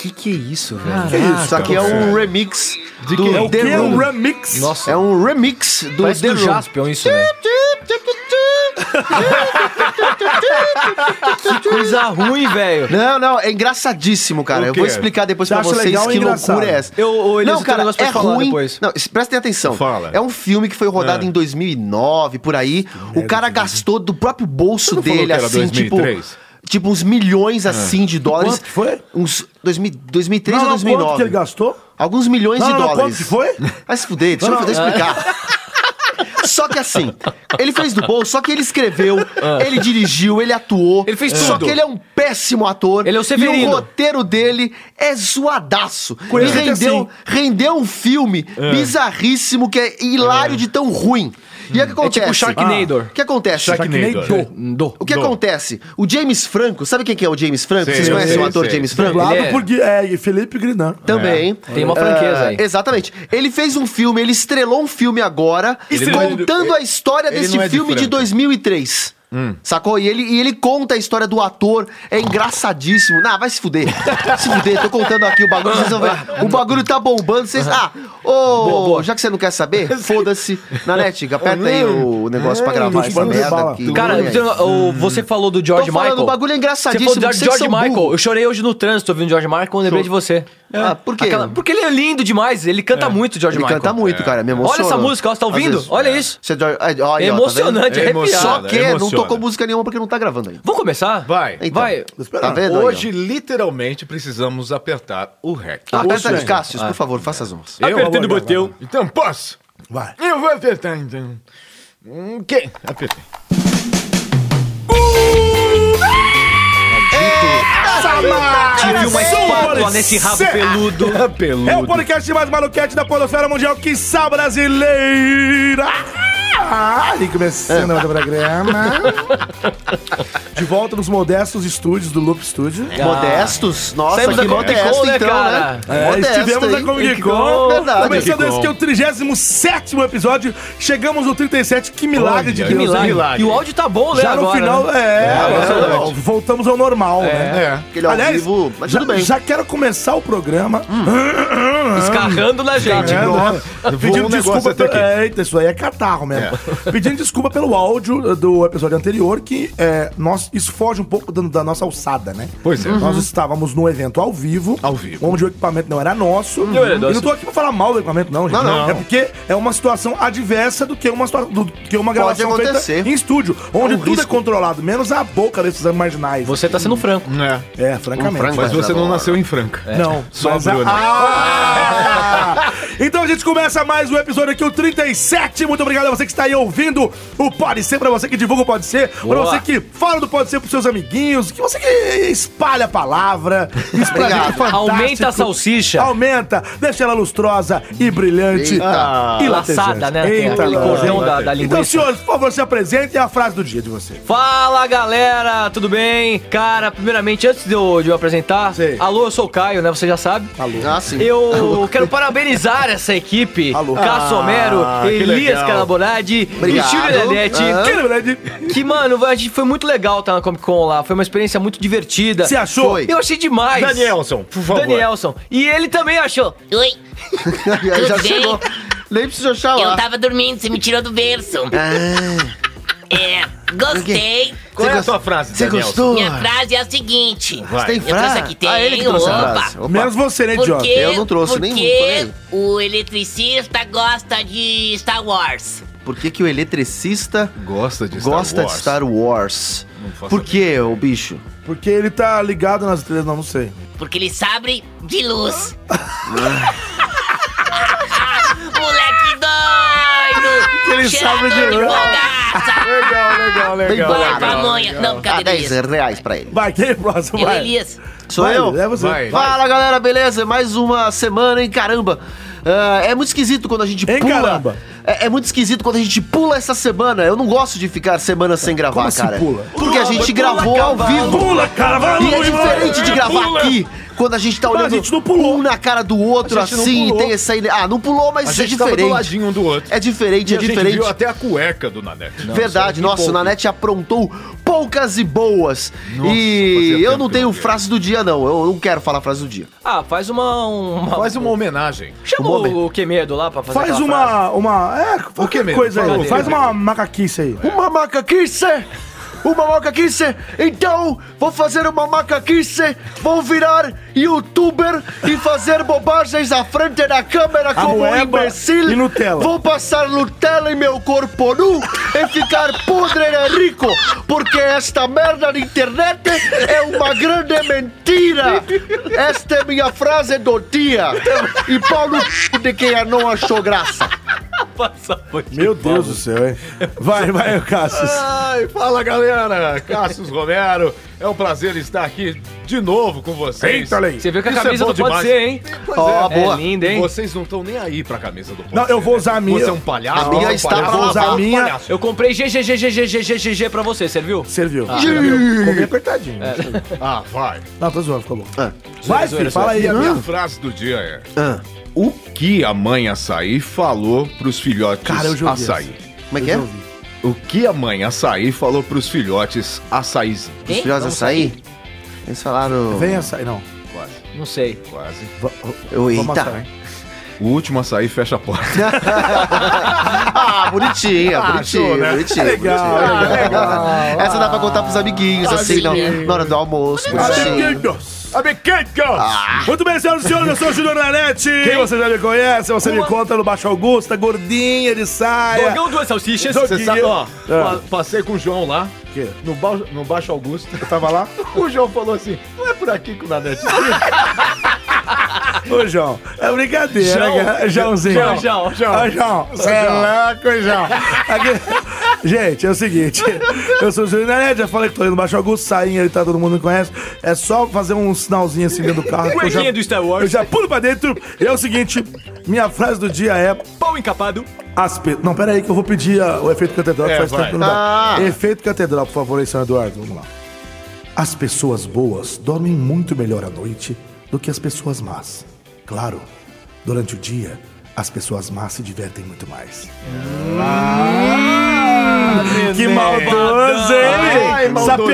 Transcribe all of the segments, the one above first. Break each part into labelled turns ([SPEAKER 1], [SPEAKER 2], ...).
[SPEAKER 1] Que que é isso, velho?
[SPEAKER 2] Que isso? Isso aqui é um
[SPEAKER 1] velho.
[SPEAKER 2] remix do
[SPEAKER 1] que- é o
[SPEAKER 2] The
[SPEAKER 1] quê?
[SPEAKER 2] Room.
[SPEAKER 1] Um
[SPEAKER 3] remix.
[SPEAKER 1] Nossa,
[SPEAKER 2] É um remix do
[SPEAKER 1] parece
[SPEAKER 2] The
[SPEAKER 1] do
[SPEAKER 2] Room.
[SPEAKER 1] Jaspion isso, né? que coisa ruim, velho.
[SPEAKER 2] Não, não, é engraçadíssimo, cara.
[SPEAKER 3] O
[SPEAKER 2] Eu
[SPEAKER 3] quê?
[SPEAKER 2] vou explicar depois
[SPEAKER 3] Você
[SPEAKER 2] pra
[SPEAKER 3] acha
[SPEAKER 2] vocês
[SPEAKER 3] legal ou
[SPEAKER 2] que
[SPEAKER 3] engraçado?
[SPEAKER 2] loucura é essa.
[SPEAKER 1] Eu- ô, Elias,
[SPEAKER 2] não,
[SPEAKER 1] eu tenho um
[SPEAKER 2] cara,
[SPEAKER 1] negócio pra
[SPEAKER 2] é
[SPEAKER 1] falar
[SPEAKER 2] ruim.
[SPEAKER 1] depois.
[SPEAKER 2] Não, es- prestem atenção.
[SPEAKER 3] Fala.
[SPEAKER 2] É um filme que foi rodado
[SPEAKER 3] É.
[SPEAKER 2] em 2009, por aí. o cara gastou do próprio bolso
[SPEAKER 3] Você não falou
[SPEAKER 2] dele,
[SPEAKER 3] que era
[SPEAKER 2] assim,
[SPEAKER 3] 2003?
[SPEAKER 2] tipo... Tipo, uns milhões, assim, de dólares.
[SPEAKER 4] Quanto que foi?
[SPEAKER 2] Uns 2000, 2003
[SPEAKER 4] não,
[SPEAKER 2] ou
[SPEAKER 4] não, quanto
[SPEAKER 2] 2009.
[SPEAKER 4] que ele gastou?
[SPEAKER 2] Alguns milhões
[SPEAKER 4] Não,
[SPEAKER 2] de
[SPEAKER 4] não, não,
[SPEAKER 2] dólares.
[SPEAKER 4] quanto que foi?
[SPEAKER 2] Vai se fuder, deixa,
[SPEAKER 4] Não,
[SPEAKER 2] eu,
[SPEAKER 4] não,
[SPEAKER 2] deixa eu explicar. Só que assim, ele fez do bolso, só que ele escreveu, ele dirigiu, ele atuou.
[SPEAKER 1] Ele fez
[SPEAKER 2] Só
[SPEAKER 1] tudo.
[SPEAKER 2] que ele é um péssimo ator.
[SPEAKER 1] Ele é o
[SPEAKER 2] E o
[SPEAKER 1] Severino.
[SPEAKER 2] roteiro dele é zoadaço. E
[SPEAKER 4] Coisa que
[SPEAKER 2] rendeu,
[SPEAKER 4] assim.
[SPEAKER 2] rendeu um filme bizarríssimo que é hilário de tão ruim. E aí o que
[SPEAKER 1] É
[SPEAKER 2] acontece?
[SPEAKER 1] tipo Sharknado.
[SPEAKER 2] O que acontece?
[SPEAKER 3] Sharknado.
[SPEAKER 1] Ah, Do.
[SPEAKER 2] O que
[SPEAKER 3] Não.
[SPEAKER 2] acontece? O James Franco, sabe quem que é o James Franco?
[SPEAKER 3] Sei,
[SPEAKER 2] Vocês
[SPEAKER 3] eu
[SPEAKER 2] conhecem
[SPEAKER 3] sei,
[SPEAKER 2] o ator
[SPEAKER 3] sei.
[SPEAKER 2] James Franco?
[SPEAKER 4] Dublado
[SPEAKER 1] Ele é-
[SPEAKER 4] por Gui- é, Felipe Grinan.
[SPEAKER 2] Também.
[SPEAKER 1] É. Tem uma franqueza aí.
[SPEAKER 2] Ah, Exatamente. Ele fez um filme, ele estrelou um filme agora,
[SPEAKER 3] Ele
[SPEAKER 2] contando
[SPEAKER 3] não é-
[SPEAKER 2] a história
[SPEAKER 3] ele
[SPEAKER 2] desse
[SPEAKER 3] não é Hum. de
[SPEAKER 2] filme de,
[SPEAKER 3] Franca.
[SPEAKER 2] 2003. Sacou? E ele, e ele conta a história do ator, é engraçadíssimo. Nah, vai se fuder. se fuder, tô contando aqui o bagulho, vocês vão ver. O bagulho tá bombando, vocês. Ah, ô, já que você não quer saber, foda-se. Nanete, aperta aí
[SPEAKER 3] É.
[SPEAKER 2] o negócio pra gravar
[SPEAKER 4] Hum,
[SPEAKER 2] essa
[SPEAKER 4] manda
[SPEAKER 2] merda
[SPEAKER 4] bala.
[SPEAKER 2] aqui.
[SPEAKER 1] Cara,
[SPEAKER 2] Olha aí.
[SPEAKER 1] você, o- você falou do George
[SPEAKER 2] é Tô falando,
[SPEAKER 1] Michael.
[SPEAKER 2] o bagulho é engraçadíssimo,
[SPEAKER 1] Você falou do
[SPEAKER 2] vocês
[SPEAKER 1] George
[SPEAKER 2] são
[SPEAKER 1] Michael.
[SPEAKER 2] burro.
[SPEAKER 1] Eu chorei hoje no trânsito ouvindo George Michael, eu lembrei de você.
[SPEAKER 2] Ah, por quê? É.
[SPEAKER 1] Aquela- porque ele é lindo demais, ele canta muito, George
[SPEAKER 2] Ele
[SPEAKER 1] Michael.
[SPEAKER 2] canta muito, cara. Me
[SPEAKER 1] Olha essa
[SPEAKER 2] emocionou.
[SPEAKER 1] música, ó, você tá
[SPEAKER 2] Às
[SPEAKER 1] ouvindo?
[SPEAKER 2] vezes. É.
[SPEAKER 1] Olha isso.
[SPEAKER 2] Você, George- aí, ó, aí,
[SPEAKER 1] É
[SPEAKER 2] ó, tá vendo?
[SPEAKER 1] emocionante,
[SPEAKER 3] É
[SPEAKER 1] é
[SPEAKER 2] Só
[SPEAKER 3] emocionante.
[SPEAKER 1] arrepiado.
[SPEAKER 2] que não
[SPEAKER 3] emociona.
[SPEAKER 2] tocou música nenhuma porque não tá gravando ainda.
[SPEAKER 1] Vamos começar?
[SPEAKER 3] Vai.
[SPEAKER 2] Então.
[SPEAKER 1] Vai.
[SPEAKER 4] Tô esperando.
[SPEAKER 2] Tá vendo? aí, ó?
[SPEAKER 3] Hoje, literalmente, precisamos apertar o REC.
[SPEAKER 2] Aperta aí, Cássio, por favor, faça as mãos.
[SPEAKER 3] Apertando
[SPEAKER 4] o botão.
[SPEAKER 3] Então, posso?
[SPEAKER 4] Vai.
[SPEAKER 3] Eu vou apertar, então. Hum, Quem? Apertei.
[SPEAKER 1] Tive uma
[SPEAKER 4] Sou
[SPEAKER 1] espátula
[SPEAKER 4] Boris
[SPEAKER 1] nesse rabo
[SPEAKER 4] Cé-
[SPEAKER 1] peludo.
[SPEAKER 3] Peludo.
[SPEAKER 4] É o podcast mais maluquete da Polosfera Mundial, que sal brasileira! Ah, e começando o programa. De volta nos modestos estúdios do Loop Studio.
[SPEAKER 2] É. Modestos? Nossa,
[SPEAKER 1] Saímos
[SPEAKER 2] que
[SPEAKER 1] da Comic Con,
[SPEAKER 2] modesto,
[SPEAKER 1] né,
[SPEAKER 2] então, né?
[SPEAKER 1] cara?
[SPEAKER 4] É, estivemos na
[SPEAKER 2] hein? É
[SPEAKER 4] Comic
[SPEAKER 1] Con,
[SPEAKER 4] Con.
[SPEAKER 2] verdade.
[SPEAKER 4] Começando esse que é o 37 episódio. Chegamos no 37. Que milagre
[SPEAKER 3] Olha,
[SPEAKER 4] de
[SPEAKER 3] que
[SPEAKER 4] Deus,
[SPEAKER 1] Milagre.
[SPEAKER 4] hein?
[SPEAKER 3] milagre.
[SPEAKER 1] E o áudio tá bom, né?
[SPEAKER 4] Já no
[SPEAKER 1] agora,
[SPEAKER 4] final,
[SPEAKER 1] né?
[SPEAKER 4] é,
[SPEAKER 2] verdade.
[SPEAKER 4] é, voltamos ao normal, né?
[SPEAKER 3] É.
[SPEAKER 2] Aquele ao vivo, mas
[SPEAKER 4] já,
[SPEAKER 2] tudo bem.
[SPEAKER 4] já quero começar o programa Hum,
[SPEAKER 1] Escarrando na é- gente.
[SPEAKER 4] É,
[SPEAKER 3] Nossa,
[SPEAKER 4] né?
[SPEAKER 3] voou
[SPEAKER 4] Pedindo
[SPEAKER 3] um negócio
[SPEAKER 4] desculpa
[SPEAKER 3] até
[SPEAKER 4] pelo...
[SPEAKER 3] aqui.
[SPEAKER 4] É, Eita, isso aí é catarro mesmo. Pedindo desculpa pelo áudio eh, do episódio anterior, que é, nós, isso foge um pouco da, da nossa alçada, né?
[SPEAKER 3] Pois é.
[SPEAKER 4] Nós estávamos num evento ao vivo.
[SPEAKER 3] Ao vivo. Uhum.
[SPEAKER 4] Onde o equipamento não era nosso.
[SPEAKER 1] Não era
[SPEAKER 4] E
[SPEAKER 1] nosso.
[SPEAKER 4] não tô aqui pra falar mal do equipamento, não, gente.
[SPEAKER 2] Não, não.
[SPEAKER 4] É porque é uma situação adversa do que uma, situa- do que uma gravação
[SPEAKER 2] acontecer.
[SPEAKER 4] feita em estúdio, onde
[SPEAKER 2] um
[SPEAKER 4] tudo é
[SPEAKER 2] risco.
[SPEAKER 4] controlado, menos a boca desses marginais.
[SPEAKER 1] Você tá sendo franco.
[SPEAKER 3] É.
[SPEAKER 4] É, francamente.
[SPEAKER 2] frango
[SPEAKER 3] Mas você não
[SPEAKER 2] Agora.
[SPEAKER 3] nasceu em Franca.
[SPEAKER 4] Não,
[SPEAKER 3] Só
[SPEAKER 4] É. mas
[SPEAKER 3] a
[SPEAKER 4] a-
[SPEAKER 3] Bruna.
[SPEAKER 4] Ah! Então a gente começa mais um episódio aqui, o 37. Muito obrigado a você que está aí ouvindo o Pode Ser, pra você que divulga o Pode Ser, pra
[SPEAKER 1] Boa.
[SPEAKER 4] você que fala do Pode Ser pros seus amiguinhos, que você que espalha a palavra, espalha
[SPEAKER 2] Obrigado.
[SPEAKER 1] Aumenta a salsicha.
[SPEAKER 4] Aumenta, deixa ela lustrosa e brilhante.
[SPEAKER 2] Eita.
[SPEAKER 1] Laçada,
[SPEAKER 4] E latejante.
[SPEAKER 1] né? Tem
[SPEAKER 4] Eita,
[SPEAKER 1] Aquele
[SPEAKER 4] nós,
[SPEAKER 1] cordão
[SPEAKER 4] hein?
[SPEAKER 1] da, da
[SPEAKER 4] Então,
[SPEAKER 1] linguiça.
[SPEAKER 4] senhores, por favor, se apresentem é a frase do dia de vocês.
[SPEAKER 1] Fala galera, tudo bem? Cara, primeiramente, antes de eu, de eu apresentar,
[SPEAKER 4] Sei.
[SPEAKER 1] alô, eu sou o Caio, né? Você já sabe. Alô.
[SPEAKER 2] Ah, sim.
[SPEAKER 1] Eu quero parabenizar essa equipe.
[SPEAKER 4] Alô.
[SPEAKER 1] Cassomero,
[SPEAKER 3] Ah, que
[SPEAKER 1] Elias
[SPEAKER 3] legal.
[SPEAKER 1] Calaboradi e
[SPEAKER 2] Obrigado.
[SPEAKER 1] Chile Lelete.
[SPEAKER 2] Ah.
[SPEAKER 4] Que, na verdade,
[SPEAKER 1] Que, mano, a gente foi muito legal estar na Comic Con lá. Foi uma experiência muito divertida.
[SPEAKER 4] Você achou?
[SPEAKER 2] Foi.
[SPEAKER 1] Eu achei demais.
[SPEAKER 3] Danielson, por favor.
[SPEAKER 1] Danielson. E ele também achou.
[SPEAKER 5] Oi,
[SPEAKER 2] Aí já
[SPEAKER 5] Tudo bem?
[SPEAKER 2] chegou. Nem precisou
[SPEAKER 5] eu
[SPEAKER 2] chamar.
[SPEAKER 5] tava dormindo, você me tirou do berço.
[SPEAKER 2] Ah,
[SPEAKER 5] É, gostei.
[SPEAKER 3] Qual é a sua frase,
[SPEAKER 2] Você
[SPEAKER 3] Danielson?
[SPEAKER 2] gostou?
[SPEAKER 5] Minha frase é a seguinte.
[SPEAKER 3] Vai.
[SPEAKER 2] Tem
[SPEAKER 5] Eu trouxe aqui, tem,
[SPEAKER 2] Ah, ele que trouxe a
[SPEAKER 5] opa.
[SPEAKER 2] frase. Opa.
[SPEAKER 4] menos você, né, idiota?
[SPEAKER 5] Porque,
[SPEAKER 2] eu não trouxe
[SPEAKER 5] porque
[SPEAKER 2] nenhum, foi
[SPEAKER 5] o eletricista gosta de Star Wars.
[SPEAKER 2] Por que, que o eletricista
[SPEAKER 3] Gosta de Star
[SPEAKER 2] gosta
[SPEAKER 3] Wars.
[SPEAKER 2] de Star Wars?
[SPEAKER 3] Não faço
[SPEAKER 2] Por que, ô bicho?
[SPEAKER 4] Porque ele tá ligado nas estrelas, não, não sei.
[SPEAKER 5] Porque ele sabe de luz. Moleque doido!
[SPEAKER 4] Que ele
[SPEAKER 5] Cheirador
[SPEAKER 4] sabe de luz.
[SPEAKER 5] bagaça.
[SPEAKER 3] Legal, legal, legal.
[SPEAKER 5] Vai,
[SPEAKER 2] legal,
[SPEAKER 5] pamonha. Não,
[SPEAKER 2] Dá
[SPEAKER 5] cadê
[SPEAKER 2] 10
[SPEAKER 5] Elias?
[SPEAKER 2] reais pra ele.
[SPEAKER 4] Vai, quem é o próximo?
[SPEAKER 5] Eu,
[SPEAKER 4] Vai.
[SPEAKER 5] Elias.
[SPEAKER 2] Sou
[SPEAKER 4] Vai,
[SPEAKER 2] eu?
[SPEAKER 4] É você.
[SPEAKER 3] Vai.
[SPEAKER 2] Fala galera, beleza? É Mais uma semana, hein? Caramba! Ah, é muito esquisito quando a gente
[SPEAKER 4] Hein,
[SPEAKER 2] pula.
[SPEAKER 4] caramba?
[SPEAKER 2] É, é muito esquisito quando a gente pula essa semana. Eu não gosto de ficar semana sem gravar,
[SPEAKER 4] Como se
[SPEAKER 3] assim
[SPEAKER 2] cara.
[SPEAKER 4] pula?
[SPEAKER 2] Porque a gente gravou ao vivo.
[SPEAKER 4] Pula, cavalo!
[SPEAKER 2] E é diferente de gravar
[SPEAKER 3] Pula.
[SPEAKER 2] aqui, quando a gente tá
[SPEAKER 4] Mas a
[SPEAKER 2] olhando
[SPEAKER 4] gente não pulou.
[SPEAKER 2] um na cara do outro,
[SPEAKER 3] A gente não
[SPEAKER 2] assim,
[SPEAKER 3] pulou.
[SPEAKER 2] tem essa ideia. Ah, não pulou, mas
[SPEAKER 3] A
[SPEAKER 2] é
[SPEAKER 3] gente tava do
[SPEAKER 2] diferente.
[SPEAKER 3] ladinho um do outro.
[SPEAKER 2] É diferente,
[SPEAKER 3] E
[SPEAKER 2] é
[SPEAKER 3] a é gente
[SPEAKER 2] diferente.
[SPEAKER 3] viu até a cueca do Nanete.
[SPEAKER 2] Verdade, nossa, o Nanete aprontou poucas e boas.
[SPEAKER 3] fazia
[SPEAKER 2] e eu
[SPEAKER 3] tempo
[SPEAKER 2] não
[SPEAKER 3] que eu
[SPEAKER 2] tenho
[SPEAKER 3] não via.
[SPEAKER 2] frase do dia, não. Eu não quero falar frase do dia.
[SPEAKER 1] Ah, faz uma. uma...
[SPEAKER 3] Faz uma homenagem.
[SPEAKER 1] Chama
[SPEAKER 2] Uma homen-
[SPEAKER 1] o, o Quemedo lá pra fazer
[SPEAKER 4] Faz
[SPEAKER 1] aquela frase.
[SPEAKER 4] uma, uma. É,
[SPEAKER 3] O que
[SPEAKER 4] qualquer
[SPEAKER 3] mesmo?
[SPEAKER 4] coisa
[SPEAKER 3] Fala
[SPEAKER 4] aí.
[SPEAKER 3] dele,
[SPEAKER 4] Faz
[SPEAKER 3] né?
[SPEAKER 4] uma macaquice aí.
[SPEAKER 2] Uma macaquice! Uma macaquice! um Então, vou fazer uma macaquice, vou virar youtuber e fazer bobagens à frente da câmera como um
[SPEAKER 4] Amoeba
[SPEAKER 2] imbecil.
[SPEAKER 4] e Nutella.
[SPEAKER 2] Vou passar Nutella em meu corpo nu e ficar podre e rico, porque esta merda de internet é uma grande mentira. Esta é minha frase do dia. E pau no c- de quem a não achou graça.
[SPEAKER 4] Meu Deus do céu, hein? Vai, vai, Cassius.
[SPEAKER 3] Ai, fala galera, Cassius Romero, é um prazer estar aqui de novo com vocês.
[SPEAKER 4] Eita, Lei.
[SPEAKER 1] Você viu que a
[SPEAKER 3] Isso é
[SPEAKER 1] camisa
[SPEAKER 3] bom
[SPEAKER 1] não pode
[SPEAKER 3] demais.
[SPEAKER 1] ser, hein?
[SPEAKER 3] Pois
[SPEAKER 2] Ó,
[SPEAKER 3] é.
[SPEAKER 2] boa.
[SPEAKER 1] É linda, hein?
[SPEAKER 3] Vocês não estão nem aí pra camisa do
[SPEAKER 4] Não, eu vou usar a minha.
[SPEAKER 3] Você é um palhaço?
[SPEAKER 2] A minha
[SPEAKER 3] você é um
[SPEAKER 2] está
[SPEAKER 3] palhaço,
[SPEAKER 2] pra
[SPEAKER 3] você é um
[SPEAKER 2] usar a
[SPEAKER 3] palhaço,
[SPEAKER 4] minha.
[SPEAKER 3] palhaço.
[SPEAKER 1] Eu comprei GGGGGGGG pra você, serviu?
[SPEAKER 4] Serviu. É. Ah, Comi apertadinho.
[SPEAKER 3] Ah, vai.
[SPEAKER 4] Não, tô zoando, ficou bom.
[SPEAKER 2] Ah.
[SPEAKER 4] Vai, filho, fala aí.
[SPEAKER 3] E a minha
[SPEAKER 4] Ah.
[SPEAKER 3] frase do dia é:
[SPEAKER 2] Ah,
[SPEAKER 3] O que a mãe açaí falou pros filhotes
[SPEAKER 4] Cara, eu já ouvi
[SPEAKER 3] açaí?
[SPEAKER 2] como é que é?
[SPEAKER 3] O que a mãe açaí falou pros filhotes açaizinho?
[SPEAKER 2] Os
[SPEAKER 5] Hein?
[SPEAKER 2] filhos açaí? Eles falaram.
[SPEAKER 4] Vem açaí, não.
[SPEAKER 3] Quase,
[SPEAKER 1] Não sei.
[SPEAKER 3] quase.
[SPEAKER 2] Eu,
[SPEAKER 4] Vamos
[SPEAKER 2] eita.
[SPEAKER 4] açaí.
[SPEAKER 3] O último açaí fecha a porta.
[SPEAKER 2] Ah, bonitinha, bonitinha,
[SPEAKER 3] show, né?
[SPEAKER 2] bonitinha.
[SPEAKER 4] É Legal,
[SPEAKER 2] bonitinha.
[SPEAKER 4] Ah, legal.
[SPEAKER 2] Essa dá pra contar pros amiguinhos, assim, na, na hora do almoço. bonitinho.
[SPEAKER 4] Amiguinhos! Amiguinhos! Muito bem, senhoras e senhores, eu sou o Júnior Nanete. Ah. Quem você já me conhece, você me conta no Baixo Augusta, gordinha de saia.
[SPEAKER 1] Dogão um, duas salsichas.
[SPEAKER 3] Você sabe, ó,
[SPEAKER 4] Ah.
[SPEAKER 3] pa- passei com o João lá,
[SPEAKER 4] Quê?
[SPEAKER 3] no, Bau- no Baixo Augusto.
[SPEAKER 4] Tava lá?
[SPEAKER 3] O João falou assim: não é por aqui que o Nanete.
[SPEAKER 4] Ô, João, é brincadeira,
[SPEAKER 1] João?
[SPEAKER 4] cara. Joãozinho.
[SPEAKER 1] João, João, João.
[SPEAKER 4] Ô, João, você é louco, hein, João. Aqui- Gente, é o seguinte, eu sou o Júlio Nanete, já falei que tô indo no Baixo Augusto, sainha ele tá, todo mundo me conhece. É só fazer um sinalzinho assim dentro do carro. que eu já-
[SPEAKER 1] Cuequinha do Star
[SPEAKER 4] Eu
[SPEAKER 1] Wars.
[SPEAKER 4] já pulo pra dentro. E é o seguinte, minha frase do dia é...
[SPEAKER 1] Pão encapado.
[SPEAKER 4] As pe... Não, pera aí que eu vou pedir ah, o efeito catedral, que
[SPEAKER 3] É,
[SPEAKER 4] faz
[SPEAKER 3] vai.
[SPEAKER 4] tempo que não vai.
[SPEAKER 2] Ah.
[SPEAKER 4] Efeito catedral, por favor, aí, senhor Eduardo, vamos lá. As pessoas boas dormem muito melhor à noite do que as pessoas más. Claro, durante o dia, as pessoas más se divertem muito mais. que maldoso,
[SPEAKER 3] Ah, Ai,
[SPEAKER 4] hein?
[SPEAKER 3] maldosinho.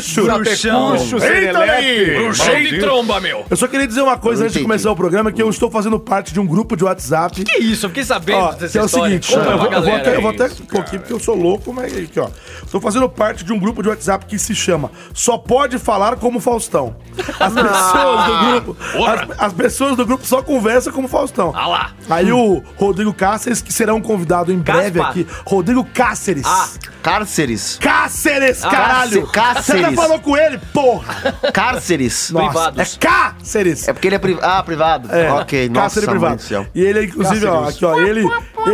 [SPEAKER 4] Sapecucho!
[SPEAKER 3] Puxa,
[SPEAKER 4] Eita, daí!
[SPEAKER 3] Cheio de tromba, meu!
[SPEAKER 4] Eu só queria dizer uma coisa
[SPEAKER 2] Eu
[SPEAKER 4] antes de
[SPEAKER 2] entendi.
[SPEAKER 4] começar o programa, que eu estou fazendo parte de um grupo de WhatsApp
[SPEAKER 1] Que É isso? Eu fiquei sabendo
[SPEAKER 4] Ó,
[SPEAKER 1] dessa
[SPEAKER 4] que é o
[SPEAKER 1] história.
[SPEAKER 4] seguinte,
[SPEAKER 1] Conta
[SPEAKER 4] eu,
[SPEAKER 1] pra
[SPEAKER 4] vou, eu vou
[SPEAKER 1] galera
[SPEAKER 4] até, eu
[SPEAKER 1] aí.
[SPEAKER 4] vou até um pouquinho porque eu sou louco, mas aqui, ó. Tô fazendo parte de um grupo de WhatsApp que se chama Só Pode Falar Como Faustão. As pessoas do grupo. As, as pessoas do grupo só conversam como Faustão.
[SPEAKER 1] Ah lá.
[SPEAKER 4] Aí o Rodrigo Cáceres, que será um convidado em breve
[SPEAKER 1] Caspar.
[SPEAKER 4] aqui. Rodrigo Cáceres.
[SPEAKER 1] Ah.
[SPEAKER 2] Cárceres.
[SPEAKER 4] Cáceres, caralho!
[SPEAKER 2] Cáceres.
[SPEAKER 4] Você já falou com ele, porra!
[SPEAKER 2] Cárceres.
[SPEAKER 1] Nossa. Privados.
[SPEAKER 4] É Cáceres!
[SPEAKER 2] É porque ele é privado. Ah, privado.
[SPEAKER 4] É,
[SPEAKER 2] Ok, nossa,
[SPEAKER 4] Cáceres
[SPEAKER 2] mãe
[SPEAKER 4] privado.
[SPEAKER 2] do céu.
[SPEAKER 4] E ele, inclusive, ó,
[SPEAKER 3] Cáceres.
[SPEAKER 4] aqui, ó, ele,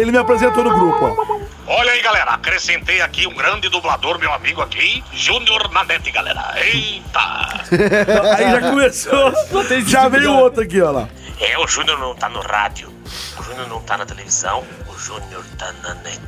[SPEAKER 4] ele me apresentou no grupo, ó.
[SPEAKER 6] Olha aí, galera, acrescentei aqui um grande dublador, meu amigo aqui, Júnior Nanete, galera. Eita!
[SPEAKER 4] Aí já começou.
[SPEAKER 1] tem
[SPEAKER 4] Já
[SPEAKER 1] sentido,
[SPEAKER 4] veio
[SPEAKER 1] cara.
[SPEAKER 4] outro aqui, ó lá.
[SPEAKER 6] É, o Júnior não tá no rádio, o Júnior não tá na televisão, o Júnior tá na net.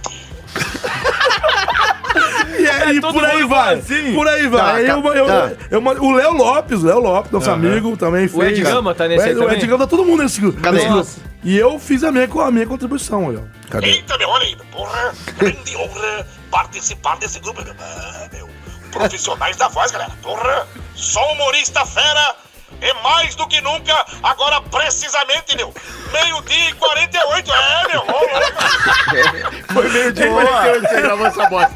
[SPEAKER 4] E aí,
[SPEAKER 1] É, todo
[SPEAKER 4] por aí
[SPEAKER 1] mundo
[SPEAKER 4] vai.
[SPEAKER 1] assim.
[SPEAKER 4] Por aí vai.
[SPEAKER 2] Tá,
[SPEAKER 4] Aí eu-
[SPEAKER 2] tá,
[SPEAKER 4] eu-
[SPEAKER 2] tá.
[SPEAKER 4] eu mando- o Léo Lopes, o Léo Lopes, nosso amigo, também fez.
[SPEAKER 1] Edgama tá nesse aí
[SPEAKER 4] O
[SPEAKER 1] também?
[SPEAKER 4] Edgama tá todo mundo nesse grupo.
[SPEAKER 2] Cadê?
[SPEAKER 4] nesse grupo.
[SPEAKER 1] Nossa.
[SPEAKER 4] E eu fiz a minha, a minha contribuição, olha. Cadê?
[SPEAKER 6] Eita, meu, olha aí, porra, grande honra participar desse grupo, meu. Ah, meu. Profissionais da voz, galera, porra, sou humorista fera e mais do que nunca, agora precisamente, meu, meio-dia e 48, é, meu, ô, louco.
[SPEAKER 3] Foi meio dia que você gravou essa bosta.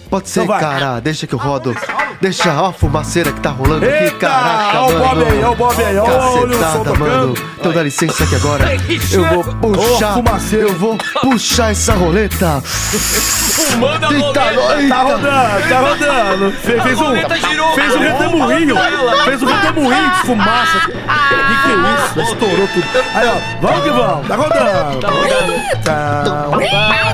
[SPEAKER 2] Pode ser,
[SPEAKER 4] Então vai.
[SPEAKER 2] cara. Deixa que eu rodo. Deixa, ó, a fumaceira que tá rolando aqui,
[SPEAKER 4] Eita!
[SPEAKER 2] caraca,
[SPEAKER 4] Ó o Bob aí, ó o Bob aí, ó o Wilson
[SPEAKER 2] Cacetada, mano.
[SPEAKER 4] tocando.
[SPEAKER 2] Então dá licença que agora eu vou
[SPEAKER 4] Ô,
[SPEAKER 2] puxar,
[SPEAKER 4] fumaceira.
[SPEAKER 2] eu vou puxar essa roleta.
[SPEAKER 1] Manda a
[SPEAKER 2] Eita,
[SPEAKER 1] roleta.
[SPEAKER 4] Tá
[SPEAKER 2] eita.
[SPEAKER 4] rodando, tá rodando. Fe- Fez, um,
[SPEAKER 1] roleta girou.
[SPEAKER 4] fez um retamurrinho.
[SPEAKER 1] Ela.
[SPEAKER 4] Fez um retamurrinho de fumaça. Que que é isso? Estourou tudo. Aí, ó, vamos que vamos. Tá rodando.
[SPEAKER 1] Tá rodando.
[SPEAKER 2] Tá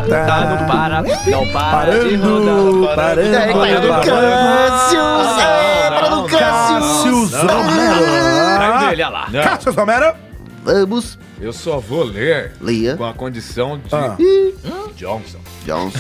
[SPEAKER 1] Tá, não para, não para de rodar.
[SPEAKER 4] Tá Parando, parando,
[SPEAKER 2] É,
[SPEAKER 4] parando.
[SPEAKER 2] Cláudio
[SPEAKER 4] Ah,
[SPEAKER 2] Cássio, é, para do Cássio.
[SPEAKER 4] Cássio
[SPEAKER 1] Aí
[SPEAKER 4] Zomero.
[SPEAKER 1] dele, olha lá.
[SPEAKER 4] Ah, Cássio Zomero.
[SPEAKER 2] Vamos,
[SPEAKER 3] Eu só vou ler
[SPEAKER 2] Leia
[SPEAKER 3] com a condição de
[SPEAKER 4] Ah.
[SPEAKER 3] Johnson.
[SPEAKER 2] Johnson.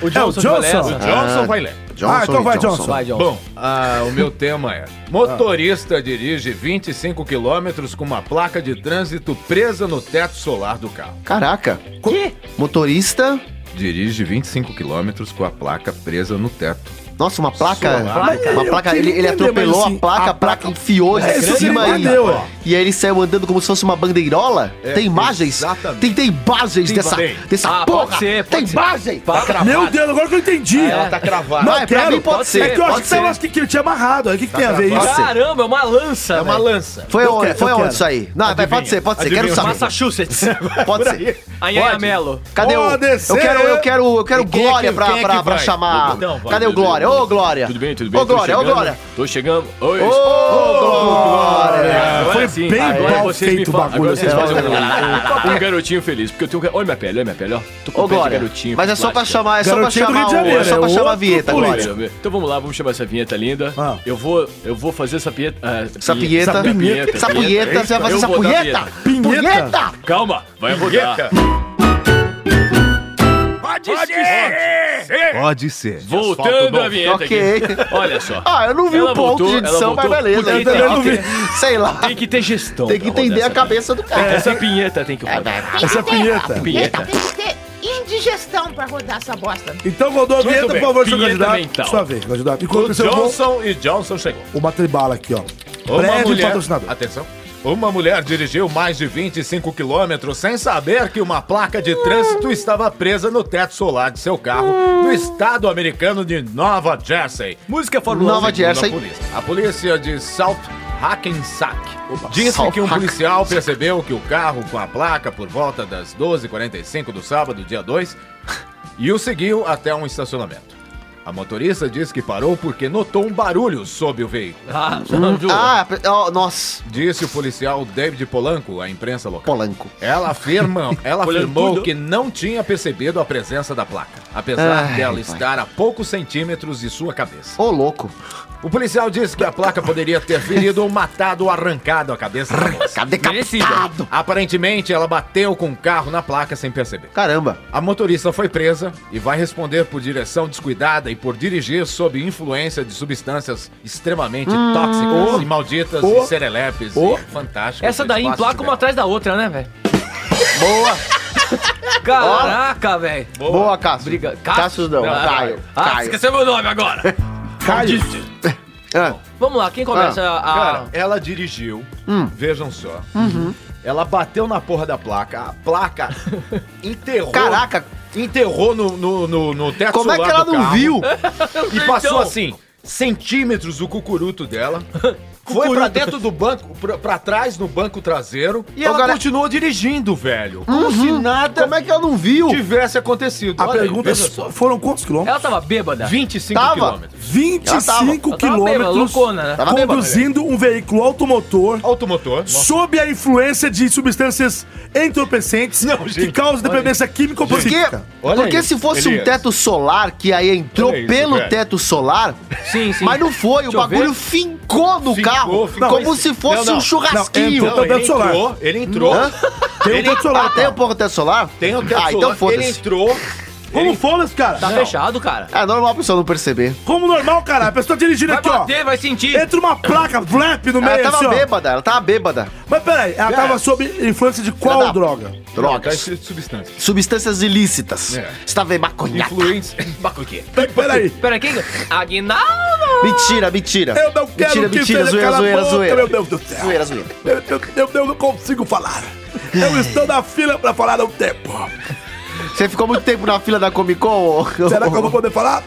[SPEAKER 1] O
[SPEAKER 4] Johnson
[SPEAKER 1] de Valéria.
[SPEAKER 4] Johnson.
[SPEAKER 3] Johnson vai ler.
[SPEAKER 4] Ah, então
[SPEAKER 2] e
[SPEAKER 4] vai, Johnson.
[SPEAKER 1] Vai, Johnson.
[SPEAKER 3] Bom, ah, o meu tema é: motorista dirige 25 quilômetros com uma placa de trânsito presa no teto solar do carro.
[SPEAKER 2] Caraca,
[SPEAKER 1] Que?
[SPEAKER 2] motorista.
[SPEAKER 3] Dirige 25 quilômetros com a placa presa no teto.
[SPEAKER 2] Nossa, uma placa.
[SPEAKER 4] Placa?
[SPEAKER 2] Uma
[SPEAKER 4] Eu
[SPEAKER 2] placa.
[SPEAKER 4] queria
[SPEAKER 2] Ele, ele
[SPEAKER 4] entender,
[SPEAKER 2] atropelou
[SPEAKER 4] mas
[SPEAKER 2] a
[SPEAKER 4] assim,
[SPEAKER 2] placa,
[SPEAKER 4] a
[SPEAKER 2] a placa
[SPEAKER 4] placa-
[SPEAKER 2] enfiou de
[SPEAKER 4] É, isso
[SPEAKER 2] cima
[SPEAKER 4] ele
[SPEAKER 2] aí.
[SPEAKER 4] bateu, é. ó.
[SPEAKER 2] E aí ele saiu andando como se fosse uma bandeirola.
[SPEAKER 3] É,
[SPEAKER 2] tem imagens?
[SPEAKER 3] exatamente.
[SPEAKER 2] Tem, tem imagens
[SPEAKER 3] Tem,
[SPEAKER 2] dessa,
[SPEAKER 3] tem.
[SPEAKER 2] dessa
[SPEAKER 1] Ah,
[SPEAKER 2] porra.
[SPEAKER 1] pode ser, pode
[SPEAKER 2] tem
[SPEAKER 1] ser.
[SPEAKER 2] imagem.
[SPEAKER 1] Para.
[SPEAKER 4] Meu Deus, agora que eu entendi.
[SPEAKER 3] Ela tá cravada.
[SPEAKER 4] Não
[SPEAKER 2] Vai, pra
[SPEAKER 4] quero.
[SPEAKER 2] mim pode ser,
[SPEAKER 4] É que eu
[SPEAKER 2] pode
[SPEAKER 4] acho que você
[SPEAKER 2] ser. Tá,
[SPEAKER 4] acha que ele tinha amarrado. aí O que, que tem a ver
[SPEAKER 2] Pode
[SPEAKER 4] isso?
[SPEAKER 2] ser.
[SPEAKER 1] Caramba, é uma lança.
[SPEAKER 3] É uma
[SPEAKER 1] velho.
[SPEAKER 3] lança.
[SPEAKER 2] Foi
[SPEAKER 4] Eu
[SPEAKER 2] aonde?
[SPEAKER 4] quero,
[SPEAKER 2] Foi
[SPEAKER 4] eu
[SPEAKER 2] aonde
[SPEAKER 4] quero.
[SPEAKER 2] isso aí? Não, vai, pode ser, pode ser. Quero
[SPEAKER 3] Adivinha.
[SPEAKER 2] saber.
[SPEAKER 1] Massachusetts.
[SPEAKER 2] Pode ser.
[SPEAKER 1] Anhanha Melo.
[SPEAKER 2] Cadê o.
[SPEAKER 4] Pode
[SPEAKER 2] Eu
[SPEAKER 4] ser.
[SPEAKER 2] quero, eu quero, eu quero
[SPEAKER 3] E quem é que-
[SPEAKER 2] Glória pra,
[SPEAKER 3] quem é que
[SPEAKER 2] pra, pra
[SPEAKER 3] vai?
[SPEAKER 2] chamar.
[SPEAKER 3] Então, vai,
[SPEAKER 2] Cadê o
[SPEAKER 3] tudo bem.
[SPEAKER 2] Glória? Ô, Glória! É. Ô, Glória, ô, Glória!
[SPEAKER 1] Tô chegando. Oi.
[SPEAKER 2] Ô, Glória!
[SPEAKER 1] Foi
[SPEAKER 4] bem mal feito o bagulho.
[SPEAKER 1] um, um garotinho feliz. Porque eu tenho. Olha minha pele, olha minha pele, ó. Tô
[SPEAKER 2] Ô, Glória!
[SPEAKER 1] garotinho.
[SPEAKER 2] Mas é só pra
[SPEAKER 1] plástica.
[SPEAKER 2] chamar, é só pra
[SPEAKER 4] Garotinho do Rio
[SPEAKER 2] chamar
[SPEAKER 4] de
[SPEAKER 2] o. É
[SPEAKER 4] Janeiro,
[SPEAKER 2] só pra
[SPEAKER 4] é
[SPEAKER 2] chamar a
[SPEAKER 4] outro
[SPEAKER 2] vinheta, Glória.
[SPEAKER 4] político.
[SPEAKER 1] Então vamos lá, vamos chamar essa vinheta linda.
[SPEAKER 4] Ah.
[SPEAKER 1] Eu vou, eu vou fazer essa pinheta. ah,
[SPEAKER 2] Essa pinheta.
[SPEAKER 1] essa
[SPEAKER 2] Sapinheta.
[SPEAKER 1] pinheta, pinheta.
[SPEAKER 2] Você vai fazer
[SPEAKER 1] Eu vou dar
[SPEAKER 2] sapinheta?
[SPEAKER 1] vinheta.
[SPEAKER 4] Pinheta?
[SPEAKER 1] Calma, vai rodar.
[SPEAKER 3] Pode, ser! Pode ser.
[SPEAKER 1] Voltando a vinheta
[SPEAKER 2] Ok.
[SPEAKER 1] aqui. Olha só.
[SPEAKER 2] Ah, eu não vi
[SPEAKER 1] Ela
[SPEAKER 2] o ponto
[SPEAKER 1] voltou,
[SPEAKER 2] de edição,
[SPEAKER 1] ela
[SPEAKER 2] mas
[SPEAKER 1] voltou.
[SPEAKER 2] beleza.
[SPEAKER 1] Porque
[SPEAKER 2] Eu também
[SPEAKER 1] tem
[SPEAKER 2] não
[SPEAKER 1] que
[SPEAKER 2] vi. Sei lá.
[SPEAKER 1] Tem que ter gestão.
[SPEAKER 2] Tem que
[SPEAKER 1] pra rodar
[SPEAKER 2] entender a
[SPEAKER 1] essa É,
[SPEAKER 2] cabeça É, do
[SPEAKER 1] pinheta.
[SPEAKER 2] cara.
[SPEAKER 1] Essa pinheta tem que rodar.
[SPEAKER 2] Tá,
[SPEAKER 4] Essa pinheta.
[SPEAKER 1] Pinheta.
[SPEAKER 7] Tem que ter indigestão pra rodar essa bosta.
[SPEAKER 4] Então rodou a vinheta, por
[SPEAKER 1] bem.
[SPEAKER 4] favor, seu
[SPEAKER 1] Vinheta
[SPEAKER 4] candidato.
[SPEAKER 2] então.
[SPEAKER 1] mental.
[SPEAKER 4] Sua vez, candidato. Enquanto isso, eu vou...
[SPEAKER 3] Johnson e Johnson chegou.
[SPEAKER 4] Uma tribala aqui, ó.
[SPEAKER 3] Uma
[SPEAKER 4] Breve
[SPEAKER 3] mulher-
[SPEAKER 4] patrocinador.
[SPEAKER 3] Atenção. Uma mulher dirigiu mais de 25 quilômetros sem saber que uma placa de trânsito estava presa no teto solar de seu carro no estado americano de Nova Jersey.
[SPEAKER 1] Música Fórmula
[SPEAKER 2] Nova
[SPEAKER 1] 1.
[SPEAKER 2] de- Jersey.
[SPEAKER 3] Segundo A polícia, a polícia de South Hackensack disse
[SPEAKER 2] South
[SPEAKER 3] que um
[SPEAKER 2] Hack-
[SPEAKER 3] policial percebeu que o carro com a placa por volta das 12h45 do sábado, dia 2, e o seguiu até um estacionamento. A motorista disse que parou porque notou um barulho sob o veículo.
[SPEAKER 1] Ah, juro.
[SPEAKER 2] Ah, pe- ó, nossa,
[SPEAKER 3] Disse o policial David Polanco à imprensa local.
[SPEAKER 2] Polanco.
[SPEAKER 3] Ela, afirma, ela afirmou
[SPEAKER 1] Polancudo.
[SPEAKER 3] que não tinha percebido a presença da placa, apesar
[SPEAKER 2] Ai,
[SPEAKER 3] dela
[SPEAKER 2] pai.
[SPEAKER 3] estar a poucos centímetros de sua cabeça.
[SPEAKER 2] Ô, louco.
[SPEAKER 3] O policial disse que a placa poderia ter ferido ou matado ou arrancado a cabeça da moça.
[SPEAKER 2] Cadê
[SPEAKER 1] Merecido.
[SPEAKER 2] captado?
[SPEAKER 3] Aparentemente, ela bateu com o carro na placa sem perceber.
[SPEAKER 2] Caramba.
[SPEAKER 3] A motorista foi presa e vai responder por direção descuidada e por dirigir sob influência de substâncias extremamente
[SPEAKER 2] Hum.
[SPEAKER 3] tóxicas e malditas e serelepes
[SPEAKER 1] Oh.
[SPEAKER 3] e fantásticas.
[SPEAKER 1] Essa
[SPEAKER 3] do
[SPEAKER 1] daí
[SPEAKER 3] espaço
[SPEAKER 1] emplaca
[SPEAKER 3] de
[SPEAKER 1] uma
[SPEAKER 3] verão.
[SPEAKER 1] atrás da outra, né, velho? Boa! Caraca, velho.
[SPEAKER 2] Boa, Cássio.
[SPEAKER 1] Briga.
[SPEAKER 2] Cássio não, Caio.
[SPEAKER 1] Ah,
[SPEAKER 2] Caio.
[SPEAKER 1] esqueceu meu nome agora.
[SPEAKER 4] Caio.
[SPEAKER 2] Ah,
[SPEAKER 1] Vamos lá, quem começa a...
[SPEAKER 3] Cara, ela dirigiu,
[SPEAKER 2] Hum.
[SPEAKER 3] vejam só.
[SPEAKER 2] Uhum.
[SPEAKER 3] Ela bateu na porra da placa, a placa enterrou.
[SPEAKER 2] Caraca.
[SPEAKER 3] Enterrou no, no, no, no teto
[SPEAKER 2] Como é que
[SPEAKER 3] solar
[SPEAKER 2] ela
[SPEAKER 3] do
[SPEAKER 2] não
[SPEAKER 3] carro.
[SPEAKER 2] viu?
[SPEAKER 3] E passou assim, centímetros do cucuruto dela. Foi pra dentro do banco, pra, pra trás no banco traseiro. E
[SPEAKER 2] Ô,
[SPEAKER 3] ela
[SPEAKER 2] galera-
[SPEAKER 3] continuou dirigindo, velho. Como se nada
[SPEAKER 2] Como é que ela não viu?
[SPEAKER 3] tivesse acontecido.
[SPEAKER 4] A
[SPEAKER 3] Olha aí,
[SPEAKER 4] pergunta é:
[SPEAKER 3] veja só.
[SPEAKER 4] foram quantos quilômetros?
[SPEAKER 1] Ela tava bêbada.
[SPEAKER 3] 25
[SPEAKER 2] Tava.
[SPEAKER 3] quilômetros.
[SPEAKER 4] 25
[SPEAKER 1] Ela tava bêbada,
[SPEAKER 4] quilômetros
[SPEAKER 1] loucona, né?
[SPEAKER 2] Tava bêbada,
[SPEAKER 4] conduzindo um veículo automotor
[SPEAKER 3] Automotor.
[SPEAKER 4] sob a influência de substâncias entorpecentes
[SPEAKER 3] Não,
[SPEAKER 4] que
[SPEAKER 3] gente,
[SPEAKER 4] causam dependência química ou
[SPEAKER 2] Porque,
[SPEAKER 4] psíquica.
[SPEAKER 3] Olha
[SPEAKER 2] porque
[SPEAKER 3] aí,
[SPEAKER 2] se fosse um
[SPEAKER 3] Elias.
[SPEAKER 2] teto solar que aí entrou
[SPEAKER 3] Olha isso,
[SPEAKER 2] pelo
[SPEAKER 3] velho.
[SPEAKER 2] teto solar,
[SPEAKER 1] Sim, sim.
[SPEAKER 2] mas não foi, o
[SPEAKER 1] Deixa eu
[SPEAKER 2] bagulho fincou no
[SPEAKER 3] Fincou,
[SPEAKER 2] carro,
[SPEAKER 3] ficou.
[SPEAKER 2] como
[SPEAKER 3] Não,
[SPEAKER 2] se fosse
[SPEAKER 3] não,
[SPEAKER 2] um
[SPEAKER 3] não.
[SPEAKER 2] churrasquinho.
[SPEAKER 4] Não, entrou-
[SPEAKER 3] ele
[SPEAKER 4] teto solar.
[SPEAKER 3] entrou, ele entrou.
[SPEAKER 2] Hã?
[SPEAKER 4] Tem um teto
[SPEAKER 2] Ah,
[SPEAKER 4] solar.
[SPEAKER 2] tem um pouco de teto solar?
[SPEAKER 3] Tem o teto
[SPEAKER 2] Ah,
[SPEAKER 3] solar.
[SPEAKER 2] então
[SPEAKER 3] Ele
[SPEAKER 2] foda-se.
[SPEAKER 3] entrou.
[SPEAKER 4] Como foda-se, cara?
[SPEAKER 1] Tá fechado, cara.
[SPEAKER 2] É normal a pessoa não perceber.
[SPEAKER 4] Como normal, cara? A pessoa dirigindo
[SPEAKER 1] Vai
[SPEAKER 4] aqui, ó.
[SPEAKER 1] bater, vai sentir.
[SPEAKER 4] Entra uma placa, flap no
[SPEAKER 2] Ela
[SPEAKER 4] meio, assim,
[SPEAKER 2] tava
[SPEAKER 4] ó.
[SPEAKER 2] bêbada, ela tava bêbada.
[SPEAKER 4] Mas peraí, ela tava sob influência de qual
[SPEAKER 2] Filha da-
[SPEAKER 4] droga?
[SPEAKER 3] Tá
[SPEAKER 2] Drogas.
[SPEAKER 3] escrito substância.
[SPEAKER 2] Substâncias ilícitas.
[SPEAKER 3] É.
[SPEAKER 2] Estava em maconhaca.
[SPEAKER 3] Influência. Baco aqui.
[SPEAKER 4] Peraí.
[SPEAKER 1] Peraí, quem... Aguinaldo!
[SPEAKER 2] Mentira, mentira.
[SPEAKER 4] Eu não quero
[SPEAKER 2] mentira,
[SPEAKER 4] que
[SPEAKER 2] mentira,
[SPEAKER 4] você
[SPEAKER 2] zoeira,
[SPEAKER 4] cala a
[SPEAKER 2] zoeira,
[SPEAKER 4] boca,
[SPEAKER 2] zoeira.
[SPEAKER 4] meu Deus do céu.
[SPEAKER 2] Zoeira, zoeira.
[SPEAKER 4] Eu, eu- eu- eu não consigo falar. Eu estou na fila pra falar há um tempo.
[SPEAKER 2] Você ficou muito tempo na fila da Comic Con? ô-
[SPEAKER 4] Será que eu vou poder falar?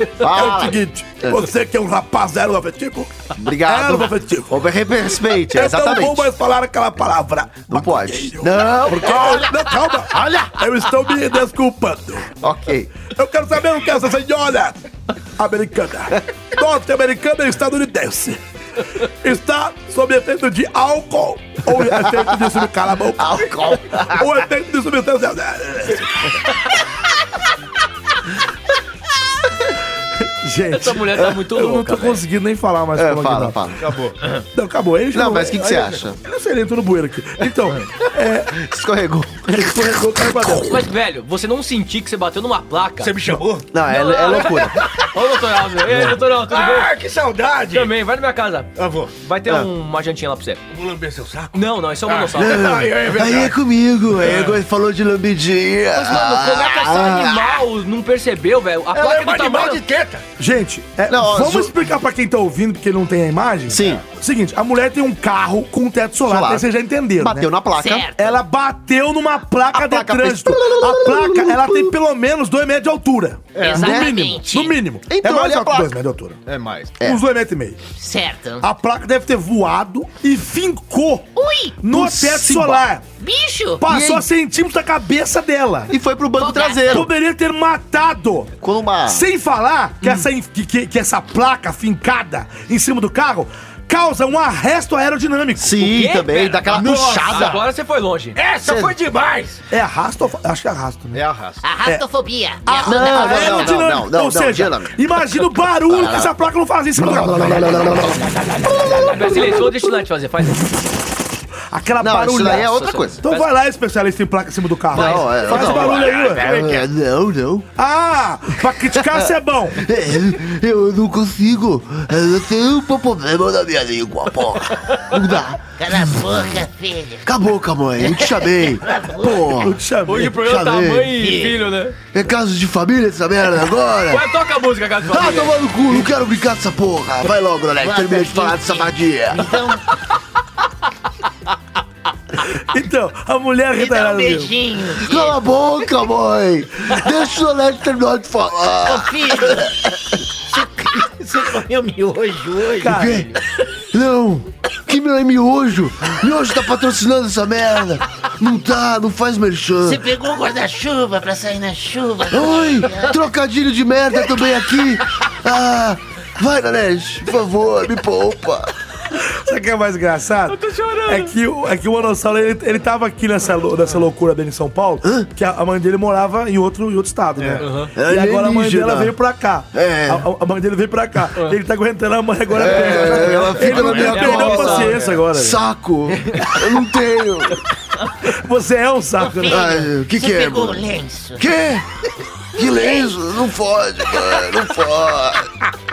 [SPEAKER 4] É o
[SPEAKER 2] Fala.
[SPEAKER 4] seguinte, você que é um rapaz heteroafetivo, É,
[SPEAKER 2] Obrigado.
[SPEAKER 4] heteroafetivo.
[SPEAKER 2] Ô, respeite,
[SPEAKER 4] Eu não
[SPEAKER 2] é exatamente.
[SPEAKER 4] vou mais falar aquela palavra.
[SPEAKER 2] Não pode.
[SPEAKER 4] maconheiro.
[SPEAKER 2] Não,
[SPEAKER 4] Porque eu, não, calma.
[SPEAKER 2] Olha.
[SPEAKER 4] Eu estou me desculpando.
[SPEAKER 2] Ok.
[SPEAKER 4] Eu quero saber o que essa senhora americana, norte-americana e estadunidense, está sob efeito de álcool ou efeito de sub- cala a boca,
[SPEAKER 2] Álcool.
[SPEAKER 4] ou efeito de substância. Gente,
[SPEAKER 1] Essa mulher tá muito
[SPEAKER 4] É, eu não
[SPEAKER 1] louca,
[SPEAKER 4] tô
[SPEAKER 1] velho.
[SPEAKER 4] conseguindo nem falar mais
[SPEAKER 2] É,
[SPEAKER 4] com o
[SPEAKER 2] fala,
[SPEAKER 4] Aguinaldo.
[SPEAKER 2] fala.
[SPEAKER 3] Acabou.
[SPEAKER 4] Não, acabou. Ele
[SPEAKER 2] Não, mas o que, que você acha?
[SPEAKER 4] Eu não sei, nem tô no bueiro aqui. Então, é,
[SPEAKER 2] Escorregou.
[SPEAKER 4] ele escorregou, caiu pra dentro.
[SPEAKER 1] Mas, velho, você não sentir que você bateu numa placa.
[SPEAKER 3] Você me chamou?
[SPEAKER 2] Não, é, é loucura.
[SPEAKER 1] Ô, doutor Alves. Ei, doutor Alves, tudo bem?
[SPEAKER 3] Ah, que saudade!
[SPEAKER 1] Também, vai na minha casa.
[SPEAKER 3] Avô,
[SPEAKER 1] Vai ter
[SPEAKER 2] Ah.
[SPEAKER 1] um- uma jantinha lá pra você.
[SPEAKER 3] vou lamber seu saco?
[SPEAKER 1] Não, não, isso é um monossauro.
[SPEAKER 3] Ai, é
[SPEAKER 2] Aí é comigo, aí agora ele falou de lambidinha. Ah,
[SPEAKER 1] Mas, mano, como é que essa animal não percebeu, velho? A
[SPEAKER 3] Ela
[SPEAKER 1] placa
[SPEAKER 3] é um
[SPEAKER 1] do
[SPEAKER 3] animal
[SPEAKER 1] tamanho...
[SPEAKER 3] de teta.
[SPEAKER 4] Gente, é,
[SPEAKER 2] Não, ó,
[SPEAKER 4] vamos
[SPEAKER 2] zo-
[SPEAKER 4] explicar pra quem tá ouvindo, porque não tem a imagem?
[SPEAKER 2] Sim.
[SPEAKER 4] É. Seguinte, a mulher tem um carro com teto solar,
[SPEAKER 2] Solar.
[SPEAKER 4] até vocês já entenderam,
[SPEAKER 2] Bateu
[SPEAKER 4] né?
[SPEAKER 2] na placa.
[SPEAKER 5] Certo.
[SPEAKER 4] Ela bateu numa placa
[SPEAKER 2] A
[SPEAKER 4] de
[SPEAKER 2] placa
[SPEAKER 4] trânsito.
[SPEAKER 2] fez-
[SPEAKER 4] A placa, ela tem pelo menos 2 metros de altura.
[SPEAKER 2] É,
[SPEAKER 4] No mínimo.
[SPEAKER 5] Exatamente.
[SPEAKER 4] No mínimo.
[SPEAKER 2] Então,
[SPEAKER 4] é mais
[SPEAKER 2] olha a
[SPEAKER 4] alto que
[SPEAKER 2] placa.
[SPEAKER 4] 2 metros de altura.
[SPEAKER 3] É mais.
[SPEAKER 2] É.
[SPEAKER 4] Uns 2 metros e meio.
[SPEAKER 5] Certo.
[SPEAKER 2] Ah.
[SPEAKER 4] A placa deve ter voado e fincou
[SPEAKER 5] Ui,
[SPEAKER 4] no
[SPEAKER 2] Nossa,
[SPEAKER 4] teto solar.
[SPEAKER 5] bicho!
[SPEAKER 2] E
[SPEAKER 4] Passou
[SPEAKER 2] aí?
[SPEAKER 4] a centímetros da cabeça dela.
[SPEAKER 2] E foi pro banco
[SPEAKER 5] Fogaça.
[SPEAKER 2] traseiro.
[SPEAKER 4] Poderia ter matado.
[SPEAKER 2] Com uma.
[SPEAKER 4] Sem falar
[SPEAKER 2] Hum.
[SPEAKER 4] que, essa, inf- que- que, que essa placa fincada em cima do carro causa um arresto aerodinâmico.
[SPEAKER 2] Sim,
[SPEAKER 1] Quê?
[SPEAKER 2] também,
[SPEAKER 1] Pera,
[SPEAKER 2] dá aquela
[SPEAKER 1] nossa,
[SPEAKER 2] puxada.
[SPEAKER 1] Agora você foi longe.
[SPEAKER 3] Essa
[SPEAKER 2] Cê-
[SPEAKER 3] foi demais!
[SPEAKER 4] É arrasto ou fa- Acho que é arrasto, né?
[SPEAKER 3] É a raça.
[SPEAKER 5] A rastofobia. Me
[SPEAKER 4] Ah,
[SPEAKER 5] ajuda
[SPEAKER 2] não,
[SPEAKER 5] a fazer.
[SPEAKER 2] não, não.
[SPEAKER 4] Ou
[SPEAKER 2] não,
[SPEAKER 4] seja,
[SPEAKER 2] dinâmico.
[SPEAKER 4] imagina o barulho que essa placa não faz em cima do carro.
[SPEAKER 1] Pera, Silenciou, deixa o Nath fazer, faz.
[SPEAKER 4] Aquela
[SPEAKER 2] Não, isso
[SPEAKER 4] barulhada.
[SPEAKER 2] daí é outra coisa.
[SPEAKER 4] Então vai lá, especialista em placa em cima do carro.
[SPEAKER 2] Não, é-
[SPEAKER 4] faz
[SPEAKER 2] não,
[SPEAKER 4] o barulho aí, ué.
[SPEAKER 2] Ah, Não, não.
[SPEAKER 4] Ah, pra criticar você é bom.
[SPEAKER 2] É, Eu não consigo. Eu tenho um problema na minha língua, porra. Não dá.
[SPEAKER 5] Cala a boca, filho.
[SPEAKER 2] Acabou, mãe. Eu te chamei.
[SPEAKER 4] Eu
[SPEAKER 2] Porra.
[SPEAKER 4] te chamei.
[SPEAKER 1] Hoje o programa tá
[SPEAKER 2] Chamei.
[SPEAKER 1] mãe e filho, né?
[SPEAKER 2] É caso de família essa merda agora?
[SPEAKER 1] Vai, toca a música, Gato.
[SPEAKER 2] Ah, toma no cu, não quero brincar dessa porra. Vai logo, Alex, termina de falar dessa vadia.
[SPEAKER 5] Então,
[SPEAKER 4] Então, a mulher
[SPEAKER 5] Me dá um
[SPEAKER 4] retardada. viu?
[SPEAKER 5] beijinho.
[SPEAKER 2] Cala a boca, mãe! Deixa o Alex terminar de falar.
[SPEAKER 5] Ô, filho, você- você comeu miojo hoje?
[SPEAKER 4] Cara,
[SPEAKER 2] Quê? Não! Que meu é miojo? Miojo tá patrocinando essa merda! Não tá, não faz merchan!
[SPEAKER 5] Você pegou o guarda-chuva pra sair na chuva?
[SPEAKER 2] Oi! Trocadilho de merda também aqui! Ah! Vai, Nanete, por favor, me poupa!
[SPEAKER 4] Sabe o que é mais engraçado? Eu tô chorando. É que, o- é que o Manossauro, ele, ele tava aqui nessa, lou- nessa loucura dele em São Paulo, que a, a mãe dele morava em outro, em outro estado, né? E agora a mãe
[SPEAKER 2] É Alienígena.
[SPEAKER 4] dela veio pra cá.
[SPEAKER 2] É.
[SPEAKER 4] A, a- a mãe dele veio pra cá. Ele tá aguentando a mãe agora.
[SPEAKER 2] É, ela fica
[SPEAKER 4] ele
[SPEAKER 2] na minha
[SPEAKER 4] ele perdeu a
[SPEAKER 2] costa.
[SPEAKER 4] paciência agora.
[SPEAKER 2] Saco! Eu não tenho!
[SPEAKER 4] Você é um saco, né?
[SPEAKER 2] Ai, o que
[SPEAKER 5] você
[SPEAKER 2] que é,
[SPEAKER 5] pegou o
[SPEAKER 2] mano?
[SPEAKER 5] lenço.
[SPEAKER 2] Quê? Que lenço? Não fode, mano, não fode!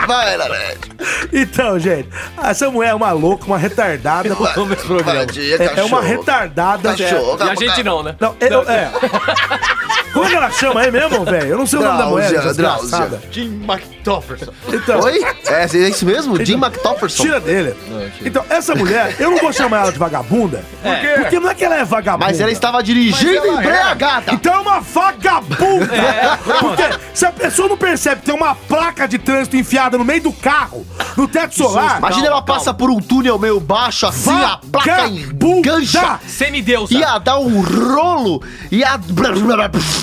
[SPEAKER 2] Vai, Nanete!
[SPEAKER 4] Então, gente, essa mulher é uma louca, uma retardada.
[SPEAKER 1] Vamos pro programa.
[SPEAKER 2] Vadia,
[SPEAKER 4] É, é uma
[SPEAKER 2] cachorro.
[SPEAKER 4] retardada.
[SPEAKER 2] Cachorro,
[SPEAKER 1] E a gente não, né?
[SPEAKER 4] Não, eu, é. Como é que ela chama aí mesmo, velho? Eu não sei o nome da mulher.
[SPEAKER 2] Drauzia,
[SPEAKER 4] desgraçada.
[SPEAKER 2] Drauzia.
[SPEAKER 3] Jim McTofferson.
[SPEAKER 4] Então,
[SPEAKER 2] Oi? É, é isso mesmo? Jim McTofferson?
[SPEAKER 4] Tira dele. Então, essa mulher, eu não vou chamar ela de vagabunda. Por quê? Porque não é que ela é vagabunda.
[SPEAKER 2] Mas ela estava dirigindo embriagada.
[SPEAKER 4] Então é uma vagabunda!
[SPEAKER 2] É.
[SPEAKER 4] Porque se a pessoa não percebe que tem uma placa de trânsito enfiada no meio do carro, no teto solar,
[SPEAKER 2] Imagina ela passa por um túnel meio baixo assim, a placa engancha.
[SPEAKER 4] vagabunda!
[SPEAKER 1] Semideus.
[SPEAKER 2] Ia dar um rolo, ia...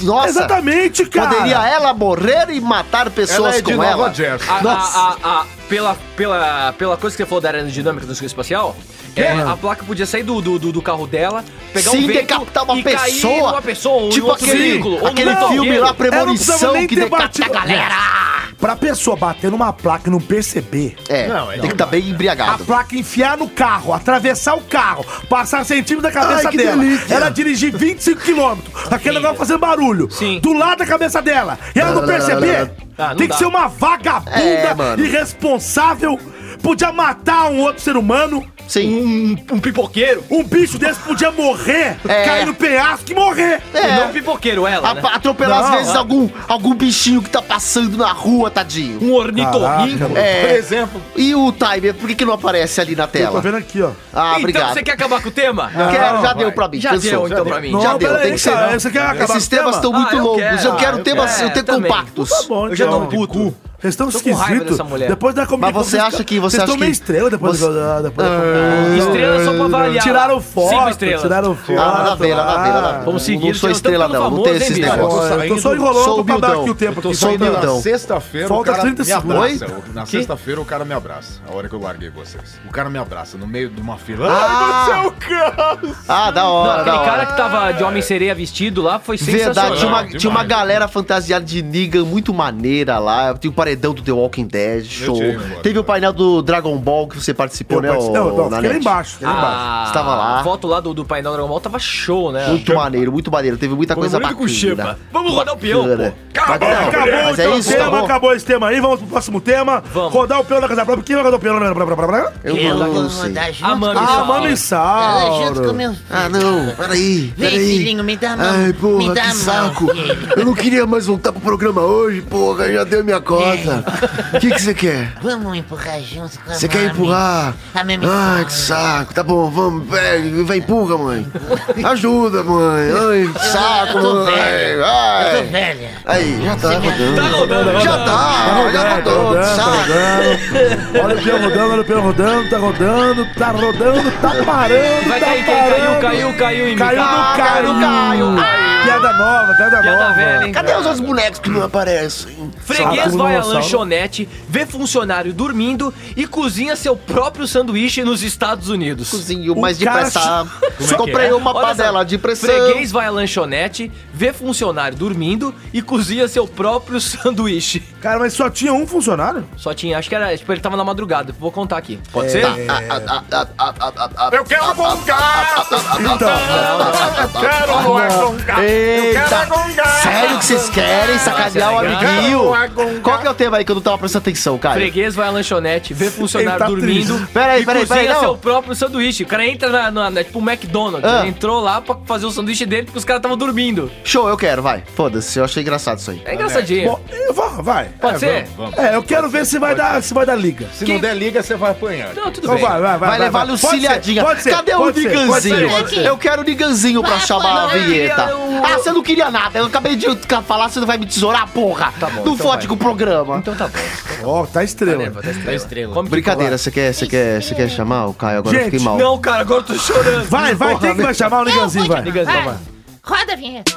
[SPEAKER 2] Nossa,
[SPEAKER 4] Exatamente, cara!
[SPEAKER 2] poderia é. ela morrer e matar
[SPEAKER 3] Ela
[SPEAKER 2] pessoas
[SPEAKER 3] é de
[SPEAKER 2] com
[SPEAKER 3] Nova
[SPEAKER 2] ela.
[SPEAKER 3] Jersey.
[SPEAKER 1] A,
[SPEAKER 2] Nossa.
[SPEAKER 1] a- a- a- pela, pela, pela coisa que você falou da aerodinâmica da escola espacial, é, a placa podia sair do, do, do- do carro dela, pegar
[SPEAKER 2] Sim,
[SPEAKER 1] um vento
[SPEAKER 2] decapitar uma
[SPEAKER 1] e cair
[SPEAKER 2] pessoa.
[SPEAKER 1] numa pessoa, ou em
[SPEAKER 2] tipo
[SPEAKER 1] outro
[SPEAKER 2] aquele,
[SPEAKER 1] veículo, ou
[SPEAKER 2] aquele
[SPEAKER 1] num
[SPEAKER 2] filme
[SPEAKER 1] cargueiro.
[SPEAKER 2] lá,
[SPEAKER 4] Eu não precisava
[SPEAKER 2] Premonição,
[SPEAKER 4] nem
[SPEAKER 2] que
[SPEAKER 4] ter
[SPEAKER 2] decapita a
[SPEAKER 4] batido.
[SPEAKER 2] galera.
[SPEAKER 4] Pra pessoa bater numa placa e não perceber,
[SPEAKER 2] É,
[SPEAKER 3] Não, é
[SPEAKER 2] tem que estar bem
[SPEAKER 4] a
[SPEAKER 2] embriagado.
[SPEAKER 4] placa enfiar no carro, atravessar o carro, passar centímetro da cabeça
[SPEAKER 2] Ai, que
[SPEAKER 4] dela.
[SPEAKER 2] delícia.
[SPEAKER 4] Ela dirigir 25 quilômetros, aquele negócio fazendo barulho.
[SPEAKER 1] Sim.
[SPEAKER 4] Do lado da cabeça dela. E ela não perceber,
[SPEAKER 1] Ah, não
[SPEAKER 4] tem que
[SPEAKER 1] dá.
[SPEAKER 4] ser uma vagabunda
[SPEAKER 2] É, mano.
[SPEAKER 4] irresponsável. Podia matar um outro ser humano.
[SPEAKER 2] Sim.
[SPEAKER 1] Um, um pipoqueiro.
[SPEAKER 4] Um bicho desse podia morrer,
[SPEAKER 2] É.
[SPEAKER 4] cair no penhasco e morrer.
[SPEAKER 2] É.
[SPEAKER 1] Não um pipoqueiro, ela,
[SPEAKER 2] A-
[SPEAKER 1] né?
[SPEAKER 2] Atropelar
[SPEAKER 4] Não,
[SPEAKER 2] às vezes
[SPEAKER 1] não.
[SPEAKER 2] algum, algum bichinho que tá passando na rua, tadinho.
[SPEAKER 1] Um ornitorrinco.
[SPEAKER 4] Caraca,
[SPEAKER 2] É.
[SPEAKER 3] Por exemplo,
[SPEAKER 2] E o timer, por que, que não aparece ali na
[SPEAKER 4] Eu tô
[SPEAKER 2] tela?
[SPEAKER 4] vendo aqui, ó.
[SPEAKER 2] Ah,
[SPEAKER 1] então,
[SPEAKER 2] obrigado.
[SPEAKER 1] você quer acabar com o tema?
[SPEAKER 2] Quero, já
[SPEAKER 3] vai.
[SPEAKER 2] deu pra mim.
[SPEAKER 1] Já
[SPEAKER 2] cansou.
[SPEAKER 1] deu, então, pra mim.
[SPEAKER 4] Não,
[SPEAKER 2] já deu,
[SPEAKER 4] peraí,
[SPEAKER 2] tem que ser.
[SPEAKER 4] cara, é você quer acabar com
[SPEAKER 2] Esses
[SPEAKER 4] o
[SPEAKER 2] temas
[SPEAKER 4] tema?
[SPEAKER 2] estão
[SPEAKER 1] Ah,
[SPEAKER 2] muito
[SPEAKER 1] eu
[SPEAKER 2] longos.
[SPEAKER 1] quero,
[SPEAKER 2] eu quero
[SPEAKER 1] eu
[SPEAKER 2] temas,
[SPEAKER 1] quero
[SPEAKER 2] eu tenho
[SPEAKER 1] também.
[SPEAKER 2] compactos.
[SPEAKER 4] Tá bom,
[SPEAKER 1] Eu já
[SPEAKER 4] Tá então.
[SPEAKER 1] tô puto.
[SPEAKER 4] Vocês estão
[SPEAKER 1] Tô com raiva
[SPEAKER 4] esquisitos.
[SPEAKER 1] dessa mulher.
[SPEAKER 4] Depois da Comic
[SPEAKER 2] Mas você
[SPEAKER 4] vocês-
[SPEAKER 2] acha que- você
[SPEAKER 4] Vocês
[SPEAKER 2] acha
[SPEAKER 4] estão meio
[SPEAKER 2] que-
[SPEAKER 4] estrela depois
[SPEAKER 2] você- Ah,
[SPEAKER 4] da. depois da-
[SPEAKER 1] Estrela só pra avaliar.
[SPEAKER 4] Tiraram
[SPEAKER 1] Cinco
[SPEAKER 4] foto,
[SPEAKER 1] estrelas.
[SPEAKER 4] tiraram foto.
[SPEAKER 2] Ah, nada a ver, nada a ver, nada a ver.
[SPEAKER 1] Vamos seguir,
[SPEAKER 2] Não sou
[SPEAKER 1] nós estamos
[SPEAKER 2] estrela,
[SPEAKER 1] ficando
[SPEAKER 2] não. Não tem
[SPEAKER 1] famosos,
[SPEAKER 2] esses
[SPEAKER 1] hein, bicho?
[SPEAKER 2] negócios.
[SPEAKER 4] Eu tô só
[SPEAKER 3] Saindo-
[SPEAKER 2] sou
[SPEAKER 4] enrolando pra dar
[SPEAKER 2] humildão.
[SPEAKER 4] aqui o tempo.
[SPEAKER 2] Eu tô
[SPEAKER 4] aqui.
[SPEAKER 2] só então.
[SPEAKER 4] Volta lá.
[SPEAKER 2] humildão.
[SPEAKER 3] Então, na sexta-feira o
[SPEAKER 4] Falta
[SPEAKER 3] cara
[SPEAKER 4] 30
[SPEAKER 3] me abraça.
[SPEAKER 2] segundos.
[SPEAKER 3] Na
[SPEAKER 1] Que?
[SPEAKER 3] sexta-feira o cara me abraça, a hora que eu larguei vocês. O cara me abraça no meio de uma fila.
[SPEAKER 2] Ah!
[SPEAKER 3] Ai, você é o cara!
[SPEAKER 2] Ah, da
[SPEAKER 1] Não,
[SPEAKER 2] hora,
[SPEAKER 1] aquele
[SPEAKER 2] da
[SPEAKER 1] cara
[SPEAKER 2] hora.
[SPEAKER 1] que tava de Homem-Sereia vestido lá foi sensacional.
[SPEAKER 2] É. Verdade, tinha uma,
[SPEAKER 3] Demais,
[SPEAKER 2] tinha uma
[SPEAKER 3] demais.
[SPEAKER 2] galera fantasiada de Negan muito maneira lá. Tem o paredão do The Walking Dead, show.
[SPEAKER 3] tive agora,
[SPEAKER 2] Teve o
[SPEAKER 3] cara.
[SPEAKER 2] painel do Dragon Ball que você participou,
[SPEAKER 4] Eu
[SPEAKER 2] né?
[SPEAKER 4] participei-
[SPEAKER 2] ô,
[SPEAKER 4] Não, não, fiquei lá
[SPEAKER 2] Nanete?
[SPEAKER 4] embaixo. fiquei lá embaixo.
[SPEAKER 1] Ah,
[SPEAKER 2] Você tava lá.
[SPEAKER 1] A foto lá do, do painel Dragon Ball tava show, né?
[SPEAKER 2] Muito maneiro, muito maneiro. Teve muita coisa
[SPEAKER 1] Comemorando
[SPEAKER 2] bacana.
[SPEAKER 1] com o Xepa. Vamos rodar o peão,
[SPEAKER 2] Bacana.
[SPEAKER 1] pô.
[SPEAKER 2] Bacana.
[SPEAKER 4] Acabou
[SPEAKER 2] Mas
[SPEAKER 4] o
[SPEAKER 2] é
[SPEAKER 4] teu
[SPEAKER 2] isso, tá
[SPEAKER 4] tema,
[SPEAKER 2] bom?
[SPEAKER 4] acabou esse tema aí. Vamos pro próximo tema.
[SPEAKER 1] Vamos.
[SPEAKER 4] Rodar o peão na casa própria. Quem vai rodar o peão na casa própria?
[SPEAKER 2] Eu,
[SPEAKER 5] Eu
[SPEAKER 2] não,
[SPEAKER 5] vou
[SPEAKER 2] sei.
[SPEAKER 5] rodar junto
[SPEAKER 1] A mami
[SPEAKER 5] com-
[SPEAKER 1] sal.
[SPEAKER 4] Ah, mano,
[SPEAKER 5] Ah, junto com
[SPEAKER 4] Sauro.
[SPEAKER 5] meu
[SPEAKER 2] Ah, não, peraí,
[SPEAKER 5] Vem,
[SPEAKER 2] peraí.
[SPEAKER 5] filhinho, me dá a mão.
[SPEAKER 2] Ai, porra,
[SPEAKER 5] Me dá
[SPEAKER 2] que
[SPEAKER 5] a mão,
[SPEAKER 2] saco.
[SPEAKER 5] filho.
[SPEAKER 2] Eu não queria mais voltar pro programa hoje, porra, já deu minha cota.
[SPEAKER 5] É.
[SPEAKER 2] O que que você quer?
[SPEAKER 5] Vamos empurrar juntos com a
[SPEAKER 2] Você quer
[SPEAKER 5] mami.
[SPEAKER 2] empurrar?
[SPEAKER 5] A mami
[SPEAKER 2] Ai,
[SPEAKER 5] sal.
[SPEAKER 2] que saco. Tá bom, vamos, pega, vai, empurra, mãe. Ajuda, mãe. Ai, que saco,
[SPEAKER 5] Eu tô
[SPEAKER 2] mãe.
[SPEAKER 5] velho. Eu tô
[SPEAKER 2] Vai.
[SPEAKER 5] velha.
[SPEAKER 2] Aí, já tá
[SPEAKER 1] Tá
[SPEAKER 2] rodando.
[SPEAKER 1] rodando,
[SPEAKER 2] Já tá, já
[SPEAKER 4] Tá
[SPEAKER 2] rodou, que
[SPEAKER 4] rodando, tá
[SPEAKER 2] saco.
[SPEAKER 4] rodando. Olha o peão rodando, olha o peão rodando, tá rodando, tá rodando, tá parando,
[SPEAKER 1] Vai
[SPEAKER 4] tá
[SPEAKER 1] cair, quem caiu,
[SPEAKER 4] parando.
[SPEAKER 1] caiu, caiu em mim. Ah,
[SPEAKER 4] Caiu no
[SPEAKER 1] Caiu no Ah!
[SPEAKER 4] caiu. Piada nova, piada
[SPEAKER 1] Piada
[SPEAKER 4] nova.
[SPEAKER 1] velha, hein?
[SPEAKER 2] Cadê os outros bonecos que não aparecem?
[SPEAKER 1] Freguês
[SPEAKER 4] Saco
[SPEAKER 1] vai à
[SPEAKER 4] dinossauro.
[SPEAKER 1] lanchonete, vê funcionário dormindo e cozinha seu próprio sanduíche nos Estados Unidos.
[SPEAKER 2] Cozinho,
[SPEAKER 4] O
[SPEAKER 2] mas de
[SPEAKER 4] cara
[SPEAKER 2] pressão.
[SPEAKER 1] é que
[SPEAKER 2] Comprei
[SPEAKER 1] é?
[SPEAKER 2] uma
[SPEAKER 1] Olha essa-
[SPEAKER 2] panela de pressão.
[SPEAKER 1] Freguês vai à lanchonete, vê funcionário dormindo e cozinha seu próprio sanduíche.
[SPEAKER 4] Cara, mas só tinha um funcionário?
[SPEAKER 1] Só tinha, acho que era, tipo, ele tava na madrugada. Vou contar aqui. Pode
[SPEAKER 2] É,
[SPEAKER 1] ser?
[SPEAKER 3] Eu quero gongar!
[SPEAKER 4] Então.
[SPEAKER 3] Eu quero voar gongar! Eu quero um
[SPEAKER 2] Eita!
[SPEAKER 3] é gongar!
[SPEAKER 2] Sério que vocês querem sacanear o
[SPEAKER 1] Nossa, legal.
[SPEAKER 2] amiguinho? Qual que é o tema aí que eu não tava prestando atenção, cara?
[SPEAKER 1] Freguês vai à lanchonete, vê funcionário
[SPEAKER 4] Ele tá
[SPEAKER 1] dormindo.
[SPEAKER 4] triste.
[SPEAKER 2] Peraí,
[SPEAKER 1] e
[SPEAKER 2] peraí,
[SPEAKER 1] cozinha
[SPEAKER 2] peraí, não.
[SPEAKER 1] seu próprio sanduíche. O cara entra na, na, na- tipo o McDonald's.
[SPEAKER 2] Ah.
[SPEAKER 1] Ele entrou lá pra fazer o sanduíche dele porque os caras estavam dormindo.
[SPEAKER 2] Show, eu quero, vai. Foda-se, eu achei engraçado isso aí.
[SPEAKER 1] É engraçadinho.
[SPEAKER 4] Ah, né? Bom, eu vou, vai.
[SPEAKER 1] Pode
[SPEAKER 4] É,
[SPEAKER 1] ser?
[SPEAKER 4] vamos.
[SPEAKER 3] Vamos.
[SPEAKER 4] É, eu quero ver se vai dar, se vai dar liga.
[SPEAKER 3] Se não der liga, você vai apanhar.
[SPEAKER 1] Não, tudo
[SPEAKER 4] Então
[SPEAKER 1] bem.
[SPEAKER 4] vai, vai, vai.
[SPEAKER 2] Vai levar
[SPEAKER 4] vai.
[SPEAKER 2] Lucilhadinha.
[SPEAKER 4] Pode ser, pode ser,
[SPEAKER 2] Cadê o
[SPEAKER 4] pode ser, pode ser.
[SPEAKER 2] Niganzinho?
[SPEAKER 7] pode ser.
[SPEAKER 2] Eu quero o Niganzinho pra
[SPEAKER 7] Vai,
[SPEAKER 2] chamar a
[SPEAKER 7] vai,
[SPEAKER 2] vinheta.
[SPEAKER 1] eu-
[SPEAKER 2] Ah, você não queria nada. Eu acabei de falar, você não vai me tesourar, porra.
[SPEAKER 1] Tá bom,
[SPEAKER 2] não
[SPEAKER 1] então
[SPEAKER 2] fode
[SPEAKER 1] vai.
[SPEAKER 2] com o programa.
[SPEAKER 1] Então tá bom.
[SPEAKER 4] Ó, tá estrela.
[SPEAKER 1] Leva, tá estrela.
[SPEAKER 5] estrela.
[SPEAKER 1] Como que
[SPEAKER 2] Brincadeira, você quer, você quer, você quer chamar o Caio? Agora eu
[SPEAKER 4] Gente,
[SPEAKER 2] fiquei mal.
[SPEAKER 1] fala? Não, cara, agora eu tô chorando.
[SPEAKER 4] Vai, vai,
[SPEAKER 2] Porra,
[SPEAKER 4] quem que vai chamar o
[SPEAKER 8] assim,
[SPEAKER 4] Niganzinho, vai?
[SPEAKER 1] Liga
[SPEAKER 7] Vai.
[SPEAKER 1] vai.
[SPEAKER 7] Roda a vinheta.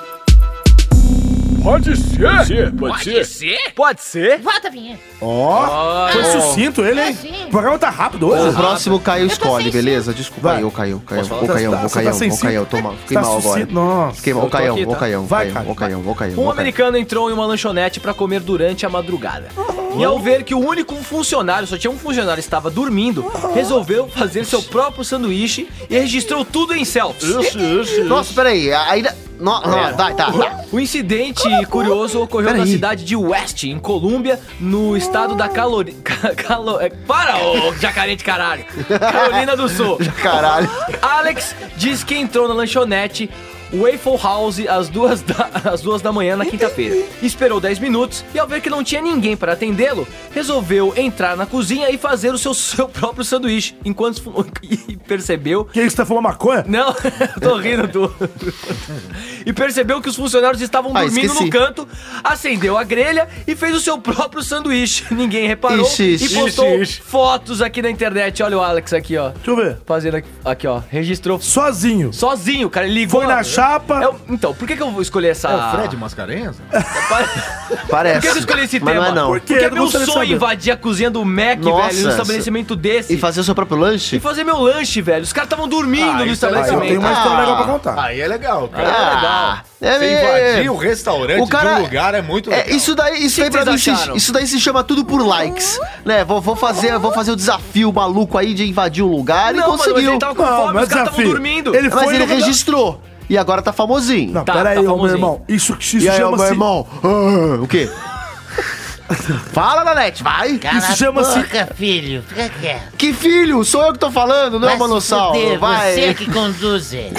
[SPEAKER 1] Pode ser.
[SPEAKER 5] Pode ser?
[SPEAKER 1] Pode ser.
[SPEAKER 7] Volta a vinheta.
[SPEAKER 4] Ó, foi sucinto ele, hein?
[SPEAKER 7] Sim.
[SPEAKER 4] O programa tá rápido hoje.
[SPEAKER 2] O próximo Caio
[SPEAKER 7] Eu tô
[SPEAKER 2] escolhe,
[SPEAKER 7] sem
[SPEAKER 2] beleza? Desculpa
[SPEAKER 4] Vai.
[SPEAKER 2] aí, ô Caio, Caio,
[SPEAKER 1] falar?
[SPEAKER 2] ô Caio,
[SPEAKER 4] Você tá-
[SPEAKER 2] ô
[SPEAKER 4] você tá
[SPEAKER 2] Caio,
[SPEAKER 4] sem
[SPEAKER 2] ô Caio,
[SPEAKER 4] cinto?
[SPEAKER 2] toma, fiquei
[SPEAKER 4] Tá
[SPEAKER 2] mal agora.
[SPEAKER 4] sucinto, nossa.
[SPEAKER 2] Fiquei mal,
[SPEAKER 1] Eu
[SPEAKER 2] ô
[SPEAKER 1] tô
[SPEAKER 2] Caio,
[SPEAKER 1] aqui,
[SPEAKER 2] ô
[SPEAKER 1] tá?
[SPEAKER 2] Caio, ô
[SPEAKER 4] Vai,
[SPEAKER 2] Caio,
[SPEAKER 4] Caio,
[SPEAKER 2] ô Caio, ô Caio.
[SPEAKER 1] Um
[SPEAKER 2] ô Caio.
[SPEAKER 1] americano entrou em uma lanchonete pra comer durante a madrugada. E ao ver que o único funcionário, só tinha um funcionário, estava dormindo, resolveu fazer seu próprio sanduíche e registrou tudo em selfies.
[SPEAKER 2] Nossa, peraí, ainda. No, não, vai, tá, tá.
[SPEAKER 1] O incidente curioso ocorreu na cidade de West, em Colômbia, no estado da Calori... Ca- Calo... é, Para, ô jacaré de caralho! Carolina do Sul.
[SPEAKER 2] Caralho.
[SPEAKER 1] Alex diz que entrou na lanchonete Waffle House às duas, da, às duas da manhã na quinta-feira. Esperou 10 minutos e ao ver que não tinha ninguém para atendê-lo, resolveu entrar na cozinha e fazer o seu, seu próprio sanduíche. Enquanto fu- e percebeu...
[SPEAKER 4] Que isso, tá fumando maconha?
[SPEAKER 1] Não, eu tô rindo do... E percebeu que os funcionários estavam
[SPEAKER 2] Ah,
[SPEAKER 1] dormindo
[SPEAKER 2] esqueci.
[SPEAKER 1] no canto, acendeu a grelha e fez o seu próprio sanduíche. Ninguém reparou
[SPEAKER 2] Ixi, ixi,
[SPEAKER 1] e postou
[SPEAKER 4] ixi, ixi.
[SPEAKER 1] fotos aqui na internet. Olha o Alex aqui, ó.
[SPEAKER 4] Deixa eu ver.
[SPEAKER 1] Fazendo aqui, aqui, ó. Registrou
[SPEAKER 4] Sozinho.
[SPEAKER 1] Sozinho, cara, ele ligou.
[SPEAKER 4] Foi na chapa.
[SPEAKER 1] É o- então, por que, que eu vou escolher essa.
[SPEAKER 3] É o Fred Mascarenhas?
[SPEAKER 2] Parece.
[SPEAKER 1] Por que que eu escolhi esse
[SPEAKER 2] Mas
[SPEAKER 1] tema?
[SPEAKER 2] Não é, não.
[SPEAKER 4] Por-
[SPEAKER 1] Porque
[SPEAKER 4] Porque
[SPEAKER 1] é
[SPEAKER 4] eu
[SPEAKER 1] meu
[SPEAKER 4] gostaria de
[SPEAKER 1] sonho
[SPEAKER 4] saber.
[SPEAKER 1] invadir a cozinha do Mac,
[SPEAKER 2] Nossa,
[SPEAKER 1] velho, num estabelecimento desse.
[SPEAKER 2] E fazer o seu próprio lanche?
[SPEAKER 1] E fazer meu lanche, velho. Os caras estavam
[SPEAKER 3] Ah,
[SPEAKER 1] dormindo no
[SPEAKER 3] isso é
[SPEAKER 4] Ah, eu tenho
[SPEAKER 1] estabelecimento.
[SPEAKER 4] uma história
[SPEAKER 2] Ah.
[SPEAKER 4] legal pra contar.
[SPEAKER 3] Aí é legal, cara.
[SPEAKER 2] Ah, é
[SPEAKER 3] Você invadir
[SPEAKER 2] mesmo.
[SPEAKER 3] o restaurante
[SPEAKER 2] O cara-
[SPEAKER 3] de um lugar é muito legal.
[SPEAKER 2] É, isso daí, isso daí
[SPEAKER 1] que
[SPEAKER 2] pra mim,
[SPEAKER 1] vocês
[SPEAKER 2] se,
[SPEAKER 1] acharam?
[SPEAKER 2] isso daí se chama tudo por likes, né? Vou, vou fazer, vou fazer o desafio maluco aí de invadir um lugar e
[SPEAKER 1] Não, mano, mas
[SPEAKER 2] conseguiu.
[SPEAKER 1] ele tá tava com fome,
[SPEAKER 4] mas
[SPEAKER 1] os caras estavam
[SPEAKER 4] desafio.
[SPEAKER 1] dormindo.
[SPEAKER 4] Ele
[SPEAKER 2] Mas
[SPEAKER 4] foi
[SPEAKER 2] ele
[SPEAKER 4] no-
[SPEAKER 2] registrou e agora tá famosinho.
[SPEAKER 4] Não,
[SPEAKER 1] Tá,
[SPEAKER 4] peraí,
[SPEAKER 1] tá
[SPEAKER 4] ô, meu
[SPEAKER 1] famosinho.
[SPEAKER 4] irmão. Isso que se
[SPEAKER 2] E aí,
[SPEAKER 4] chama assim-
[SPEAKER 2] ô, meu irmão? Ah, o quê? Fala, Nanete, vai.
[SPEAKER 4] Isso chama-se-
[SPEAKER 5] Boca, filho. Fica quieto.
[SPEAKER 2] Que filho, sou eu que tô falando, não é o Manossauro.
[SPEAKER 5] fuder,
[SPEAKER 2] Vai
[SPEAKER 1] né?
[SPEAKER 5] Você que conduz ele.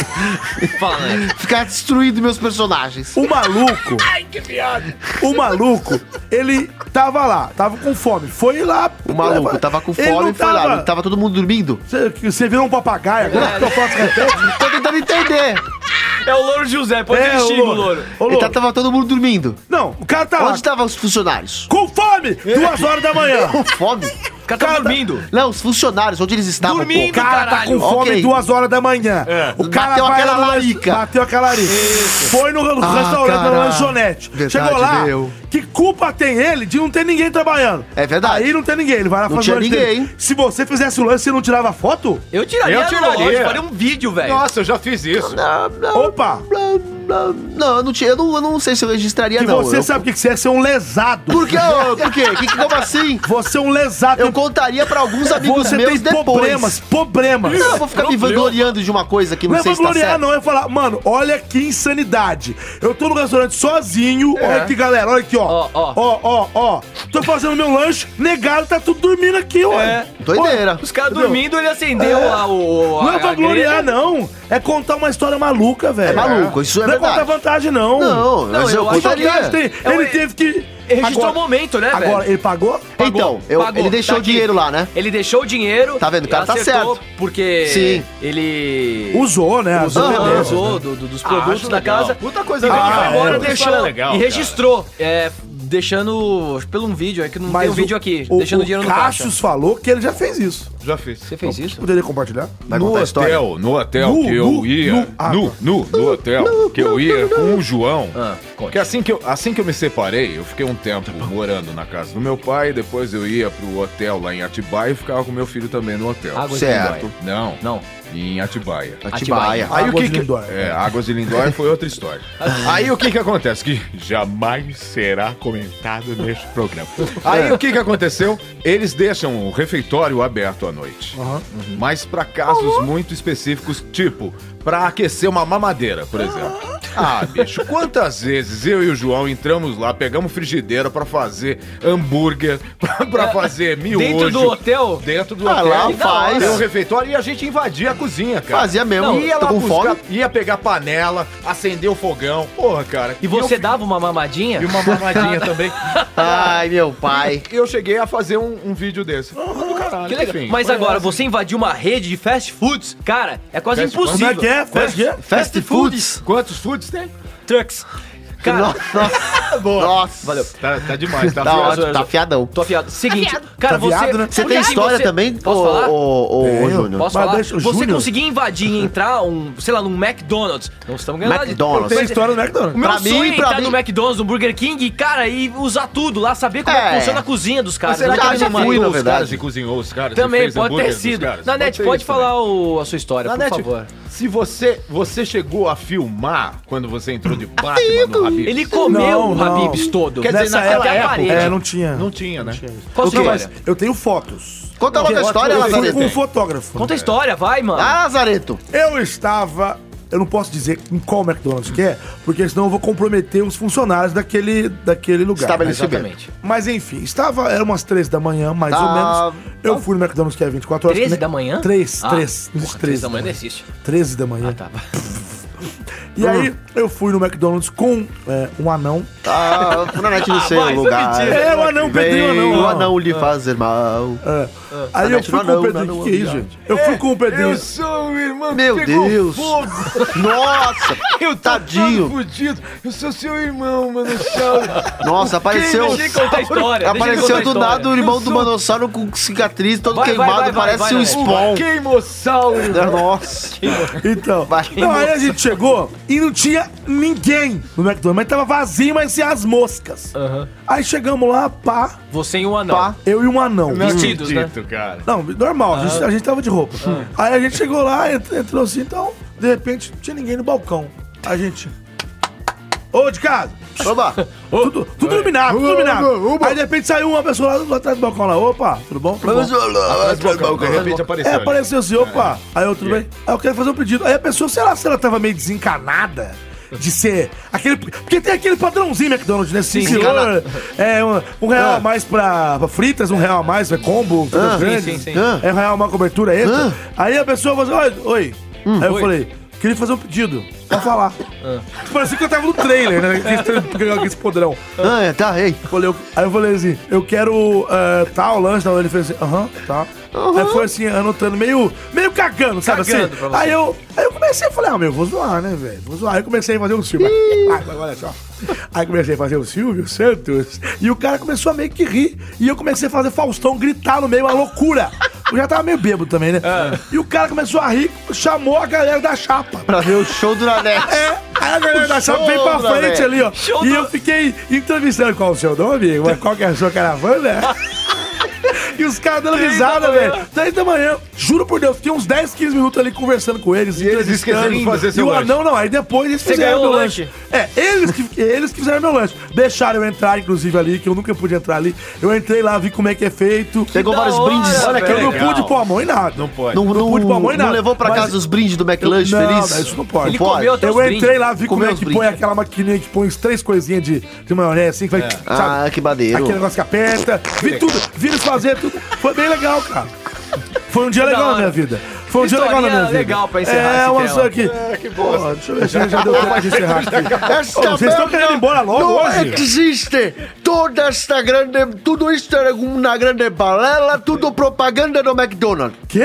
[SPEAKER 1] Fala, né?
[SPEAKER 2] ficar destruindo meus personagens.
[SPEAKER 4] O maluco. Ai, que piada. O maluco, ele tava lá, tava com fome. Foi lá.
[SPEAKER 2] O maluco tava com
[SPEAKER 4] Ele
[SPEAKER 2] fome
[SPEAKER 4] não
[SPEAKER 2] e foi lá. tá-
[SPEAKER 4] tava-
[SPEAKER 2] Tava todo mundo dormindo.
[SPEAKER 4] Você, você virou um papagaio agora que eu faço repente?
[SPEAKER 2] Tô tentando entender.
[SPEAKER 1] É o Louro José, põe
[SPEAKER 4] É,
[SPEAKER 1] é, ele xinga
[SPEAKER 4] ô,
[SPEAKER 1] o Louro.
[SPEAKER 4] ô,
[SPEAKER 2] Ele
[SPEAKER 4] louco.
[SPEAKER 2] tá- tava todo mundo dormindo.
[SPEAKER 4] Não, o cara tá lá.
[SPEAKER 2] Onde estavam os funcionários?
[SPEAKER 4] Com fome! Duas horas da manhã.
[SPEAKER 2] Com fome?
[SPEAKER 1] O cara tava dormindo.
[SPEAKER 2] Não, os funcionários, onde eles estavam,
[SPEAKER 4] O
[SPEAKER 1] Dormindo.
[SPEAKER 2] pô?
[SPEAKER 4] cara tá
[SPEAKER 1] Caralho.
[SPEAKER 4] com fome
[SPEAKER 2] Ok.
[SPEAKER 4] duas horas da manhã. O cara
[SPEAKER 2] Bateu
[SPEAKER 4] vai
[SPEAKER 2] aquela
[SPEAKER 4] lá no lan-
[SPEAKER 2] larica.
[SPEAKER 4] Bateu aquela larica. Foi no, no
[SPEAKER 2] Ah,
[SPEAKER 4] restaurante, na
[SPEAKER 2] cara.
[SPEAKER 4] lanchonete.
[SPEAKER 2] Verdade,
[SPEAKER 4] Chegou lá,
[SPEAKER 2] meu.
[SPEAKER 4] que culpa tem ele de não ter ninguém trabalhando?
[SPEAKER 2] É verdade.
[SPEAKER 4] Aí não tem ninguém, ele vai lá
[SPEAKER 2] Não
[SPEAKER 4] fazer
[SPEAKER 2] tinha
[SPEAKER 4] o lanche dele.
[SPEAKER 2] ninguém.
[SPEAKER 4] Se você fizesse o lance, você não tirava foto?
[SPEAKER 1] Eu tiraria,
[SPEAKER 3] Eu tiraria.
[SPEAKER 1] lógico, faria um vídeo, velho.
[SPEAKER 3] Nossa, eu já fiz isso.
[SPEAKER 2] Ah, não,
[SPEAKER 4] Opa!
[SPEAKER 2] não, não, eu não, tinha- eu não, eu não sei se eu registraria,
[SPEAKER 4] Que
[SPEAKER 2] não.
[SPEAKER 4] você
[SPEAKER 2] eu...
[SPEAKER 4] sabe o que que você é ser um lesado.
[SPEAKER 2] Por quê? ô? Por quê? Que, que- como assim?
[SPEAKER 4] Você é um lesado.
[SPEAKER 2] Eu contaria pra alguns amigos
[SPEAKER 4] você tem
[SPEAKER 2] meus depois.
[SPEAKER 4] problemas, problemas.
[SPEAKER 2] Não, eu vou ficar me vangloriando de uma coisa que não,
[SPEAKER 4] Não é
[SPEAKER 2] sei se tá
[SPEAKER 4] vangloriar,
[SPEAKER 2] certo.
[SPEAKER 4] não. É falar, mano, olha que insanidade. Eu tô no restaurante sozinho.
[SPEAKER 2] É.
[SPEAKER 4] Olha aqui, galera. Olha aqui, ó.
[SPEAKER 1] Ó, ó.
[SPEAKER 4] Ó, ó, ó. Tô fazendo meu lanche. Negado, tá tudo dormindo aqui, ó.
[SPEAKER 1] É.
[SPEAKER 2] Doideira.
[SPEAKER 1] Os caras dormindo, ele acendeu a, o.
[SPEAKER 4] Não
[SPEAKER 1] a-
[SPEAKER 4] é
[SPEAKER 1] a grelha.
[SPEAKER 4] vangloriar, não. É contar uma história maluca, velho.
[SPEAKER 2] É maluco, isso é
[SPEAKER 4] Não é
[SPEAKER 2] verdade.
[SPEAKER 4] contar vantagem, não.
[SPEAKER 2] Não,
[SPEAKER 1] Não,
[SPEAKER 2] mas eu,
[SPEAKER 1] eu acho que
[SPEAKER 4] Só que
[SPEAKER 2] contaria.
[SPEAKER 4] ele, tem- ele
[SPEAKER 1] É um-
[SPEAKER 4] teve que...
[SPEAKER 1] Registrou o
[SPEAKER 4] Agora-
[SPEAKER 1] momento, né, velho?
[SPEAKER 4] Agora, ele pagou?
[SPEAKER 1] Pagou,
[SPEAKER 2] então, eu-
[SPEAKER 1] pagou,
[SPEAKER 2] ele deixou
[SPEAKER 1] tá
[SPEAKER 2] o
[SPEAKER 1] aqui.
[SPEAKER 2] dinheiro lá, né?
[SPEAKER 1] Ele deixou o dinheiro.
[SPEAKER 2] Tá vendo? O cara tá
[SPEAKER 1] acertou
[SPEAKER 2] certo.
[SPEAKER 1] Porque
[SPEAKER 2] Sim.
[SPEAKER 1] ele.
[SPEAKER 4] Usou, né? as
[SPEAKER 1] Usou,
[SPEAKER 4] belezas, né?
[SPEAKER 1] usou do- do- dos produtos
[SPEAKER 3] Ah, acho
[SPEAKER 1] da
[SPEAKER 3] legal.
[SPEAKER 1] casa.
[SPEAKER 3] Puta coisa
[SPEAKER 1] e
[SPEAKER 3] legal.
[SPEAKER 1] ele foi embora,
[SPEAKER 3] Ah, é,
[SPEAKER 1] deixou.
[SPEAKER 3] história legal,
[SPEAKER 1] e
[SPEAKER 3] cara.
[SPEAKER 1] registrou. É, deixando. Pelo um vídeo, é que não tem um
[SPEAKER 4] o-
[SPEAKER 1] vídeo aqui.
[SPEAKER 4] o-
[SPEAKER 1] deixando
[SPEAKER 4] o
[SPEAKER 1] dinheiro no caixa.
[SPEAKER 4] Cassius falou que ele já fez isso.
[SPEAKER 3] Já fiz.
[SPEAKER 1] Você fez isso?
[SPEAKER 4] Poderia compartilhar?
[SPEAKER 3] no
[SPEAKER 2] contar a
[SPEAKER 3] hotel,
[SPEAKER 2] história?
[SPEAKER 3] no hotel
[SPEAKER 4] Nu,
[SPEAKER 3] que eu
[SPEAKER 4] nu,
[SPEAKER 3] ia,
[SPEAKER 4] nu.
[SPEAKER 3] nu,
[SPEAKER 4] Ah,
[SPEAKER 3] nu, nu, no hotel que eu ia com o João.
[SPEAKER 1] Ah, conte.
[SPEAKER 3] Porque assim que eu, assim que eu me separei, eu fiquei um tempo morando na casa do meu pai, depois eu ia pro hotel lá em Atibaia e ficava com meu filho também no hotel.
[SPEAKER 1] Águas de
[SPEAKER 2] Certo.
[SPEAKER 1] Lindóia.
[SPEAKER 3] Não,
[SPEAKER 1] Não.
[SPEAKER 3] em Atibaia.
[SPEAKER 2] Atibaia.
[SPEAKER 4] Aí o que que-
[SPEAKER 3] É, Águas de Lindóia foi outra história. Aí o que que acontece? Que jamais será comentado neste programa. Aí o que que aconteceu? Eles deixam o refeitório aberto à noite. Mas pra casos muito específicos, tipo pra aquecer uma mamadeira, por exemplo. Ah, bicho, quantas vezes eu e o João entramos lá, pegamos frigideira pra fazer hambúrguer, pra, pra fazer miojo.
[SPEAKER 1] Dentro do hotel?
[SPEAKER 3] Dentro do
[SPEAKER 2] Ah,
[SPEAKER 3] hotel.
[SPEAKER 2] lá
[SPEAKER 3] Que da
[SPEAKER 2] faz.
[SPEAKER 3] hora. Tem um refeitório e a gente invadia a cozinha, cara.
[SPEAKER 2] Fazia mesmo.
[SPEAKER 3] Não, ia
[SPEAKER 2] Tô
[SPEAKER 3] lá
[SPEAKER 2] com
[SPEAKER 3] buscar,
[SPEAKER 2] fome.
[SPEAKER 3] ia pegar panela, acender o fogão. Porra, cara.
[SPEAKER 1] E você
[SPEAKER 3] eu-
[SPEAKER 1] dava uma mamadinha?
[SPEAKER 3] E uma mamadinha também.
[SPEAKER 2] Ai, meu pai.
[SPEAKER 3] Eu cheguei a fazer um, um vídeo desse. Do caralho,
[SPEAKER 1] Que legal.
[SPEAKER 3] enfim.
[SPEAKER 1] Mas agora, você invadiu uma rede de fast foods, cara, é quase
[SPEAKER 3] Fast food.
[SPEAKER 1] impossível.
[SPEAKER 4] é? Faz quê?
[SPEAKER 2] Fast foods.
[SPEAKER 3] Quantos foods tem?
[SPEAKER 2] é?
[SPEAKER 1] Trucks. Cara,
[SPEAKER 4] É
[SPEAKER 2] Nossa. Nossa.
[SPEAKER 1] Valeu.
[SPEAKER 3] Tá, tá demais, tá?
[SPEAKER 2] Tá
[SPEAKER 1] Zoa,
[SPEAKER 2] ótimo,
[SPEAKER 1] zoa,
[SPEAKER 2] tá
[SPEAKER 1] zoa.
[SPEAKER 2] afiadão.
[SPEAKER 1] tô afiado. Seguinte,
[SPEAKER 7] Afiado.
[SPEAKER 1] cara,
[SPEAKER 4] Tá
[SPEAKER 1] você...
[SPEAKER 4] afiado, né?
[SPEAKER 2] Você tem
[SPEAKER 1] Aliás,
[SPEAKER 2] história também?
[SPEAKER 1] Posso falar?
[SPEAKER 2] Ô, ô, ô,
[SPEAKER 4] Eu?
[SPEAKER 2] Júnior.
[SPEAKER 1] Posso
[SPEAKER 4] Mas
[SPEAKER 1] falar?
[SPEAKER 4] deixa o
[SPEAKER 1] você
[SPEAKER 4] Júnior.
[SPEAKER 1] conseguir invadir e entrar, um, sei lá, num McDonald's. Não estamos ganhando nada disso.
[SPEAKER 2] McDonald's.
[SPEAKER 4] Tem
[SPEAKER 1] Mas-
[SPEAKER 4] história do
[SPEAKER 1] O
[SPEAKER 4] McDonald's.
[SPEAKER 1] meu
[SPEAKER 2] Pra mim,
[SPEAKER 1] sonho é
[SPEAKER 2] pra
[SPEAKER 1] entrar
[SPEAKER 2] mim-
[SPEAKER 1] no McDonald's, no Burger King, e, cara, e usar tudo lá, saber como é, que
[SPEAKER 2] É.
[SPEAKER 1] funciona a cozinha dos caras.
[SPEAKER 2] será
[SPEAKER 1] né?
[SPEAKER 2] que
[SPEAKER 1] Cara,
[SPEAKER 2] eles não
[SPEAKER 1] já
[SPEAKER 2] mandam?
[SPEAKER 1] fui.
[SPEAKER 2] na
[SPEAKER 3] os
[SPEAKER 2] verdade.
[SPEAKER 3] caras e cozinhou os caras. e
[SPEAKER 1] Também,
[SPEAKER 3] fez
[SPEAKER 1] pode ter
[SPEAKER 3] hambúrguer dos
[SPEAKER 1] sido.
[SPEAKER 3] caras.
[SPEAKER 1] Nanete,
[SPEAKER 3] ter
[SPEAKER 1] pode
[SPEAKER 3] isso
[SPEAKER 1] falar o- a sua história,
[SPEAKER 3] também.
[SPEAKER 1] por
[SPEAKER 3] Nanete,
[SPEAKER 1] favor.
[SPEAKER 3] se você, você chegou a filmar quando você entrou de Batman no Habib.
[SPEAKER 1] Ele comeu
[SPEAKER 4] Não,
[SPEAKER 1] o
[SPEAKER 4] não.
[SPEAKER 1] Habibs todo.
[SPEAKER 3] Quer dizer,
[SPEAKER 1] Nessa
[SPEAKER 3] naquela
[SPEAKER 1] até a
[SPEAKER 3] época-
[SPEAKER 1] parede.
[SPEAKER 4] É, não tinha.
[SPEAKER 3] Não tinha, né?
[SPEAKER 1] Qual a sua
[SPEAKER 4] Não, mas
[SPEAKER 1] história?
[SPEAKER 4] eu tenho fotos.
[SPEAKER 2] Conta logo a história,
[SPEAKER 4] eu fui
[SPEAKER 2] Lazareta.
[SPEAKER 4] com um fotógrafo.
[SPEAKER 1] Conta a história, vai, mano.
[SPEAKER 2] Ah, Lazareto.
[SPEAKER 4] Eu estava. Eu não posso dizer em qual McDonald's que é, porque senão eu vou comprometer os funcionários daquele, daquele lugar. né?
[SPEAKER 2] Estabelecimento.
[SPEAKER 1] Exatamente.
[SPEAKER 4] Mas enfim, estava. Era umas três da manhã, mais
[SPEAKER 2] Tá.
[SPEAKER 4] ou menos. Eu fui no McDonald's que é 24 horas.
[SPEAKER 1] 13
[SPEAKER 4] né?
[SPEAKER 1] da manhã?
[SPEAKER 4] Três,
[SPEAKER 1] Ah,
[SPEAKER 4] três.
[SPEAKER 1] porra,
[SPEAKER 4] uns
[SPEAKER 1] 13
[SPEAKER 4] três
[SPEAKER 1] da manhã não existe.
[SPEAKER 4] 13 da manhã.
[SPEAKER 1] Ah, tá.
[SPEAKER 4] E aí, eu fui no McDonald's com é, um anão.
[SPEAKER 2] Ah, Nanete no
[SPEAKER 1] Ah,
[SPEAKER 2] seu
[SPEAKER 1] vai, isso é
[SPEAKER 2] lugar.
[SPEAKER 1] mentira.
[SPEAKER 4] É, o anão, Pedrinho,
[SPEAKER 2] Vem
[SPEAKER 4] anão.
[SPEAKER 2] o anão lhe fazer mal.
[SPEAKER 4] É. Aí eu
[SPEAKER 2] Nanete
[SPEAKER 4] fui
[SPEAKER 2] no
[SPEAKER 4] com o
[SPEAKER 2] anão,
[SPEAKER 4] Pedrinho.
[SPEAKER 2] no
[SPEAKER 4] Que isso,
[SPEAKER 2] anão,
[SPEAKER 4] gente? Eu fui com o Pedrinho.
[SPEAKER 3] Eu sou o irmão que
[SPEAKER 2] Meu
[SPEAKER 3] pegou
[SPEAKER 2] Deus.
[SPEAKER 3] fogo.
[SPEAKER 2] Nossa,
[SPEAKER 3] Eu tô todo
[SPEAKER 2] tadinho.
[SPEAKER 3] fudido. Eu sou seu irmão, mano. Tchau.
[SPEAKER 2] Nossa, apareceu...
[SPEAKER 1] Deixa ele contar a história. deixa ele contar
[SPEAKER 2] Apareceu
[SPEAKER 1] a
[SPEAKER 2] do
[SPEAKER 1] história.
[SPEAKER 2] nada o irmão do Manossauro com cicatriz, todo
[SPEAKER 1] Vai, vai, vai,
[SPEAKER 2] queimado,
[SPEAKER 1] vai,
[SPEAKER 2] parece
[SPEAKER 1] vai,
[SPEAKER 2] um
[SPEAKER 1] Nanete.
[SPEAKER 2] spawn.
[SPEAKER 3] Queimossauro.
[SPEAKER 2] Nossa.
[SPEAKER 4] Então,
[SPEAKER 2] Vai.
[SPEAKER 4] não, aí a gente chegou e não tinha ninguém no McDonald's, mas tava vazio, mas tinha as moscas.
[SPEAKER 1] Aham.
[SPEAKER 4] Aí chegamos lá, pá,
[SPEAKER 1] Você e um anão.
[SPEAKER 2] Pá.
[SPEAKER 4] eu e um anão.
[SPEAKER 3] Não
[SPEAKER 1] Vestidos, né?
[SPEAKER 3] acredito, cara.
[SPEAKER 4] Não, normal, a, gente, a gente tava de roupa. Aí a gente chegou lá, ent- entrou assim, então, de repente, não tinha ninguém no balcão. A gente. Ô, de casa!
[SPEAKER 2] Oba.
[SPEAKER 4] tudo tudo iluminado, tudo iluminado. Aí de repente saiu uma pessoa lá, lá atrás do balcão lá. Opa, tudo bom? Tudo bom?
[SPEAKER 3] De repente apareceu.
[SPEAKER 4] É,
[SPEAKER 3] ali.
[SPEAKER 4] apareceu assim, opa. Aí eu, tudo bem? Aí eu quero fazer um pedido. Aí a pessoa, sei lá se ela tava meio desencanada de ser aquele... Porque tem aquele padrãozinho McDonald's, né? Sim, senhor. É, um, um real a mais pra, pra fritas, um real a mais, é combo, fritas
[SPEAKER 2] Ah, sim,
[SPEAKER 4] grandes.
[SPEAKER 1] sim, sim.
[SPEAKER 4] É um real uma cobertura extra. Aí a pessoa falou assim, oi, oi. Aí eu
[SPEAKER 1] Oi.
[SPEAKER 4] falei... Queria fazer um pedido pra falar. Parecia que eu tava no trailer, né? Aquele trailer com Esse podrão.
[SPEAKER 2] Ah, é, tá, ei.
[SPEAKER 4] Falei, eu- aí eu falei assim, eu quero é, tal lanche, tal. Ele fez assim, aham, tá. Aí foi assim, anotando, meio, meio cagando, sabe
[SPEAKER 1] Cagando
[SPEAKER 4] assim?
[SPEAKER 1] pra você.
[SPEAKER 4] Aí eu, aí eu comecei a falar, ah, meu, vou zoar, né, velho? Vou zoar. Aí eu comecei a fazer o Silvio. Vai, vai, olha só. Aí comecei a fazer o Silvio Santos. E o cara começou a meio que rir. E eu comecei a fazer Faustão gritar no meio, uma loucura. Eu já tava meio bêbado também, né?
[SPEAKER 1] Ah.
[SPEAKER 4] E o cara começou a rir, chamou a galera da chapa.
[SPEAKER 2] Pra ver o show do Nanete.
[SPEAKER 4] É, aí a galera da chapa veio pra
[SPEAKER 2] Show,
[SPEAKER 4] frente
[SPEAKER 2] velho.
[SPEAKER 4] ali, ó. e eu fiquei entrevistando qual o seu nome, Ué, qual que é a sua caravana. E os caras dando risada, velho. 10 da manhã, juro por Deus, fiquei uns 10, 15 minutos ali conversando com eles. E
[SPEAKER 3] eles esqueceram de fazer seu
[SPEAKER 4] E o
[SPEAKER 3] lanche.
[SPEAKER 4] anão não, aí depois eles
[SPEAKER 1] ganhou
[SPEAKER 4] fizeram meu
[SPEAKER 1] o
[SPEAKER 4] lanche. É, eles que, eles que fizeram meu lanche. Deixaram eu entrar, inclusive, ali, que eu nunca pude entrar ali. Eu entrei lá, vi como é que é feito.
[SPEAKER 2] Pegou
[SPEAKER 1] da
[SPEAKER 2] vários
[SPEAKER 1] hora,
[SPEAKER 2] brindes.
[SPEAKER 1] velho.
[SPEAKER 4] Olha, que eu não
[SPEAKER 3] legal.
[SPEAKER 4] pude pôr a mão em nada.
[SPEAKER 3] Não pode.
[SPEAKER 2] Não, não,
[SPEAKER 4] pude pôr a mão em
[SPEAKER 2] não
[SPEAKER 4] nada.
[SPEAKER 2] levou pra
[SPEAKER 4] Mas-
[SPEAKER 2] casa os brindes do McLanche
[SPEAKER 4] Não,
[SPEAKER 2] feliz?
[SPEAKER 4] não, isso não pode.
[SPEAKER 1] Ele comeu até
[SPEAKER 4] Eu
[SPEAKER 1] os
[SPEAKER 4] entrei
[SPEAKER 1] brindes.
[SPEAKER 4] lá, vi como
[SPEAKER 2] Comeu
[SPEAKER 4] é
[SPEAKER 2] os
[SPEAKER 4] que
[SPEAKER 2] brindes.
[SPEAKER 4] põe aquela maquininha que põe uns três coisinhas de, de maionese, assim, que vai.
[SPEAKER 2] Ah, que maneiro. É.
[SPEAKER 4] Aquele negócio que aperta. Vi tudo, vi eles fazer tudo. Foi bem legal, cara. Foi um dia legal na
[SPEAKER 1] hora.
[SPEAKER 4] minha vida. Foi um dia
[SPEAKER 1] Historinha
[SPEAKER 4] legal na minha vida.
[SPEAKER 1] legal pra encerrar
[SPEAKER 4] É,
[SPEAKER 1] esse
[SPEAKER 4] uma
[SPEAKER 1] tema.
[SPEAKER 4] só aqui. É, que bosta. deixa eu ver se já deu tempo de encerrar aqui.
[SPEAKER 2] Esta
[SPEAKER 4] Ô, Ah, oh, vocês estão querendo ir embora logo
[SPEAKER 2] não
[SPEAKER 4] hoje?
[SPEAKER 2] existe. Toda esta grande... Tudo isto é uma grande balela, tudo propaganda do McDonald's.
[SPEAKER 4] Quê?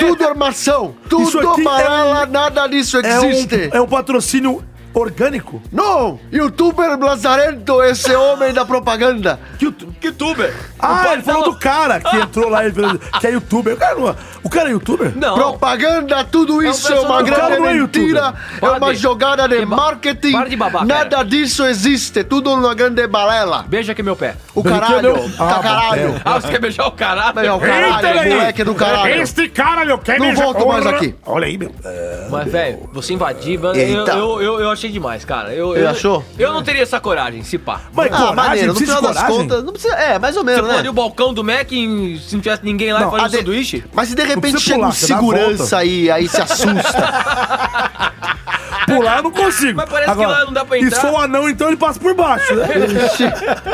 [SPEAKER 2] Tudo armação.
[SPEAKER 4] Isso aqui
[SPEAKER 2] Tudo
[SPEAKER 4] é
[SPEAKER 2] balela, nada disso
[SPEAKER 4] É
[SPEAKER 2] existe.
[SPEAKER 4] um, é um patrocínio orgânico?
[SPEAKER 2] Não! Youtuber Lazarento, esse homem da propaganda!
[SPEAKER 1] Que, que tuber? O
[SPEAKER 4] Ah,
[SPEAKER 1] pai
[SPEAKER 4] ele falou
[SPEAKER 1] tava-
[SPEAKER 4] do cara que entrou lá e virou- que é youtuber. O cara, não é- o cara é youtuber?
[SPEAKER 1] Não.
[SPEAKER 2] Propaganda, tudo isso é uma
[SPEAKER 1] personagem.
[SPEAKER 2] grande
[SPEAKER 4] um Cara, não é
[SPEAKER 2] mentira,
[SPEAKER 1] youtuber.
[SPEAKER 2] é
[SPEAKER 1] Para
[SPEAKER 2] uma
[SPEAKER 1] de-
[SPEAKER 2] jogada de
[SPEAKER 1] de ba-
[SPEAKER 2] marketing.
[SPEAKER 1] para de babar, cara.
[SPEAKER 2] Nada disso existe, tudo uma grande balela.
[SPEAKER 1] Beija aqui meu pé.
[SPEAKER 2] O
[SPEAKER 4] Não,
[SPEAKER 2] caralho,
[SPEAKER 4] entendeu?
[SPEAKER 2] tá
[SPEAKER 4] Ah, é.
[SPEAKER 2] caralho.
[SPEAKER 1] Ah, você quer beijar o caralho?
[SPEAKER 2] Melhor o caralho, é moleque do caralho.
[SPEAKER 4] Este cara, meu, quer
[SPEAKER 2] Não
[SPEAKER 4] beijar-
[SPEAKER 2] volto mais
[SPEAKER 4] Porra.
[SPEAKER 2] aqui.
[SPEAKER 4] Olha aí, meu.
[SPEAKER 1] Mas, velho, você invadir, mano, eu,
[SPEAKER 2] Eita.
[SPEAKER 1] eu, eu, eu acho achei demais, cara. Eu,
[SPEAKER 2] Você
[SPEAKER 1] eu-
[SPEAKER 2] achou?
[SPEAKER 1] Eu não teria essa coragem, se pá.
[SPEAKER 4] Mas
[SPEAKER 2] Ah,
[SPEAKER 4] coragem,
[SPEAKER 2] maneiro, no
[SPEAKER 4] precisa
[SPEAKER 2] final
[SPEAKER 4] de
[SPEAKER 2] das
[SPEAKER 4] coragem.
[SPEAKER 2] contas, não precisa, é, mais ou
[SPEAKER 1] Você
[SPEAKER 2] menos, né?
[SPEAKER 1] pularia o balcão do Mac e se não tivesse ninguém lá
[SPEAKER 4] Não,
[SPEAKER 1] fazendo
[SPEAKER 2] Ah, de-
[SPEAKER 1] sanduíche?
[SPEAKER 2] Mas se de repente
[SPEAKER 4] precisa
[SPEAKER 2] chega
[SPEAKER 4] pular,
[SPEAKER 2] um
[SPEAKER 4] você dá a volta.
[SPEAKER 2] segurança aí, aí se assusta.
[SPEAKER 4] Pular eu não consigo.
[SPEAKER 1] Mas parece que lá não dá pra
[SPEAKER 4] e
[SPEAKER 1] entrar.
[SPEAKER 4] se for um anão, então ele passa por baixo, né?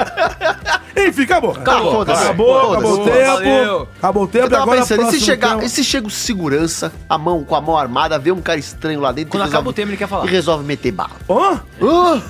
[SPEAKER 4] Enfim, acabou.
[SPEAKER 1] Acabou,
[SPEAKER 2] foda-se.
[SPEAKER 4] Acabou,
[SPEAKER 2] Foda-se,
[SPEAKER 4] acabou o
[SPEAKER 2] foda-se.
[SPEAKER 4] tempo.
[SPEAKER 1] Valeu.
[SPEAKER 4] Acabou o tempo
[SPEAKER 2] Eu
[SPEAKER 4] e
[SPEAKER 2] tava
[SPEAKER 4] agora
[SPEAKER 2] pensando, e se,
[SPEAKER 4] próximo
[SPEAKER 2] chegar,
[SPEAKER 4] tema.
[SPEAKER 2] e se chega o segurança, a mão, com a mão armada, vê um cara estranho lá dentro
[SPEAKER 1] Quando
[SPEAKER 2] e
[SPEAKER 1] acaba
[SPEAKER 2] resolve,
[SPEAKER 1] o tema, ele quer falar.
[SPEAKER 2] e resolve meter bala. Ah,
[SPEAKER 4] Hã? Eu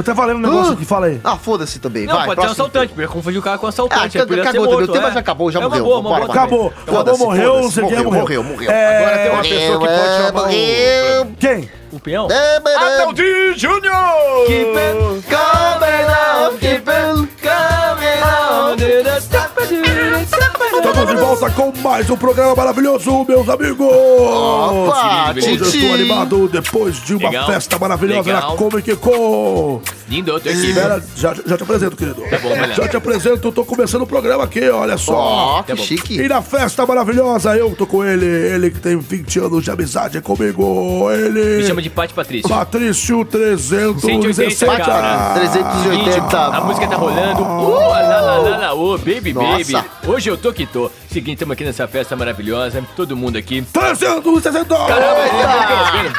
[SPEAKER 4] até falei um negócio
[SPEAKER 2] Ah.
[SPEAKER 4] aqui, fala aí.
[SPEAKER 2] ah, foda-se também,
[SPEAKER 1] Não,
[SPEAKER 2] vai,
[SPEAKER 1] pode ser um
[SPEAKER 2] próximo
[SPEAKER 1] assaltante, porque eu confundi o cara com um assaltante.
[SPEAKER 2] Ah,
[SPEAKER 1] aí podia
[SPEAKER 2] cagou
[SPEAKER 1] ser
[SPEAKER 2] também,
[SPEAKER 1] morto,
[SPEAKER 2] o tema
[SPEAKER 1] é.
[SPEAKER 2] já acabou, já
[SPEAKER 1] É uma
[SPEAKER 2] morreu,
[SPEAKER 1] boa, uma
[SPEAKER 2] vambora,
[SPEAKER 1] boa.
[SPEAKER 2] vai.
[SPEAKER 4] Acabou.
[SPEAKER 2] Foda-se,
[SPEAKER 4] Acabou, morreu,
[SPEAKER 2] foda-se,
[SPEAKER 4] você quer
[SPEAKER 2] morreu,
[SPEAKER 4] morrer.
[SPEAKER 2] morreu, morreu.
[SPEAKER 3] Agora tem uma
[SPEAKER 2] É,
[SPEAKER 3] pessoa que pode chamar o...
[SPEAKER 1] um-
[SPEAKER 2] Eu...
[SPEAKER 4] Quem?
[SPEAKER 1] O peão?
[SPEAKER 2] É, mas-
[SPEAKER 3] Adaldi Júnior!
[SPEAKER 1] Keep it coming up, keep it coming up, do the step, do the step, do the-
[SPEAKER 4] Estamos de volta com mais um programa maravilhoso, meus amigos!
[SPEAKER 2] Opa,
[SPEAKER 4] Hoje eu
[SPEAKER 2] tchim, tchim.
[SPEAKER 4] estou animado depois de uma
[SPEAKER 1] Legal.
[SPEAKER 4] festa maravilhosa na
[SPEAKER 1] Legal.
[SPEAKER 4] Comic Con!
[SPEAKER 1] Lindo, eu tô aqui.
[SPEAKER 4] Espera, já, já te apresento, querido.
[SPEAKER 1] Tá bom, beleza.
[SPEAKER 4] já te apresento, eu tô começando o programa aqui, olha
[SPEAKER 1] Tá
[SPEAKER 4] só.
[SPEAKER 2] Ó, que
[SPEAKER 4] E
[SPEAKER 2] chique.
[SPEAKER 4] na festa maravilhosa, eu tô com ele, ele que tem 20 anos de amizade comigo, ele...
[SPEAKER 1] Me chama de Pati Patrício.
[SPEAKER 4] Patrício
[SPEAKER 1] 180,
[SPEAKER 4] 317.
[SPEAKER 1] cara. Seguinte,
[SPEAKER 2] 380.
[SPEAKER 1] a música tá rolando. Uh, lá, lá, lá, lá, oh, baby, baby.
[SPEAKER 2] Nossa.
[SPEAKER 1] Hoje eu tô que tô. Seguinte, estamos aqui nessa festa maravilhosa. Todo mundo aqui.
[SPEAKER 4] 360.
[SPEAKER 1] Caramba,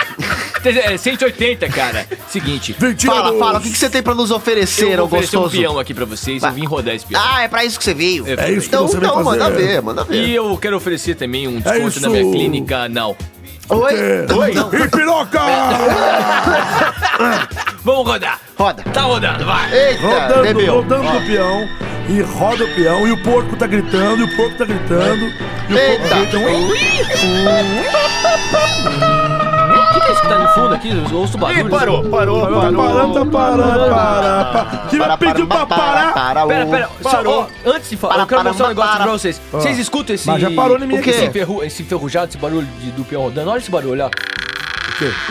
[SPEAKER 1] é, 180, cara. Seguinte,
[SPEAKER 4] 20
[SPEAKER 2] Fala,
[SPEAKER 4] anos.
[SPEAKER 2] fala, o que, que você tem pra nos oferecer,
[SPEAKER 1] eu
[SPEAKER 2] ô
[SPEAKER 1] vou oferecer um
[SPEAKER 2] gostoso?
[SPEAKER 1] peão aqui pra vocês. Eu
[SPEAKER 2] Vai.
[SPEAKER 1] vim rodar esse peão.
[SPEAKER 2] Ah, é pra isso que você veio.
[SPEAKER 1] É,
[SPEAKER 4] É isso que
[SPEAKER 2] Então,
[SPEAKER 4] você vai
[SPEAKER 2] então
[SPEAKER 4] fazer.
[SPEAKER 2] manda ver, manda
[SPEAKER 1] E
[SPEAKER 2] ver.
[SPEAKER 1] eu quero oferecer também
[SPEAKER 2] É
[SPEAKER 1] um desconto
[SPEAKER 4] isso.
[SPEAKER 1] na minha clínica anal.
[SPEAKER 2] Oi? Oi? Não,
[SPEAKER 4] É. E piroca!
[SPEAKER 1] Vamos rodar.
[SPEAKER 2] roda.
[SPEAKER 1] Tá rodando, vai.
[SPEAKER 2] Eita,
[SPEAKER 4] Rodando,
[SPEAKER 2] bebeu.
[SPEAKER 4] rodando o peão. E roda o peão. E o porco tá gritando, e o porco tá gritando. E o porco
[SPEAKER 2] Eita.
[SPEAKER 4] grita. "Ui".
[SPEAKER 1] O que, que é isso que tá no fundo aqui? Eu ouço o barulho.
[SPEAKER 3] Ih, parou, parou,
[SPEAKER 1] Parou,
[SPEAKER 4] Tá
[SPEAKER 3] parou.
[SPEAKER 4] parando, tá parando, parando. pa- Que me
[SPEAKER 2] Para,
[SPEAKER 4] pediu pra
[SPEAKER 2] para, para,
[SPEAKER 4] parar.
[SPEAKER 2] para,
[SPEAKER 1] Pera,
[SPEAKER 2] o-
[SPEAKER 1] pera, só,
[SPEAKER 4] Parou.
[SPEAKER 1] ó, antes de falar,
[SPEAKER 2] Para,
[SPEAKER 1] eu quero
[SPEAKER 2] para,
[SPEAKER 1] mostrar um negócio
[SPEAKER 2] para.
[SPEAKER 1] pra vocês. Vocês escutam esse.
[SPEAKER 4] Mas já parou em mim
[SPEAKER 1] o quê?
[SPEAKER 4] aqui.
[SPEAKER 1] Esse, ferru, esse enferrujado, esse barulho de- do peão rodando. Olha esse barulho, ó.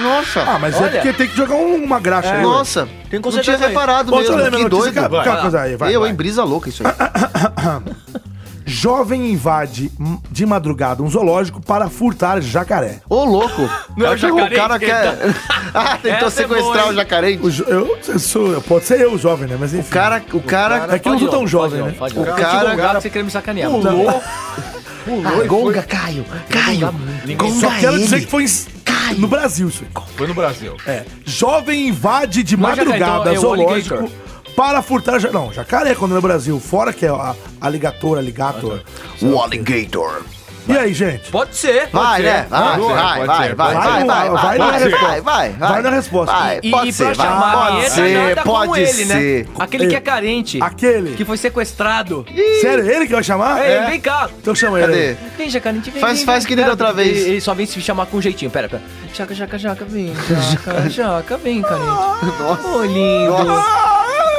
[SPEAKER 2] Nossa,
[SPEAKER 4] Ah, mas
[SPEAKER 1] Olha.
[SPEAKER 4] é porque tem que jogar um- uma graxa aí. ué.
[SPEAKER 2] nossa.
[SPEAKER 1] Tem que
[SPEAKER 2] não
[SPEAKER 1] consertar
[SPEAKER 2] tinha
[SPEAKER 1] isso aí.
[SPEAKER 2] reparado
[SPEAKER 4] Bom, deixa eu ler
[SPEAKER 2] mesmo.
[SPEAKER 4] minha
[SPEAKER 2] Que
[SPEAKER 4] notícia,
[SPEAKER 2] doido.
[SPEAKER 4] cara. Aquela coisa aí, vai,
[SPEAKER 2] eu,
[SPEAKER 4] vai.
[SPEAKER 2] hein, brisa louca isso aí.
[SPEAKER 4] Jovem invade hum, de madrugada um zoológico para furtar jacaré.
[SPEAKER 2] Ô, louco.
[SPEAKER 1] Não é o
[SPEAKER 2] Acho que o
[SPEAKER 1] jacaré
[SPEAKER 2] cara
[SPEAKER 1] que
[SPEAKER 2] quer... ah, tentou
[SPEAKER 1] Essa é
[SPEAKER 2] sequestrar
[SPEAKER 1] boa,
[SPEAKER 2] o jacaré.
[SPEAKER 4] O jo- eu, eu sou- pode ser eu, jovem, né? Mas enfim.
[SPEAKER 2] O cara... O
[SPEAKER 4] É
[SPEAKER 2] cara...
[SPEAKER 4] que eu não sou tão jovem, né?
[SPEAKER 1] O
[SPEAKER 2] O
[SPEAKER 1] cara.
[SPEAKER 2] cara-
[SPEAKER 1] Eu te gongado, você queria me sacanear.
[SPEAKER 2] Ah, Gonga, Caio. Caio.
[SPEAKER 4] Só
[SPEAKER 2] Gonga é
[SPEAKER 4] quero dizer
[SPEAKER 2] ele.
[SPEAKER 4] que foi em- no Brasil isso. aqui.
[SPEAKER 3] Foi no Brasil.
[SPEAKER 4] É. Jovem invade de
[SPEAKER 1] Mas, jacaré,
[SPEAKER 4] madrugada
[SPEAKER 1] então, é o
[SPEAKER 4] zoológico
[SPEAKER 1] alligator.
[SPEAKER 4] para furtar. ja- Não, jacaré quando é no Brasil. Fora que é a aligator, aligator.
[SPEAKER 2] O alligator.
[SPEAKER 4] E aí, gente?
[SPEAKER 1] Pode ser. pode
[SPEAKER 2] Vai,
[SPEAKER 1] ser.
[SPEAKER 2] né? Vai,
[SPEAKER 3] Pode ser,
[SPEAKER 2] vai,
[SPEAKER 3] pode
[SPEAKER 2] vai,
[SPEAKER 3] ser,
[SPEAKER 2] vai,
[SPEAKER 4] pode
[SPEAKER 2] vai,
[SPEAKER 4] ser.
[SPEAKER 2] vai,
[SPEAKER 4] Vai
[SPEAKER 2] vai,
[SPEAKER 4] na
[SPEAKER 2] vai,
[SPEAKER 4] resposta.
[SPEAKER 2] vai, vai.
[SPEAKER 4] Vai na resposta.
[SPEAKER 2] Vai,
[SPEAKER 1] E,
[SPEAKER 2] pode
[SPEAKER 1] e pra
[SPEAKER 2] ser, vai.
[SPEAKER 1] chamar
[SPEAKER 2] Pode
[SPEAKER 1] vinheta,
[SPEAKER 2] ser,
[SPEAKER 1] nada com
[SPEAKER 2] pode
[SPEAKER 1] ele,
[SPEAKER 2] ser.
[SPEAKER 1] né? Aquele que é carente.
[SPEAKER 4] Aquele.
[SPEAKER 1] Que foi sequestrado.
[SPEAKER 4] Sério, é ele que vai chamar?
[SPEAKER 1] Ei, vem cá.
[SPEAKER 4] Então chama ele.
[SPEAKER 2] Cadê?
[SPEAKER 4] aí.
[SPEAKER 1] Vem, Jacarente, vem.
[SPEAKER 2] Faz-
[SPEAKER 1] vem,
[SPEAKER 2] faz
[SPEAKER 1] vem.
[SPEAKER 2] que nem da outra
[SPEAKER 1] Pera,
[SPEAKER 2] vez.
[SPEAKER 1] Ele, ele só vem se chamar com um jeitinho. Pera, pera. Jaca, jaca, jaca, vem. Jaca, jaca, vem, carente.
[SPEAKER 2] Nossa.
[SPEAKER 1] Ô, lindo.
[SPEAKER 2] Nossa.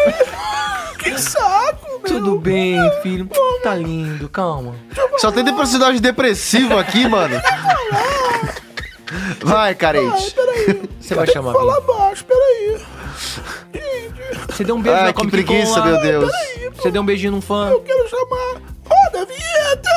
[SPEAKER 4] Que saco,
[SPEAKER 1] Tudo bem, filho. Tá lindo, calma.
[SPEAKER 2] Só tem personagem depressivo aqui, mano. Vai, carente.
[SPEAKER 1] Você vai chamar a
[SPEAKER 4] Fala baixo, peraí.
[SPEAKER 1] Você deu um beijo
[SPEAKER 2] Ai,
[SPEAKER 1] na
[SPEAKER 2] Ah, que
[SPEAKER 1] Comic Con
[SPEAKER 2] preguiça,
[SPEAKER 1] lá.
[SPEAKER 2] meu Deus.
[SPEAKER 1] Você deu um beijinho num fã.
[SPEAKER 4] Quero chamar. Roda a vinheta!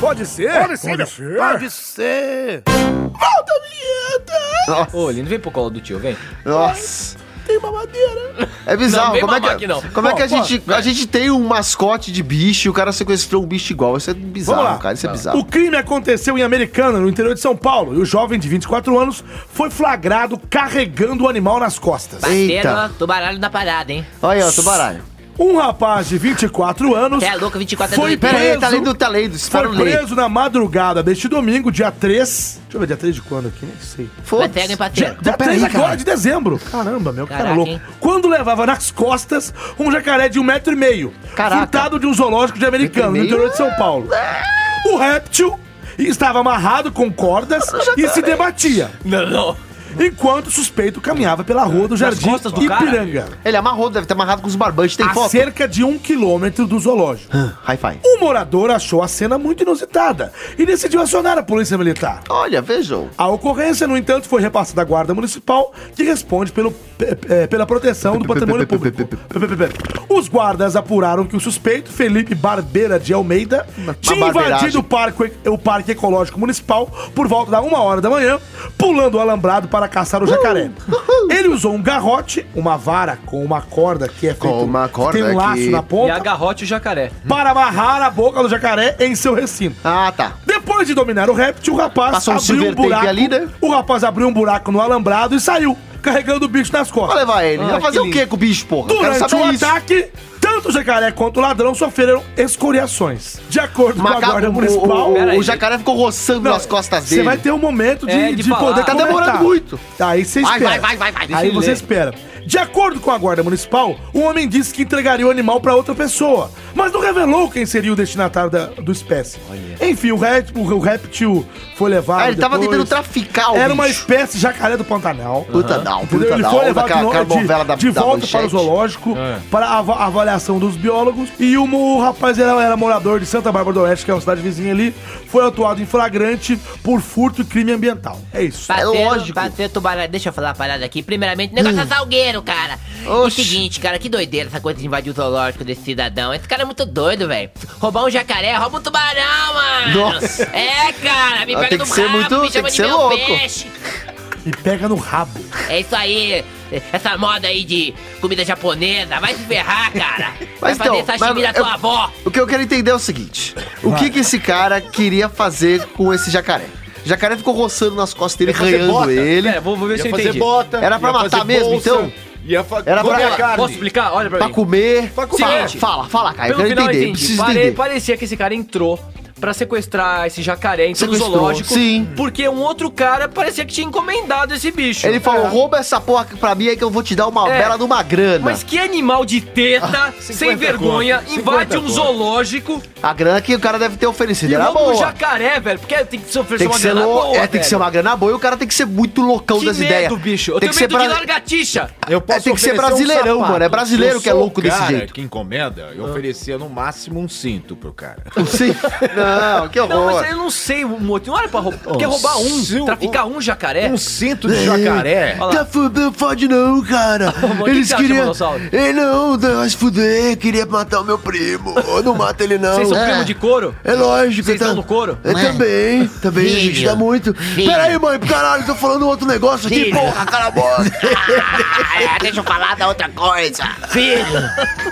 [SPEAKER 4] Pode ser? Pode ser. Pode ser. Pode ser. Volta a vinheta!
[SPEAKER 2] Nossa.
[SPEAKER 1] Ô, lindo, vem pro colo do tio, vem.
[SPEAKER 2] Nossa.
[SPEAKER 4] Tem mamadeira.
[SPEAKER 2] É bizarro.
[SPEAKER 1] Não, vem
[SPEAKER 2] como é que,
[SPEAKER 1] babaca, não.
[SPEAKER 2] Como é que a,
[SPEAKER 4] Pô, pô,
[SPEAKER 2] gente, a gente tem um mascote de bicho e o cara sequestrou um bicho igual? Isso é
[SPEAKER 4] Vamos lá. Tá.
[SPEAKER 2] bizarro, cara. Isso é
[SPEAKER 4] O
[SPEAKER 2] bizarro.
[SPEAKER 4] crime aconteceu em Americana, no interior de São Paulo, e o jovem de 24 anos foi flagrado carregando o animal nas costas.
[SPEAKER 2] Eita.
[SPEAKER 5] Batendo baralho na parada, hein?
[SPEAKER 2] Olha aí, ó, tubarão.
[SPEAKER 4] Um rapaz de 24 anos
[SPEAKER 5] É louco, 24 é
[SPEAKER 4] foi
[SPEAKER 5] doido.
[SPEAKER 2] Pera aí,
[SPEAKER 4] preso,
[SPEAKER 2] tá lendo, tá lendo. Espera
[SPEAKER 4] foi
[SPEAKER 2] ler.
[SPEAKER 4] preso na madrugada deste domingo, dia 3. Deixa eu ver, dia 3 de quando aqui? Nem sei.
[SPEAKER 5] Vai pega, hein,
[SPEAKER 4] Dia,
[SPEAKER 5] Patrícia?
[SPEAKER 4] dia
[SPEAKER 2] Pera
[SPEAKER 4] 3
[SPEAKER 2] aí,
[SPEAKER 4] agora
[SPEAKER 2] cara.
[SPEAKER 4] de dezembro. Caramba, meu, que cara
[SPEAKER 5] Caraca,
[SPEAKER 4] louco.
[SPEAKER 5] hein?
[SPEAKER 4] Quando levava nas costas um jacaré de um metro e meio.
[SPEAKER 2] Caraca.
[SPEAKER 4] Furtado de um zoológico de americano,
[SPEAKER 2] Metro
[SPEAKER 4] no
[SPEAKER 2] e meio?
[SPEAKER 4] interior de São Paulo. O réptil estava amarrado com cordas e se debatia.
[SPEAKER 1] Não, não.
[SPEAKER 4] Enquanto o suspeito caminhava pela rua do Jardim
[SPEAKER 1] costas do cara?
[SPEAKER 4] Ipiranga.
[SPEAKER 2] Ele amarrou, deve ter amarrado com os barbantes. Tem
[SPEAKER 4] A
[SPEAKER 2] foto?
[SPEAKER 4] cerca de um quilômetro do zoológico.
[SPEAKER 2] Hi-fi.
[SPEAKER 4] Um morador achou a cena muito inusitada e decidiu acionar a polícia militar.
[SPEAKER 2] Olha, vejam.
[SPEAKER 4] A ocorrência, no entanto, foi repassada à Guarda Municipal, que responde pelo pe- é, pela proteção do patrimônio público. Os guardas apuraram que o suspeito, Felipe Barbeira de Almeida, tinha
[SPEAKER 2] barbeiragem.
[SPEAKER 4] invadido o parque, o parque Ecológico Municipal por volta da uma hora da manhã, pulando o alambrado para caçar o jacaré.
[SPEAKER 2] Uh!
[SPEAKER 4] Ele usou um garrote, uma vara com uma corda que é feito,
[SPEAKER 2] Com uma
[SPEAKER 4] que
[SPEAKER 2] corda
[SPEAKER 4] tem um laço
[SPEAKER 2] que-
[SPEAKER 4] na
[SPEAKER 1] E
[SPEAKER 4] ponta,
[SPEAKER 1] agarrote o jacaré.
[SPEAKER 4] para amarrar a boca do jacaré em seu recinto.
[SPEAKER 2] Ah, tá.
[SPEAKER 4] Depois de dominar o réptil, o rapaz
[SPEAKER 2] Passou um
[SPEAKER 4] abriu um
[SPEAKER 2] silver tape
[SPEAKER 4] buraco.
[SPEAKER 2] ali, né?
[SPEAKER 4] O rapaz abriu um buraco no alambrado e saiu, carregando o bicho nas
[SPEAKER 2] Vou
[SPEAKER 4] costas.
[SPEAKER 2] levar ele.
[SPEAKER 1] Ah,
[SPEAKER 2] Vai fazer
[SPEAKER 1] que
[SPEAKER 2] o quê com o bicho, porra? Eu
[SPEAKER 4] Durante
[SPEAKER 2] quero
[SPEAKER 4] o
[SPEAKER 2] saber isso.
[SPEAKER 4] ataque, tanto o jacaré quanto o ladrão sofreram escoriações. De acordo com a
[SPEAKER 2] Macaco,
[SPEAKER 4] guarda
[SPEAKER 2] o,
[SPEAKER 4] municipal.
[SPEAKER 2] o-
[SPEAKER 1] Pera aí.
[SPEAKER 2] o jacaré ficou roçando
[SPEAKER 4] Não,
[SPEAKER 2] nas costas
[SPEAKER 4] Você
[SPEAKER 2] dele.
[SPEAKER 4] vai ter um momento de,
[SPEAKER 1] É, de
[SPEAKER 4] de
[SPEAKER 1] falar.
[SPEAKER 4] poder
[SPEAKER 1] Tá
[SPEAKER 4] comentar.
[SPEAKER 2] demorando muito.
[SPEAKER 4] Tá, Aí você
[SPEAKER 2] Vai,
[SPEAKER 4] espera.
[SPEAKER 2] vai, vai, vai, vai. Deixa
[SPEAKER 4] Aí
[SPEAKER 2] ele
[SPEAKER 4] você
[SPEAKER 2] ler.
[SPEAKER 4] espera. De acordo com a guarda municipal, o homem disse que entregaria o animal para outra pessoa, mas não revelou quem seria o destinatário da, do espécie. Enfim, o, ré- o- o réptil foi levado.
[SPEAKER 2] Ah, ele tava
[SPEAKER 4] depois.
[SPEAKER 2] tentando traficar o
[SPEAKER 4] Era uma
[SPEAKER 2] bicho.
[SPEAKER 4] espécie de jacaré do Pantanal.
[SPEAKER 2] Puta não,
[SPEAKER 4] Entendeu?
[SPEAKER 2] puta
[SPEAKER 4] Ele
[SPEAKER 2] não.
[SPEAKER 4] foi
[SPEAKER 2] Olha
[SPEAKER 4] levado
[SPEAKER 2] aquela-
[SPEAKER 4] de, no-
[SPEAKER 2] aquela
[SPEAKER 4] de-
[SPEAKER 2] novela da-
[SPEAKER 4] de
[SPEAKER 2] da
[SPEAKER 4] volta para o
[SPEAKER 2] manchete.
[SPEAKER 4] zoológico, para a ava- avaliação dos biólogos. E um- o rapaz era, era morador de Santa Bárbara do Oeste, que é uma cidade vizinha ali, foi atuado em flagrante por furto e crime ambiental. É isso.
[SPEAKER 5] Bateu,
[SPEAKER 2] lógico. Hum.
[SPEAKER 5] Bateu tubarão. Deixa eu falar uma parada aqui. Primeiramente, negócio é salgueiro, cara. O
[SPEAKER 2] Oxi.
[SPEAKER 5] seguinte, cara, que doideira essa coisa de invadir o zoológico desse cidadão. Esse cara é muito doido, velho. Roubar um jacaré, rouba um tubarão, mano.
[SPEAKER 2] Nossa.
[SPEAKER 5] É, cara, me
[SPEAKER 2] Ah,
[SPEAKER 5] pega
[SPEAKER 2] tem
[SPEAKER 5] no
[SPEAKER 2] que ser
[SPEAKER 5] rabo,
[SPEAKER 2] muito-
[SPEAKER 5] me
[SPEAKER 2] tem
[SPEAKER 5] chama
[SPEAKER 2] que
[SPEAKER 5] de
[SPEAKER 2] ser
[SPEAKER 5] meu
[SPEAKER 2] louco.
[SPEAKER 5] peixe.
[SPEAKER 4] E pega no rabo.
[SPEAKER 5] É isso aí. Essa moda aí de comida japonesa. Vai se ferrar, cara. Vai
[SPEAKER 2] Mas então,
[SPEAKER 5] fazer sashimi
[SPEAKER 2] mas
[SPEAKER 5] da
[SPEAKER 2] eu-
[SPEAKER 5] tua avó.
[SPEAKER 2] O que eu quero entender é o seguinte: o que, que esse cara queria fazer com esse jacaré? O jacaré ficou roçando nas costas dele,
[SPEAKER 3] Ia fazer
[SPEAKER 2] arranhando
[SPEAKER 3] bota.
[SPEAKER 2] ele.
[SPEAKER 1] Pera, É, vou, vou ver
[SPEAKER 3] Ia
[SPEAKER 1] se eu
[SPEAKER 3] fazer
[SPEAKER 1] entendi.
[SPEAKER 3] bota.
[SPEAKER 2] Era pra
[SPEAKER 3] ia
[SPEAKER 2] matar
[SPEAKER 3] fazer
[SPEAKER 2] mesmo,
[SPEAKER 3] bolsa,
[SPEAKER 2] então?
[SPEAKER 3] Ia fa...
[SPEAKER 2] Era
[SPEAKER 3] comer
[SPEAKER 2] pra-
[SPEAKER 3] é a carne.
[SPEAKER 1] Posso explicar? Olha pra
[SPEAKER 2] Pra
[SPEAKER 1] mim.
[SPEAKER 2] comer.
[SPEAKER 3] Pra comer.
[SPEAKER 2] Fala,
[SPEAKER 1] Seguinte.
[SPEAKER 2] fala, fala, cara. Eu
[SPEAKER 1] Pelo
[SPEAKER 2] quero
[SPEAKER 1] final
[SPEAKER 2] entender,
[SPEAKER 1] eu entendi.
[SPEAKER 2] preciso
[SPEAKER 1] Pare-
[SPEAKER 2] entender.
[SPEAKER 1] Parecia que esse cara entrou pra sequestrar esse jacaré, entrou no
[SPEAKER 2] Sequestrou,
[SPEAKER 1] zoológico.
[SPEAKER 2] sim.
[SPEAKER 1] Porque um outro cara parecia que tinha encomendado esse bicho.
[SPEAKER 2] Ele falou: rouba essa porra aqui pra mim aí que eu vou te dar uma
[SPEAKER 1] É.
[SPEAKER 2] bela de uma grana.
[SPEAKER 1] Mas que animal de teta, sem
[SPEAKER 3] 50
[SPEAKER 1] vergonha,
[SPEAKER 3] conto, 50
[SPEAKER 1] invade um
[SPEAKER 3] conto.
[SPEAKER 1] zoológico
[SPEAKER 2] A grana que o cara deve ter oferecido.
[SPEAKER 1] e
[SPEAKER 2] Era
[SPEAKER 1] rouba
[SPEAKER 2] boa.
[SPEAKER 1] um jacaré, velho. Porque tem que se oferecer
[SPEAKER 2] Tem que,
[SPEAKER 1] uma
[SPEAKER 2] ser
[SPEAKER 1] grana
[SPEAKER 2] lou-
[SPEAKER 1] boa,
[SPEAKER 2] é, tem que ser
[SPEAKER 1] velho.
[SPEAKER 2] uma grana boa e o cara tem que ser muito loucão
[SPEAKER 1] Que
[SPEAKER 2] das
[SPEAKER 1] medo,
[SPEAKER 2] ideias.
[SPEAKER 1] bicho. Eu
[SPEAKER 2] tem
[SPEAKER 1] tenho medo
[SPEAKER 2] pra-
[SPEAKER 1] de largatixa.
[SPEAKER 3] Eu posso
[SPEAKER 2] É, tem que ser
[SPEAKER 3] oferecer um
[SPEAKER 2] brasileirão,
[SPEAKER 3] sapato.
[SPEAKER 2] mano. É brasileiro
[SPEAKER 3] Eu
[SPEAKER 2] que é
[SPEAKER 3] sou
[SPEAKER 2] louco
[SPEAKER 3] o
[SPEAKER 2] desse
[SPEAKER 3] cara
[SPEAKER 2] jeito.
[SPEAKER 3] que encomenda, eu
[SPEAKER 1] Ah.
[SPEAKER 3] oferecia no máximo um cinto pro cara.
[SPEAKER 2] Sim. Não, que
[SPEAKER 1] Não,
[SPEAKER 2] horror.
[SPEAKER 1] mas eu não sei o motivo. Não era pra roubar. Porque roubar
[SPEAKER 3] se
[SPEAKER 1] um,
[SPEAKER 3] o-
[SPEAKER 1] traficar um jacaré.
[SPEAKER 3] Um cinto de jacaré.
[SPEAKER 1] Olha lá.
[SPEAKER 2] Tá fudendo, fode não, cara.
[SPEAKER 1] Amor, o que
[SPEAKER 2] Eles
[SPEAKER 1] que você acha,
[SPEAKER 2] queriam.
[SPEAKER 1] Manossauro?
[SPEAKER 2] Ei, não, tá, vai se fuder, queria matar o meu primo. Eu não mata ele, não.
[SPEAKER 1] Vocês são
[SPEAKER 2] é.
[SPEAKER 1] primo de couro?
[SPEAKER 2] É lógico,
[SPEAKER 1] Vocês
[SPEAKER 2] tá-
[SPEAKER 1] estão no couro?
[SPEAKER 2] É,
[SPEAKER 5] Mano.
[SPEAKER 2] também, também, a gente
[SPEAKER 5] Filho.
[SPEAKER 2] dá muito.
[SPEAKER 5] Filho.
[SPEAKER 2] Peraí, mãe, caralho, tô falando outro negócio aqui,
[SPEAKER 5] Filho.
[SPEAKER 2] porra, cala a boca.
[SPEAKER 5] Ah, deixa eu falar da outra coisa. Filho,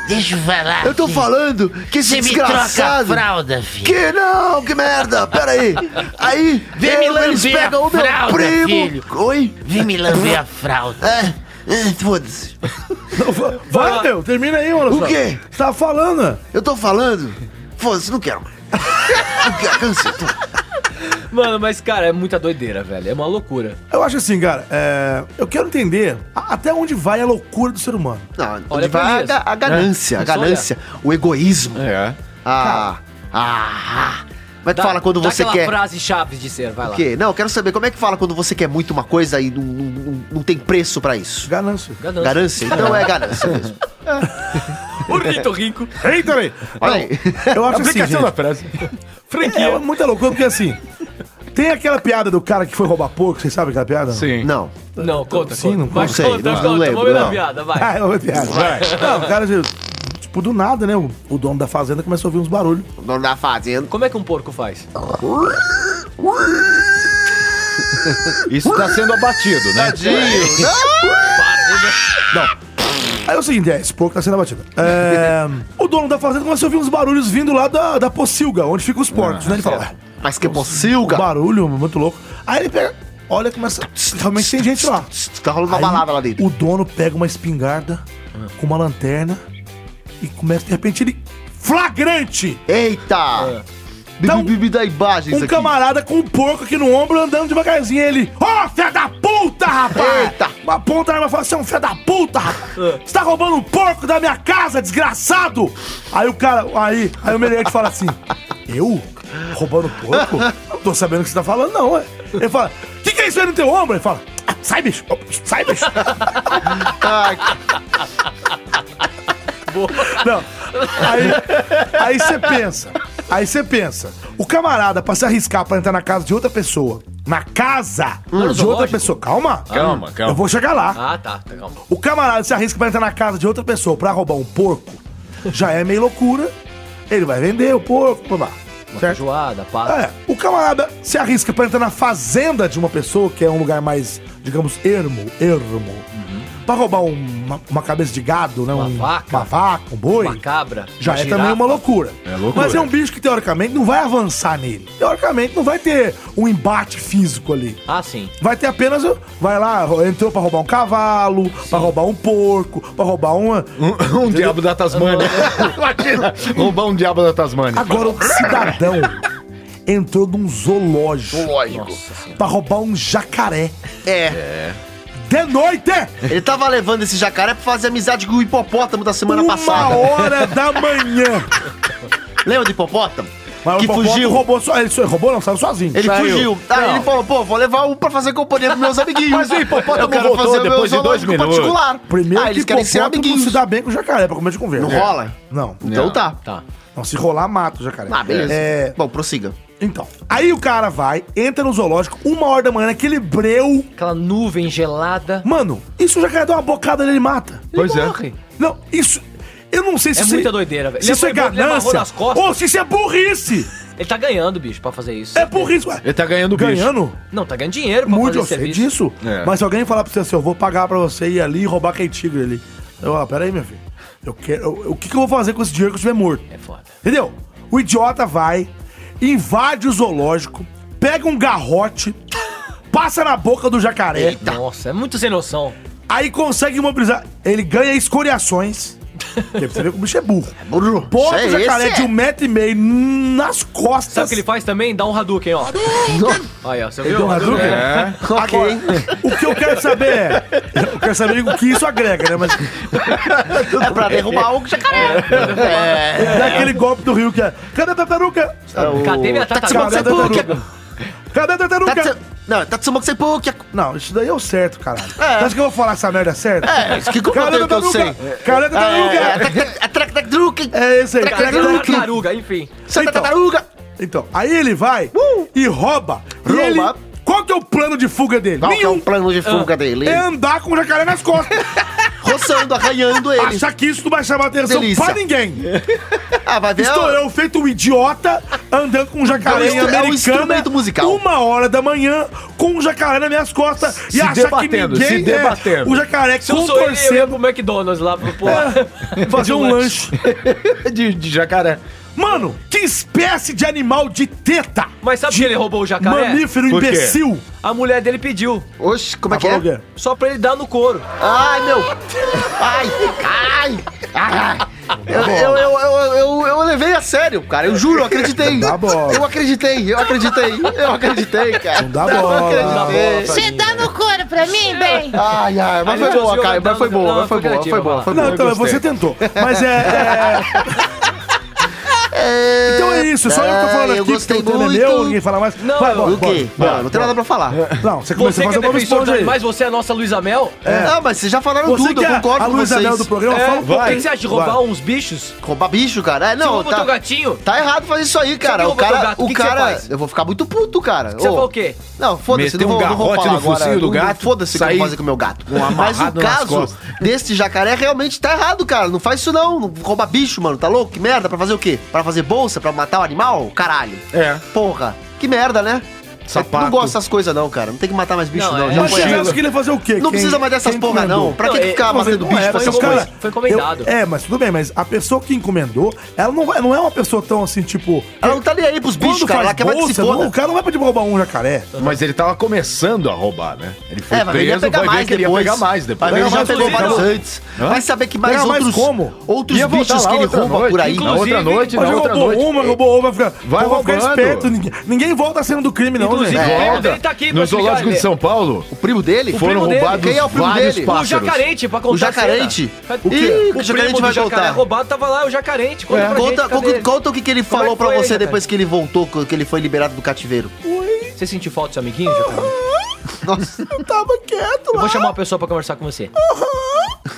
[SPEAKER 5] deixa eu falar.
[SPEAKER 2] Eu tô falando que esse
[SPEAKER 5] Você me troca a
[SPEAKER 2] desgraçado.
[SPEAKER 5] fralda, filho.
[SPEAKER 2] Que não, que merda, peraí. Aí,
[SPEAKER 5] Vem me
[SPEAKER 2] eu- eles
[SPEAKER 5] lamber a
[SPEAKER 2] pegam o meu
[SPEAKER 5] fralda,
[SPEAKER 2] primo.
[SPEAKER 5] filho.
[SPEAKER 2] Oi?
[SPEAKER 5] Vem me lamber a fralda.
[SPEAKER 2] É, é, foda-se.
[SPEAKER 4] Não, va- vai,
[SPEAKER 1] lá.
[SPEAKER 4] meu. Termina aí, mano.
[SPEAKER 2] O quê?
[SPEAKER 4] Você tava falando.
[SPEAKER 2] Eu tô falando. Foda-se, não quero mais. Não quero, cansei, tô-
[SPEAKER 1] Mano, mas cara, é muita doideira, velho. É uma loucura.
[SPEAKER 4] Eu acho assim, cara. é, eu quero entender a- até onde vai a loucura do ser humano.
[SPEAKER 2] Não,
[SPEAKER 1] Olha
[SPEAKER 2] onde
[SPEAKER 1] pra
[SPEAKER 2] vai
[SPEAKER 1] isso.
[SPEAKER 2] a,
[SPEAKER 1] É.
[SPEAKER 2] ga- a ganância, a
[SPEAKER 1] Mas
[SPEAKER 2] ganância, o egoísmo.
[SPEAKER 3] É.
[SPEAKER 2] Ah, ah, ah. Como é que fala quando
[SPEAKER 1] dá
[SPEAKER 2] você
[SPEAKER 1] aquela
[SPEAKER 2] quer.
[SPEAKER 1] frase chaves de ser, vai lá.
[SPEAKER 2] O quê? Não, eu quero saber como é que fala quando você quer muito uma coisa e não, não- não- não tem preço pra isso.
[SPEAKER 4] Ganância.
[SPEAKER 1] Ganância.
[SPEAKER 2] Ganância? Então é ganância mesmo.
[SPEAKER 1] Burrito rico.
[SPEAKER 4] Eita, aí.
[SPEAKER 2] Olha aí.
[SPEAKER 4] Eu acho assim, gente.
[SPEAKER 3] frase.
[SPEAKER 4] É, é muita loucura, porque assim... Tem aquela piada do cara que foi roubar porco, vocês sabem aquela piada?
[SPEAKER 3] Sim.
[SPEAKER 2] Não.
[SPEAKER 1] Não, conta. conta.
[SPEAKER 4] Sim, Assim, não
[SPEAKER 1] Vai,
[SPEAKER 4] conta.
[SPEAKER 2] Sei,
[SPEAKER 1] conta,
[SPEAKER 2] não,
[SPEAKER 1] conta.
[SPEAKER 2] não lembro,
[SPEAKER 1] Vamos ver a
[SPEAKER 2] não.
[SPEAKER 1] piada, vai.
[SPEAKER 4] Ah, é uma piada.
[SPEAKER 3] Vai.
[SPEAKER 4] Não, o cara, tipo, do nada, né? O, o dono da fazenda começou a ouvir uns barulhos.
[SPEAKER 2] O dono da fazenda.
[SPEAKER 1] Como é que um porco faz?
[SPEAKER 3] Isso tá sendo abatido, né?
[SPEAKER 4] Aí é o seguinte, é, esse porco tá sendo abatido. É, o dono da fazenda começou a ouvir uns barulhos vindo lá da, da pocilga, onde ficam os porcos, né? Ele
[SPEAKER 2] É,
[SPEAKER 4] fala, "Ué,
[SPEAKER 2] Mas que pocilga.
[SPEAKER 4] barulho muito louco. Aí ele pega, olha, começa... Realmente tem gente lá.
[SPEAKER 2] Tá rolando uma
[SPEAKER 4] Aí
[SPEAKER 2] balada lá dentro. Ah.
[SPEAKER 4] O dono pega uma espingarda com uma lanterna e começa, de repente, ele. Flagrante!
[SPEAKER 2] Eita!
[SPEAKER 4] Dá um-
[SPEAKER 2] Bibi da imagem
[SPEAKER 4] Um camarada com um porco aqui no ombro andando devagarzinho. Ele. Ô, fé da puta, rapaz!
[SPEAKER 2] Eita!
[SPEAKER 4] Uma ponta na arma e fala: Você é um fé da puta, rapaz! Você tá roubando um porco da minha casa, desgraçado! Aí o cara. Aí, aí o meliante fala assim: Eu? Roubando porco? Não tô sabendo o que você tá falando, não, é. Ele fala: O que, que é isso aí no teu ombro? Ele fala: "Ah, Sai, bicho! Sai, bicho!
[SPEAKER 2] Ai,
[SPEAKER 4] Não. Aí- Aí você pensa. Aí você pensa. O camarada, pra se arriscar pra entrar na casa de outra pessoa, na casa
[SPEAKER 1] no
[SPEAKER 4] de outra
[SPEAKER 1] Hum. zoológico?
[SPEAKER 4] pessoa. Calma.
[SPEAKER 3] Calma, calma.
[SPEAKER 4] Eu vou chegar lá.
[SPEAKER 1] Ah, tá, tá, calma.
[SPEAKER 4] O camarada se arrisca pra entrar na casa de outra pessoa pra roubar um porco, já é meio loucura. Ele vai vender o porco, blá blá.
[SPEAKER 1] Uma
[SPEAKER 4] Certo?
[SPEAKER 1] feijoada, pá.
[SPEAKER 4] É, o camarada se arrisca pra entrar na fazenda de uma pessoa, que é um lugar mais, digamos, ermo, ermo. Pra roubar um- uma, uma cabeça de gado, né?
[SPEAKER 1] Uhum. Uma
[SPEAKER 4] um,
[SPEAKER 1] vaca.
[SPEAKER 4] Uma vaca, um boi.
[SPEAKER 1] Uma cabra.
[SPEAKER 4] Já
[SPEAKER 1] uma
[SPEAKER 4] é
[SPEAKER 1] girafa.
[SPEAKER 4] também uma loucura.
[SPEAKER 3] É loucura.
[SPEAKER 4] Mas é um bicho que, teoricamente, não vai avançar nele. Teoricamente, não vai ter um embate físico ali.
[SPEAKER 1] Ah, sim.
[SPEAKER 4] Vai ter apenas. o- Vai lá, ro- entrou pra roubar um cavalo, pra roubar um porco, pra roubar uma.
[SPEAKER 3] Um, um diabo da Tasmânia. Imagina, roubar um diabo da Tasmânia.
[SPEAKER 4] Agora o cidadão entrou num zoológico
[SPEAKER 2] Lógico.
[SPEAKER 4] pra roubar um jacaré.
[SPEAKER 2] É.
[SPEAKER 4] De noite!
[SPEAKER 2] Ele tava levando esse jacaré pra fazer amizade com o hipopótamo da semana
[SPEAKER 4] uma
[SPEAKER 2] passada.
[SPEAKER 4] hora da manhã.
[SPEAKER 2] Lembra do hipopótamo?
[SPEAKER 4] Mas
[SPEAKER 2] que
[SPEAKER 4] o Popó
[SPEAKER 2] fugiu.
[SPEAKER 4] roubou só. Ele só- roubou, não, saiu sozinho.
[SPEAKER 2] Ele
[SPEAKER 3] Saiu.
[SPEAKER 2] fugiu. Aí ele falou, pô, vou levar um pra fazer companhia pros meus amiguinhos.
[SPEAKER 3] Mas o hipopótamo
[SPEAKER 2] Eu quero
[SPEAKER 3] voltou
[SPEAKER 2] fazer o meu
[SPEAKER 3] depois de dois
[SPEAKER 2] zoológico
[SPEAKER 3] minutos.
[SPEAKER 2] particular.
[SPEAKER 4] Primeiro
[SPEAKER 2] ah,
[SPEAKER 4] que
[SPEAKER 2] eles querem ser
[SPEAKER 4] hipopótamo
[SPEAKER 2] amiguinhos.
[SPEAKER 4] se dá É. bem com o jacaré, pra comer de conversa.
[SPEAKER 2] Não rola?
[SPEAKER 4] Não.
[SPEAKER 2] Então tá.
[SPEAKER 1] Tá.
[SPEAKER 4] Não, se rolar, mata o jacaré.
[SPEAKER 2] Ah, beleza.
[SPEAKER 4] É,
[SPEAKER 2] Bom, prossiga.
[SPEAKER 4] Então. Aí o cara vai, entra no zoológico, uma hora da manhã, naquele breu.
[SPEAKER 1] Aquela nuvem gelada.
[SPEAKER 4] Mano, isso já quer dar uma bocada nele, ele mata.
[SPEAKER 3] Pois é.
[SPEAKER 1] Morre.
[SPEAKER 4] Não, isso. Eu não sei se
[SPEAKER 1] É
[SPEAKER 4] isso
[SPEAKER 1] muita doideira, velho.
[SPEAKER 4] Se isso é
[SPEAKER 1] Ele amarrou- ele amarrou
[SPEAKER 4] ganância.
[SPEAKER 1] nas costas.
[SPEAKER 4] Ou se isso é burrice.
[SPEAKER 1] Ele tá ganhando, bicho, pra fazer isso.
[SPEAKER 4] É burrice. Ué.
[SPEAKER 3] Ele tá ganhando bicho.
[SPEAKER 4] Ganhando?
[SPEAKER 1] Não, tá ganhando dinheiro pra
[SPEAKER 4] Muito, eu
[SPEAKER 1] fazer
[SPEAKER 4] sei
[SPEAKER 1] esse serviço.
[SPEAKER 4] disso.
[SPEAKER 3] É.
[SPEAKER 4] Mas se alguém falar pra você assim, eu vou pagar pra você ir ali e roubar aquele tigre ali. Eu falo, peraí, meu filho. Eu quero. eu- o que, que eu vou fazer com esse dinheiro que eu estiver morto?
[SPEAKER 1] É foda.
[SPEAKER 4] Entendeu? O idiota vai, invade o zoológico, pega um garrote, passa na boca do jacaré,
[SPEAKER 1] Nossa, é muito sem noção.
[SPEAKER 4] aí consegue imobilizar. Ele ganha escoriações. Porque você vê que o bicho é burro.
[SPEAKER 2] Burro.
[SPEAKER 4] Bota
[SPEAKER 2] Isso
[SPEAKER 4] o
[SPEAKER 2] é-
[SPEAKER 4] jacaré
[SPEAKER 2] esse
[SPEAKER 4] de
[SPEAKER 2] é.
[SPEAKER 4] um metro e meio nas costas.
[SPEAKER 1] Sabe o que ele faz também? Dá um Hadouken, ó. Aí, ó, você viu?
[SPEAKER 4] deu um Hadouken?
[SPEAKER 3] É.
[SPEAKER 4] Ok. O que eu quero saber é. Eu quero saber o que isso agrega, né? Mas
[SPEAKER 2] É pra derrubar o jacaré. É.
[SPEAKER 4] é aquele golpe do Rio que é. Cadê a tartaruga?
[SPEAKER 1] Cadê minha
[SPEAKER 4] Cadê a
[SPEAKER 1] tartaruga?
[SPEAKER 4] tartaruga? Cadê a
[SPEAKER 2] Tatsu...
[SPEAKER 4] tartaruga?
[SPEAKER 2] Não, Tatsumoku Senpuku.
[SPEAKER 4] Não, isso daí é o certo, caralho.
[SPEAKER 2] É.
[SPEAKER 4] Você acha que eu vou falar essa merda certa?
[SPEAKER 2] É, isso que como eu tenho que eu sei.
[SPEAKER 4] Cadê a tartaruga?
[SPEAKER 2] É Tatsumoku
[SPEAKER 4] É esse aí, cadê a tartaruga?
[SPEAKER 1] Tartaruga, enfim.
[SPEAKER 2] Santa
[SPEAKER 4] Então.
[SPEAKER 2] Tartaruga. Uh.
[SPEAKER 4] Então, aí ele vai e rouba. E
[SPEAKER 2] Rouba.
[SPEAKER 4] ele- Qual que é o plano de fuga dele?
[SPEAKER 2] Qual que é o plano de fuga dele?
[SPEAKER 4] É andar com o jacaré nas costas.
[SPEAKER 2] Roçando, arranhando ele.
[SPEAKER 4] Achar que isso não vai chamar atenção
[SPEAKER 2] Delícia.
[SPEAKER 4] pra ninguém.
[SPEAKER 2] Ah, vai ver.
[SPEAKER 4] Estou eu, feito um idiota, andando com um
[SPEAKER 2] É um
[SPEAKER 4] jacaré em
[SPEAKER 2] instru- é um
[SPEAKER 4] americana.
[SPEAKER 2] instrumento musical.
[SPEAKER 4] Uma hora da manhã, com um jacaré nas minhas costas.
[SPEAKER 3] Se debatendo, se debatendo.
[SPEAKER 4] é o jacaré
[SPEAKER 1] Se eu sou ele, eu ia
[SPEAKER 4] contorcendo.
[SPEAKER 1] pro McDonald's lá, pro pô.
[SPEAKER 4] Fazer um lanche.
[SPEAKER 3] De, de jacaré.
[SPEAKER 4] Mano, que espécie de animal de teta!
[SPEAKER 1] Mas sabe que ele roubou o jacaré?
[SPEAKER 4] Mamífero
[SPEAKER 3] Por quê?
[SPEAKER 4] imbecil!
[SPEAKER 1] A mulher dele pediu,
[SPEAKER 2] Oxe, como é que
[SPEAKER 4] Falou o
[SPEAKER 2] é?
[SPEAKER 4] quê?
[SPEAKER 1] só pra ele dar no couro.
[SPEAKER 2] Ai, meu. Ai, ai. ai. Eu, eu, eu, eu, eu, eu levei a sério, cara. Eu juro, eu acreditei.
[SPEAKER 4] Dá bola.
[SPEAKER 2] Eu acreditei, eu acreditei. Eu acreditei, cara.
[SPEAKER 4] Não dá
[SPEAKER 2] Eu
[SPEAKER 4] bola.
[SPEAKER 2] acreditei.
[SPEAKER 8] Tá
[SPEAKER 7] Você dá no couro pra mim, bem?
[SPEAKER 2] Ai, ai,
[SPEAKER 1] Aí
[SPEAKER 2] mas foi
[SPEAKER 1] ele
[SPEAKER 2] boa,
[SPEAKER 1] conseguiu
[SPEAKER 2] Caio.
[SPEAKER 1] dar-
[SPEAKER 2] Mas foi
[SPEAKER 1] não,
[SPEAKER 2] boa,
[SPEAKER 1] não,
[SPEAKER 2] mas foi
[SPEAKER 1] foi
[SPEAKER 2] boa,
[SPEAKER 1] criativa,
[SPEAKER 2] foi boa,
[SPEAKER 1] vai lá.
[SPEAKER 2] foi boa.
[SPEAKER 4] Não,
[SPEAKER 2] eu
[SPEAKER 4] então,
[SPEAKER 2] gostei.
[SPEAKER 4] você tentou. Mas é. é-
[SPEAKER 2] É,
[SPEAKER 4] Então é isso, só eu que tô falando
[SPEAKER 2] ai,
[SPEAKER 4] aqui,
[SPEAKER 2] Eu gostei
[SPEAKER 4] porque o tema é
[SPEAKER 2] muito.
[SPEAKER 4] meu, ninguém fala mais.
[SPEAKER 1] Não,
[SPEAKER 4] Vai, bora,
[SPEAKER 2] O quê?
[SPEAKER 4] bora, bora.
[SPEAKER 2] Não, não tem nada pra falar.
[SPEAKER 4] Não,
[SPEAKER 1] Você
[SPEAKER 4] você começou a
[SPEAKER 1] que é
[SPEAKER 4] fazer
[SPEAKER 1] defensor
[SPEAKER 4] uma
[SPEAKER 1] dos
[SPEAKER 4] resposta aí.
[SPEAKER 1] animais, você é a nossa Luiz Amel?
[SPEAKER 2] Ah, mas vocês já falaram
[SPEAKER 4] Você
[SPEAKER 2] tudo,
[SPEAKER 4] que
[SPEAKER 2] eu
[SPEAKER 4] é
[SPEAKER 2] concordo
[SPEAKER 4] a
[SPEAKER 2] com
[SPEAKER 4] Luiz
[SPEAKER 2] vocês.
[SPEAKER 4] Anel do programa,
[SPEAKER 1] É,
[SPEAKER 4] fala um pouco.
[SPEAKER 1] O que que você acha de roubar uns bichos?
[SPEAKER 2] Roubar bicho, cara. É,
[SPEAKER 1] Você
[SPEAKER 2] não,
[SPEAKER 1] rouba
[SPEAKER 2] tá,
[SPEAKER 1] teu gatinho?
[SPEAKER 2] tá errado fazer isso aí,
[SPEAKER 1] Se
[SPEAKER 2] cara.
[SPEAKER 1] alguém
[SPEAKER 2] O
[SPEAKER 1] rouba teu
[SPEAKER 2] cara,
[SPEAKER 1] gato, o
[SPEAKER 2] o
[SPEAKER 1] que que você
[SPEAKER 2] cara,
[SPEAKER 1] faz?
[SPEAKER 2] eu vou ficar muito puto, cara.
[SPEAKER 1] Você
[SPEAKER 2] Ô,
[SPEAKER 1] fala o quê?
[SPEAKER 2] Não, foda-se,
[SPEAKER 3] Meter
[SPEAKER 2] não
[SPEAKER 3] um
[SPEAKER 2] vou, não vou
[SPEAKER 3] garrote
[SPEAKER 2] falar
[SPEAKER 3] no
[SPEAKER 2] agora.
[SPEAKER 3] focinho do
[SPEAKER 2] Não-
[SPEAKER 3] gato,
[SPEAKER 2] Foda-se o que eu
[SPEAKER 3] sair
[SPEAKER 2] vou fazer com o meu gato.
[SPEAKER 3] um
[SPEAKER 2] Mas o
[SPEAKER 3] amarrado nas
[SPEAKER 2] caso
[SPEAKER 3] costas.
[SPEAKER 2] desse jacaré realmente tá errado, cara. Não faz isso não. Não Roubar bicho, mano. Tá louco? Que merda? Pra fazer o quê? Pra fazer bolsa? Pra matar o animal? Caralho.
[SPEAKER 3] É.
[SPEAKER 2] Porra. Que merda, né?
[SPEAKER 3] Sapato.
[SPEAKER 2] Não gosto dessas coisas não, cara. Não tem que matar mais bicho
[SPEAKER 1] Não,
[SPEAKER 2] não.
[SPEAKER 1] é.
[SPEAKER 2] Já
[SPEAKER 4] Mas
[SPEAKER 2] foi
[SPEAKER 4] vocês
[SPEAKER 2] errado.
[SPEAKER 4] acham que ele ia fazer o quê?
[SPEAKER 2] Não
[SPEAKER 4] Quem-
[SPEAKER 2] precisa mais dessas
[SPEAKER 4] quem
[SPEAKER 2] porra
[SPEAKER 4] mandou?
[SPEAKER 2] não. Pra que
[SPEAKER 1] Não, é-
[SPEAKER 2] ficar
[SPEAKER 1] Não,
[SPEAKER 2] batendo
[SPEAKER 1] é-
[SPEAKER 2] bicho? pra
[SPEAKER 1] foi
[SPEAKER 2] essas
[SPEAKER 1] como-
[SPEAKER 2] coisas?
[SPEAKER 1] Foi encomendado.
[SPEAKER 4] eu- é, mas tudo bem, mas a pessoa que encomendou, ela não, vai, não é uma pessoa tão assim, tipo.
[SPEAKER 2] Ela não tá nem aí pros
[SPEAKER 4] Quando
[SPEAKER 2] bichos, cara. Ela
[SPEAKER 4] faz
[SPEAKER 2] quer mais que se
[SPEAKER 4] bolsa, não,
[SPEAKER 2] foda.
[SPEAKER 4] o cara não vai pedir pra roubar um jacaré.
[SPEAKER 3] Mas ele tava começando a roubar, né? Ele foi
[SPEAKER 2] É, vai ver que ia
[SPEAKER 3] preso,
[SPEAKER 2] pegar
[SPEAKER 3] vai ver
[SPEAKER 2] mais
[SPEAKER 3] que ele ia
[SPEAKER 2] depois.
[SPEAKER 3] pegar mais
[SPEAKER 2] Vai
[SPEAKER 3] depois.
[SPEAKER 2] ver, ele já
[SPEAKER 1] mais
[SPEAKER 2] pegou
[SPEAKER 1] inclusive.
[SPEAKER 2] vários antes. Vai saber que mais
[SPEAKER 4] Pegar mais
[SPEAKER 2] outros,
[SPEAKER 4] como?
[SPEAKER 2] outros
[SPEAKER 3] Ia voltar
[SPEAKER 2] bichos
[SPEAKER 3] lá
[SPEAKER 2] que ele
[SPEAKER 3] outra
[SPEAKER 2] rouba
[SPEAKER 3] noite,
[SPEAKER 2] por aí.
[SPEAKER 3] Na outra
[SPEAKER 1] Inclusive,
[SPEAKER 3] noite, na
[SPEAKER 4] Mas
[SPEAKER 3] outra
[SPEAKER 4] roubou
[SPEAKER 3] noite.
[SPEAKER 4] uma, roubou outra, vai ficar.
[SPEAKER 3] Vai
[SPEAKER 4] o povo vai ficar
[SPEAKER 3] roubando.
[SPEAKER 4] esperto. Ninguém, ninguém volta à cena do crime, não, né?
[SPEAKER 1] Inclusive,
[SPEAKER 4] gente.
[SPEAKER 1] o primo
[SPEAKER 3] É. Volta.
[SPEAKER 1] dele tá aqui,
[SPEAKER 3] no
[SPEAKER 1] pra explicar,
[SPEAKER 3] zoológico
[SPEAKER 1] né?
[SPEAKER 3] de São Paulo,
[SPEAKER 2] é. O primo dele?
[SPEAKER 3] foram
[SPEAKER 1] primo dele.
[SPEAKER 3] roubados
[SPEAKER 2] Quem é o primo
[SPEAKER 3] vários
[SPEAKER 2] dele? O
[SPEAKER 1] O
[SPEAKER 3] pássaros.
[SPEAKER 1] jacarente, pra contar
[SPEAKER 2] O jacarente?
[SPEAKER 1] a cena.
[SPEAKER 2] Ih,
[SPEAKER 1] Ih,
[SPEAKER 2] o
[SPEAKER 1] o
[SPEAKER 2] jacarente
[SPEAKER 1] primo do jacaré
[SPEAKER 2] vai voltar.
[SPEAKER 1] roubado tava lá, é o jacarente.
[SPEAKER 4] É.
[SPEAKER 1] Conta pra
[SPEAKER 2] Conta,
[SPEAKER 1] gente, cadê
[SPEAKER 2] conta,
[SPEAKER 1] ele?
[SPEAKER 2] conta o que, que ele
[SPEAKER 1] Como é
[SPEAKER 2] falou
[SPEAKER 1] que
[SPEAKER 2] pra
[SPEAKER 1] foi,
[SPEAKER 2] você
[SPEAKER 1] jacaré?
[SPEAKER 2] depois que ele voltou, que ele foi liberado do cativeiro.
[SPEAKER 1] Você sentiu falta do seu amiguinho, jacaré?
[SPEAKER 2] Nossa,
[SPEAKER 4] Eu tava quieto
[SPEAKER 1] Eu
[SPEAKER 4] lá.
[SPEAKER 1] vou chamar uma pessoa pra conversar com você.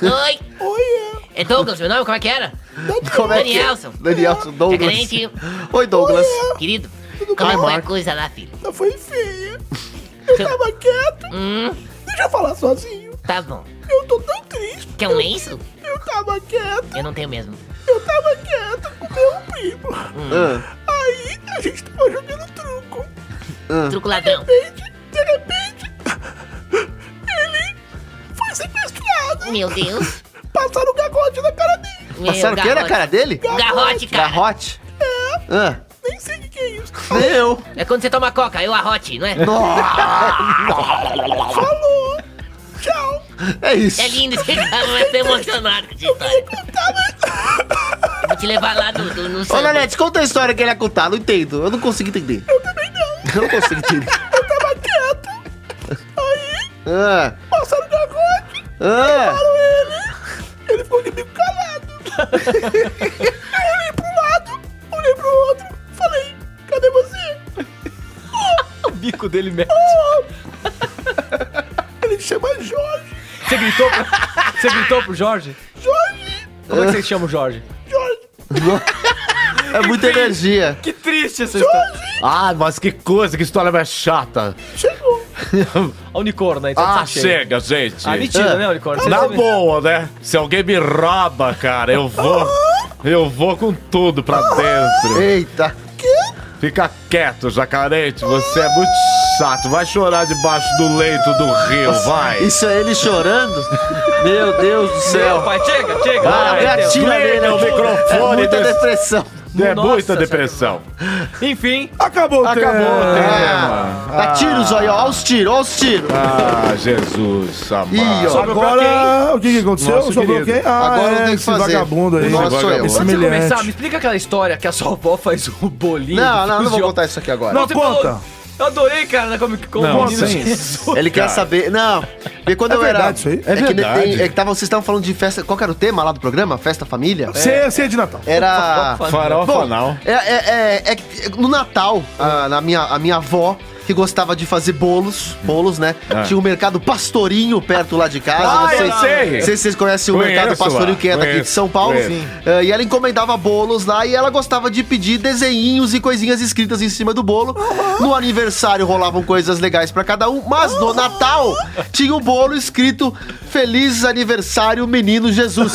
[SPEAKER 5] Oi,
[SPEAKER 4] Olha.
[SPEAKER 5] é Douglas meu nome, como é que era?
[SPEAKER 2] como é que é?
[SPEAKER 5] Danielson. É
[SPEAKER 2] Danielson Douglas.
[SPEAKER 5] Jacarente,
[SPEAKER 2] Oi, Douglas.
[SPEAKER 5] querido,
[SPEAKER 2] bem,
[SPEAKER 5] como é que foi a
[SPEAKER 2] Marco?
[SPEAKER 4] tá,
[SPEAKER 5] coisa lá, filho?
[SPEAKER 4] Foi feia.
[SPEAKER 5] Seu-
[SPEAKER 4] Tava quieto.
[SPEAKER 5] Hum,
[SPEAKER 4] Deixa eu falar sozinho.
[SPEAKER 5] tá bom.
[SPEAKER 4] Eu tô tão triste.
[SPEAKER 5] Quer um lenço?
[SPEAKER 4] Eu tava quieto.
[SPEAKER 5] Eu não tenho mesmo.
[SPEAKER 4] Eu tava quieto com meu primo.
[SPEAKER 2] Ah,
[SPEAKER 4] Aí a gente tava jogando truco.
[SPEAKER 5] Truco ladrão.
[SPEAKER 4] De repente, ele foi sequestrado.
[SPEAKER 5] Meu Deus.
[SPEAKER 4] Passaram o garrote na cara dele.
[SPEAKER 5] Meu
[SPEAKER 2] passaram o que na
[SPEAKER 5] garrote.
[SPEAKER 2] cara dele?
[SPEAKER 5] Garrote, cara.
[SPEAKER 2] Garrote? Ah,
[SPEAKER 4] Nem sei o que que é isso.
[SPEAKER 2] nem eu.
[SPEAKER 5] É quando você toma coca, eu arrote, não é?
[SPEAKER 4] Falou. Tchau.
[SPEAKER 2] É isso.
[SPEAKER 5] É lindo esse cara, vai ser emocionado com essa história. Eu Vou te levar lá do, do, no
[SPEAKER 2] Ô,
[SPEAKER 5] samba.
[SPEAKER 2] Nanete, conta a história que ele ia contar. Não entendo. Eu não consigo entender. Eu também não. Eu não consigo entender. eu tava quieto. Aí.
[SPEAKER 4] Passaram o garrote.
[SPEAKER 2] Ah. Ah.
[SPEAKER 4] Ele ficou de bico calado. eu olhei pra um lado, olhei pro outro, falei, cadê você?
[SPEAKER 1] O bico dele mesmo.
[SPEAKER 4] Ele chama Jorge.
[SPEAKER 1] Você gritou pro, você gritou pro Jorge? Jorge! Como
[SPEAKER 2] Ah.
[SPEAKER 1] é que vocês chamam o Jorge?
[SPEAKER 2] É muita energia.
[SPEAKER 1] Que triste essa história.
[SPEAKER 3] Ah, mas que coisa, que história mais chata.
[SPEAKER 1] A unicórnio, né? Então
[SPEAKER 3] Ah,
[SPEAKER 1] tá cheio.
[SPEAKER 3] chega, gente.
[SPEAKER 1] Ah, mentira, né, unicórnio? Você
[SPEAKER 3] Na
[SPEAKER 1] sabe-
[SPEAKER 3] boa, né? Se alguém me rouba, cara, eu vou. Eu vou com tudo pra dentro.
[SPEAKER 2] Eita.
[SPEAKER 3] Fica quieto, jacarente. Você é muito chato. Vai chorar debaixo do leito do rio, Então vai.
[SPEAKER 2] Isso é ele chorando? Meu Deus do
[SPEAKER 1] Não,
[SPEAKER 2] céu.
[SPEAKER 1] pai, chega, chega.
[SPEAKER 2] Ah,
[SPEAKER 1] Vai,
[SPEAKER 2] me
[SPEAKER 1] Deus.
[SPEAKER 2] atira
[SPEAKER 3] Liga
[SPEAKER 2] nele.
[SPEAKER 3] o
[SPEAKER 2] aqui.
[SPEAKER 3] microfone
[SPEAKER 2] É muita
[SPEAKER 3] desse-
[SPEAKER 2] depressão.
[SPEAKER 3] É
[SPEAKER 1] Nossa,
[SPEAKER 3] muita
[SPEAKER 1] sacanagem.
[SPEAKER 3] depressão.
[SPEAKER 1] então.
[SPEAKER 3] É,
[SPEAKER 1] Enfim,
[SPEAKER 4] Acabou o
[SPEAKER 3] Acabou o
[SPEAKER 4] tempo.
[SPEAKER 3] tema.
[SPEAKER 2] Dá tiros aí, ó. Olha os tiros, olha os tiros.
[SPEAKER 3] Ah, Jesus amado.
[SPEAKER 2] Ih, ó. é
[SPEAKER 4] Agora, o que, que aconteceu?
[SPEAKER 3] Nosso
[SPEAKER 4] Sobrou
[SPEAKER 3] querido.
[SPEAKER 4] quem? Ah,
[SPEAKER 2] Agora não tem o que
[SPEAKER 4] esse
[SPEAKER 2] fazer.
[SPEAKER 4] vagabundo aí.
[SPEAKER 2] O nosso sou eu.
[SPEAKER 4] Esse
[SPEAKER 1] antes de
[SPEAKER 4] humilhante.
[SPEAKER 1] começar, me explica aquela história que a sua avó faz o bolinho.
[SPEAKER 2] Não, não, não vou
[SPEAKER 1] funciona.
[SPEAKER 2] contar isso aqui agora.
[SPEAKER 4] Não,
[SPEAKER 1] Você
[SPEAKER 4] conta.
[SPEAKER 1] falou- eu adorei, cara, né, na Comic Con.
[SPEAKER 3] Não,
[SPEAKER 1] menino
[SPEAKER 3] sim.
[SPEAKER 1] Jesus.
[SPEAKER 2] Ele quer
[SPEAKER 3] Cara.
[SPEAKER 2] saber. Não, porque quando
[SPEAKER 4] É
[SPEAKER 2] eu era.
[SPEAKER 4] verdade isso aí? É
[SPEAKER 2] que
[SPEAKER 3] verdade.
[SPEAKER 2] tem- é que tava, vocês estavam falando de festa. Qual que era o tema lá do programa? Festa Família?
[SPEAKER 4] Ceia, ceia é de Natal. é
[SPEAKER 2] Era.
[SPEAKER 3] Farofa não.
[SPEAKER 2] É, é- é- é que, é, no Natal, a, na minha, a minha avó, que gostava de fazer bolos, bolos, né?
[SPEAKER 3] É.
[SPEAKER 2] Tinha o mercado Pastorinho perto lá de casa.
[SPEAKER 3] Ah,
[SPEAKER 2] não sei,
[SPEAKER 3] eu sei.
[SPEAKER 2] Não sei se vocês conhecem o
[SPEAKER 3] Conheço
[SPEAKER 2] mercado Pastorinho,
[SPEAKER 3] lá,
[SPEAKER 2] que é daqui de
[SPEAKER 3] conheço,
[SPEAKER 2] São Paulo.
[SPEAKER 3] conheço. Sim.
[SPEAKER 2] É, e ela encomendava bolos lá e ela gostava de pedir desenhinhos e coisinhas escritas em cima do bolo. No aniversário rolavam coisas legais pra cada um, mas no Natal tinha o bolo escrito Feliz Aniversário Menino Jesus.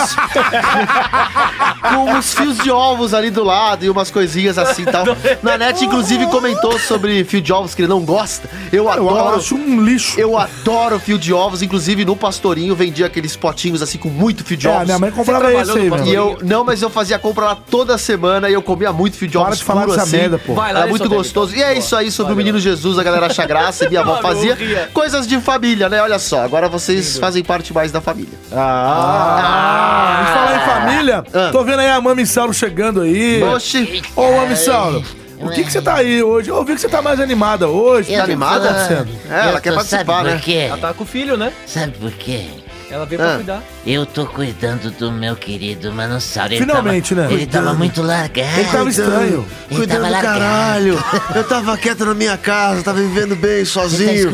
[SPEAKER 2] com uns fios de ovos ali do lado e umas coisinhas assim e tal. Nanete, inclusive, comentou sobre fio de ovos que ele não gosta. Eu
[SPEAKER 4] Eu
[SPEAKER 2] adoro.
[SPEAKER 4] acho um lixo.
[SPEAKER 2] Eu adoro fio de ovos, inclusive no Pastorinho vendia aqueles potinhos assim com muito fio de
[SPEAKER 4] É,
[SPEAKER 2] ovos.
[SPEAKER 4] minha mãe comprava
[SPEAKER 1] Você
[SPEAKER 4] esse aí,
[SPEAKER 1] trabalhou no
[SPEAKER 2] E
[SPEAKER 4] velho.
[SPEAKER 2] eu, não, mas eu fazia compra lá toda semana e eu comia muito fio de
[SPEAKER 4] Para
[SPEAKER 2] ovos
[SPEAKER 4] de falar
[SPEAKER 2] puro
[SPEAKER 4] dessa merda, pô.
[SPEAKER 1] assim? Vai lá,
[SPEAKER 2] Era
[SPEAKER 1] ele
[SPEAKER 2] muito
[SPEAKER 1] só deve,
[SPEAKER 2] gostoso. E
[SPEAKER 1] então.
[SPEAKER 2] é isso aí sobre o
[SPEAKER 1] Valeu.
[SPEAKER 2] menino Jesus, a galera acha graça e minha avó
[SPEAKER 1] Mano, eu
[SPEAKER 2] fazia
[SPEAKER 1] ria.
[SPEAKER 2] coisas de família, né? Olha só, agora vocês fazem parte mais da família.
[SPEAKER 4] Ah, e falar em família,
[SPEAKER 2] Ah.
[SPEAKER 4] tô vendo aí a Mami Saulo chegando aí.
[SPEAKER 2] Oxi,
[SPEAKER 4] Ô, Mami Saulo, o que, que você tá aí hoje? Eu vi que você tá mais animada hoje.
[SPEAKER 2] tá
[SPEAKER 4] Tá
[SPEAKER 2] animada?
[SPEAKER 4] acontecendo?
[SPEAKER 2] É, ela
[SPEAKER 5] Eu
[SPEAKER 2] quer
[SPEAKER 5] tô-
[SPEAKER 2] participar,
[SPEAKER 5] sabe
[SPEAKER 2] né?
[SPEAKER 5] Por quê?
[SPEAKER 1] Ela tá com o filho, né?
[SPEAKER 5] Sabe por quê?
[SPEAKER 1] Ela veio pra
[SPEAKER 2] Ah.
[SPEAKER 1] cuidar.
[SPEAKER 5] Eu tô cuidando do meu querido Manossauro. Ele
[SPEAKER 4] Finalmente,
[SPEAKER 5] tava,
[SPEAKER 4] né?
[SPEAKER 5] Ele tava muito
[SPEAKER 2] É.
[SPEAKER 5] largado.
[SPEAKER 4] Ele tava estranho.
[SPEAKER 5] Ele tava largado.
[SPEAKER 2] Eu tava quieto na minha casa, tava vivendo bem,
[SPEAKER 5] Ele tá escondido, filho.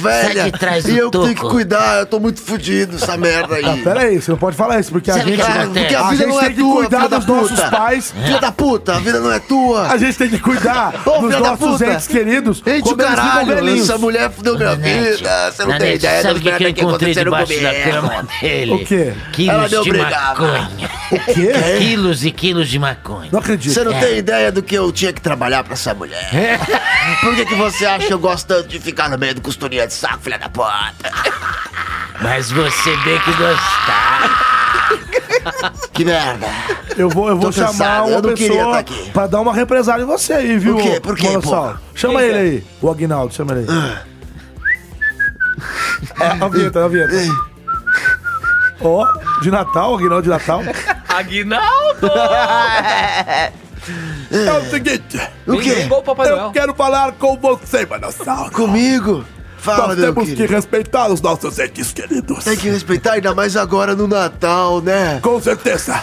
[SPEAKER 5] Sai de trás do toco.
[SPEAKER 2] cuidar, eu tô muito fudido essa merda
[SPEAKER 4] Ah, pera aí, você não pode falar isso, porque a
[SPEAKER 5] Sabe o
[SPEAKER 4] gente...
[SPEAKER 5] que
[SPEAKER 2] cara,
[SPEAKER 5] acontece?
[SPEAKER 2] porque a
[SPEAKER 4] A
[SPEAKER 2] vida
[SPEAKER 4] gente
[SPEAKER 2] não
[SPEAKER 4] tem
[SPEAKER 2] é
[SPEAKER 4] que
[SPEAKER 2] tua,
[SPEAKER 4] cuidar
[SPEAKER 2] filha da
[SPEAKER 4] dos nossos
[SPEAKER 2] puta.
[SPEAKER 4] pais.
[SPEAKER 2] Filha da puta, a vida não é tua.
[SPEAKER 4] A gente tem que cuidar
[SPEAKER 2] Ô,
[SPEAKER 4] dos
[SPEAKER 2] filha da
[SPEAKER 4] nossos
[SPEAKER 2] puta.
[SPEAKER 4] entes queridos.
[SPEAKER 2] Gente, o
[SPEAKER 4] quando eles ficam
[SPEAKER 2] caralho,
[SPEAKER 4] velhinhos.
[SPEAKER 2] essa mulher fudeu minha
[SPEAKER 5] Nanete,
[SPEAKER 2] vida. Você não tem
[SPEAKER 5] Nanete,
[SPEAKER 2] ideia das
[SPEAKER 5] sabe o que, que eu
[SPEAKER 2] merdas que
[SPEAKER 5] encontrei
[SPEAKER 2] aconteceram
[SPEAKER 5] debaixo da
[SPEAKER 2] comigo.
[SPEAKER 5] cama dele?
[SPEAKER 4] O quê?
[SPEAKER 2] Ela
[SPEAKER 5] Quilos
[SPEAKER 2] deu
[SPEAKER 5] de
[SPEAKER 2] brigada. É.
[SPEAKER 5] maconha.
[SPEAKER 4] O quê?
[SPEAKER 5] Quilos e quilos de maconha.
[SPEAKER 4] Não acredito.
[SPEAKER 2] Você não
[SPEAKER 5] É.
[SPEAKER 2] tem ideia do que eu tinha que trabalhar pra essa mulher.
[SPEAKER 4] É.
[SPEAKER 2] Por que, que você acha que eu gosto tanto de ficar no meio do costurinha de saco, filha da puta?
[SPEAKER 5] Mas você bem que gostar.
[SPEAKER 2] Que merda.
[SPEAKER 4] Eu vou, eu vou
[SPEAKER 2] Tô cansado,
[SPEAKER 4] chamar
[SPEAKER 2] eu
[SPEAKER 4] uma
[SPEAKER 2] não queria
[SPEAKER 4] pessoa
[SPEAKER 2] tá aqui.
[SPEAKER 4] pra dar uma represália em você aí, viu?
[SPEAKER 2] Por quê? Por quê,
[SPEAKER 4] Bola
[SPEAKER 2] pô?
[SPEAKER 4] Sal? Chama
[SPEAKER 1] Quem que
[SPEAKER 4] ele
[SPEAKER 1] é?
[SPEAKER 4] aí, o Aguinaldo, chama ele aí.
[SPEAKER 2] Ah.
[SPEAKER 4] É, a vinheta, a vinheta. Ó, de Natal, Aguinaldo de Natal.
[SPEAKER 1] Aguinaldo!
[SPEAKER 4] É o seguinte,
[SPEAKER 2] O
[SPEAKER 1] Bem- bem
[SPEAKER 2] quê?
[SPEAKER 1] igual o Papai
[SPEAKER 4] eu
[SPEAKER 1] Noel.
[SPEAKER 4] quero falar com você, Manossauro.
[SPEAKER 2] Comigo? Fala,
[SPEAKER 4] Nós
[SPEAKER 2] meu
[SPEAKER 4] temos que
[SPEAKER 2] querido.
[SPEAKER 4] respeitar os nossos entes queridos.
[SPEAKER 2] Tem que respeitar, ainda mais agora no Natal, né?
[SPEAKER 4] Com certeza.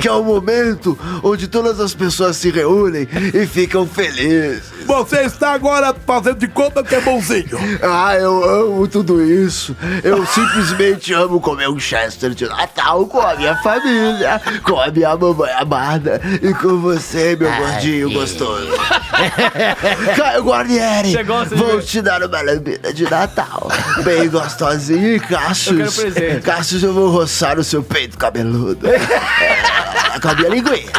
[SPEAKER 2] Que é o momento onde todas as pessoas se reúnem e ficam felizes.
[SPEAKER 4] Você está agora fazendo de conta que é bonzinho.
[SPEAKER 2] Ah, eu amo tudo isso. Eu simplesmente amo comer um Chester de Natal com a minha família, com a minha mamãe amada e com você, meu
[SPEAKER 5] Ai,
[SPEAKER 2] gordinho
[SPEAKER 5] filho.
[SPEAKER 2] gostoso. Caio Guarnieri,
[SPEAKER 1] Você gosta de
[SPEAKER 2] vou
[SPEAKER 1] ver?
[SPEAKER 2] te dar uma lambida de Natal. Bem gostosinha,
[SPEAKER 1] Eu quero
[SPEAKER 2] Cassius.
[SPEAKER 1] presente.
[SPEAKER 2] Cassius, eu vou roçar o seu peito cabeludo. É, com a minha linguinha.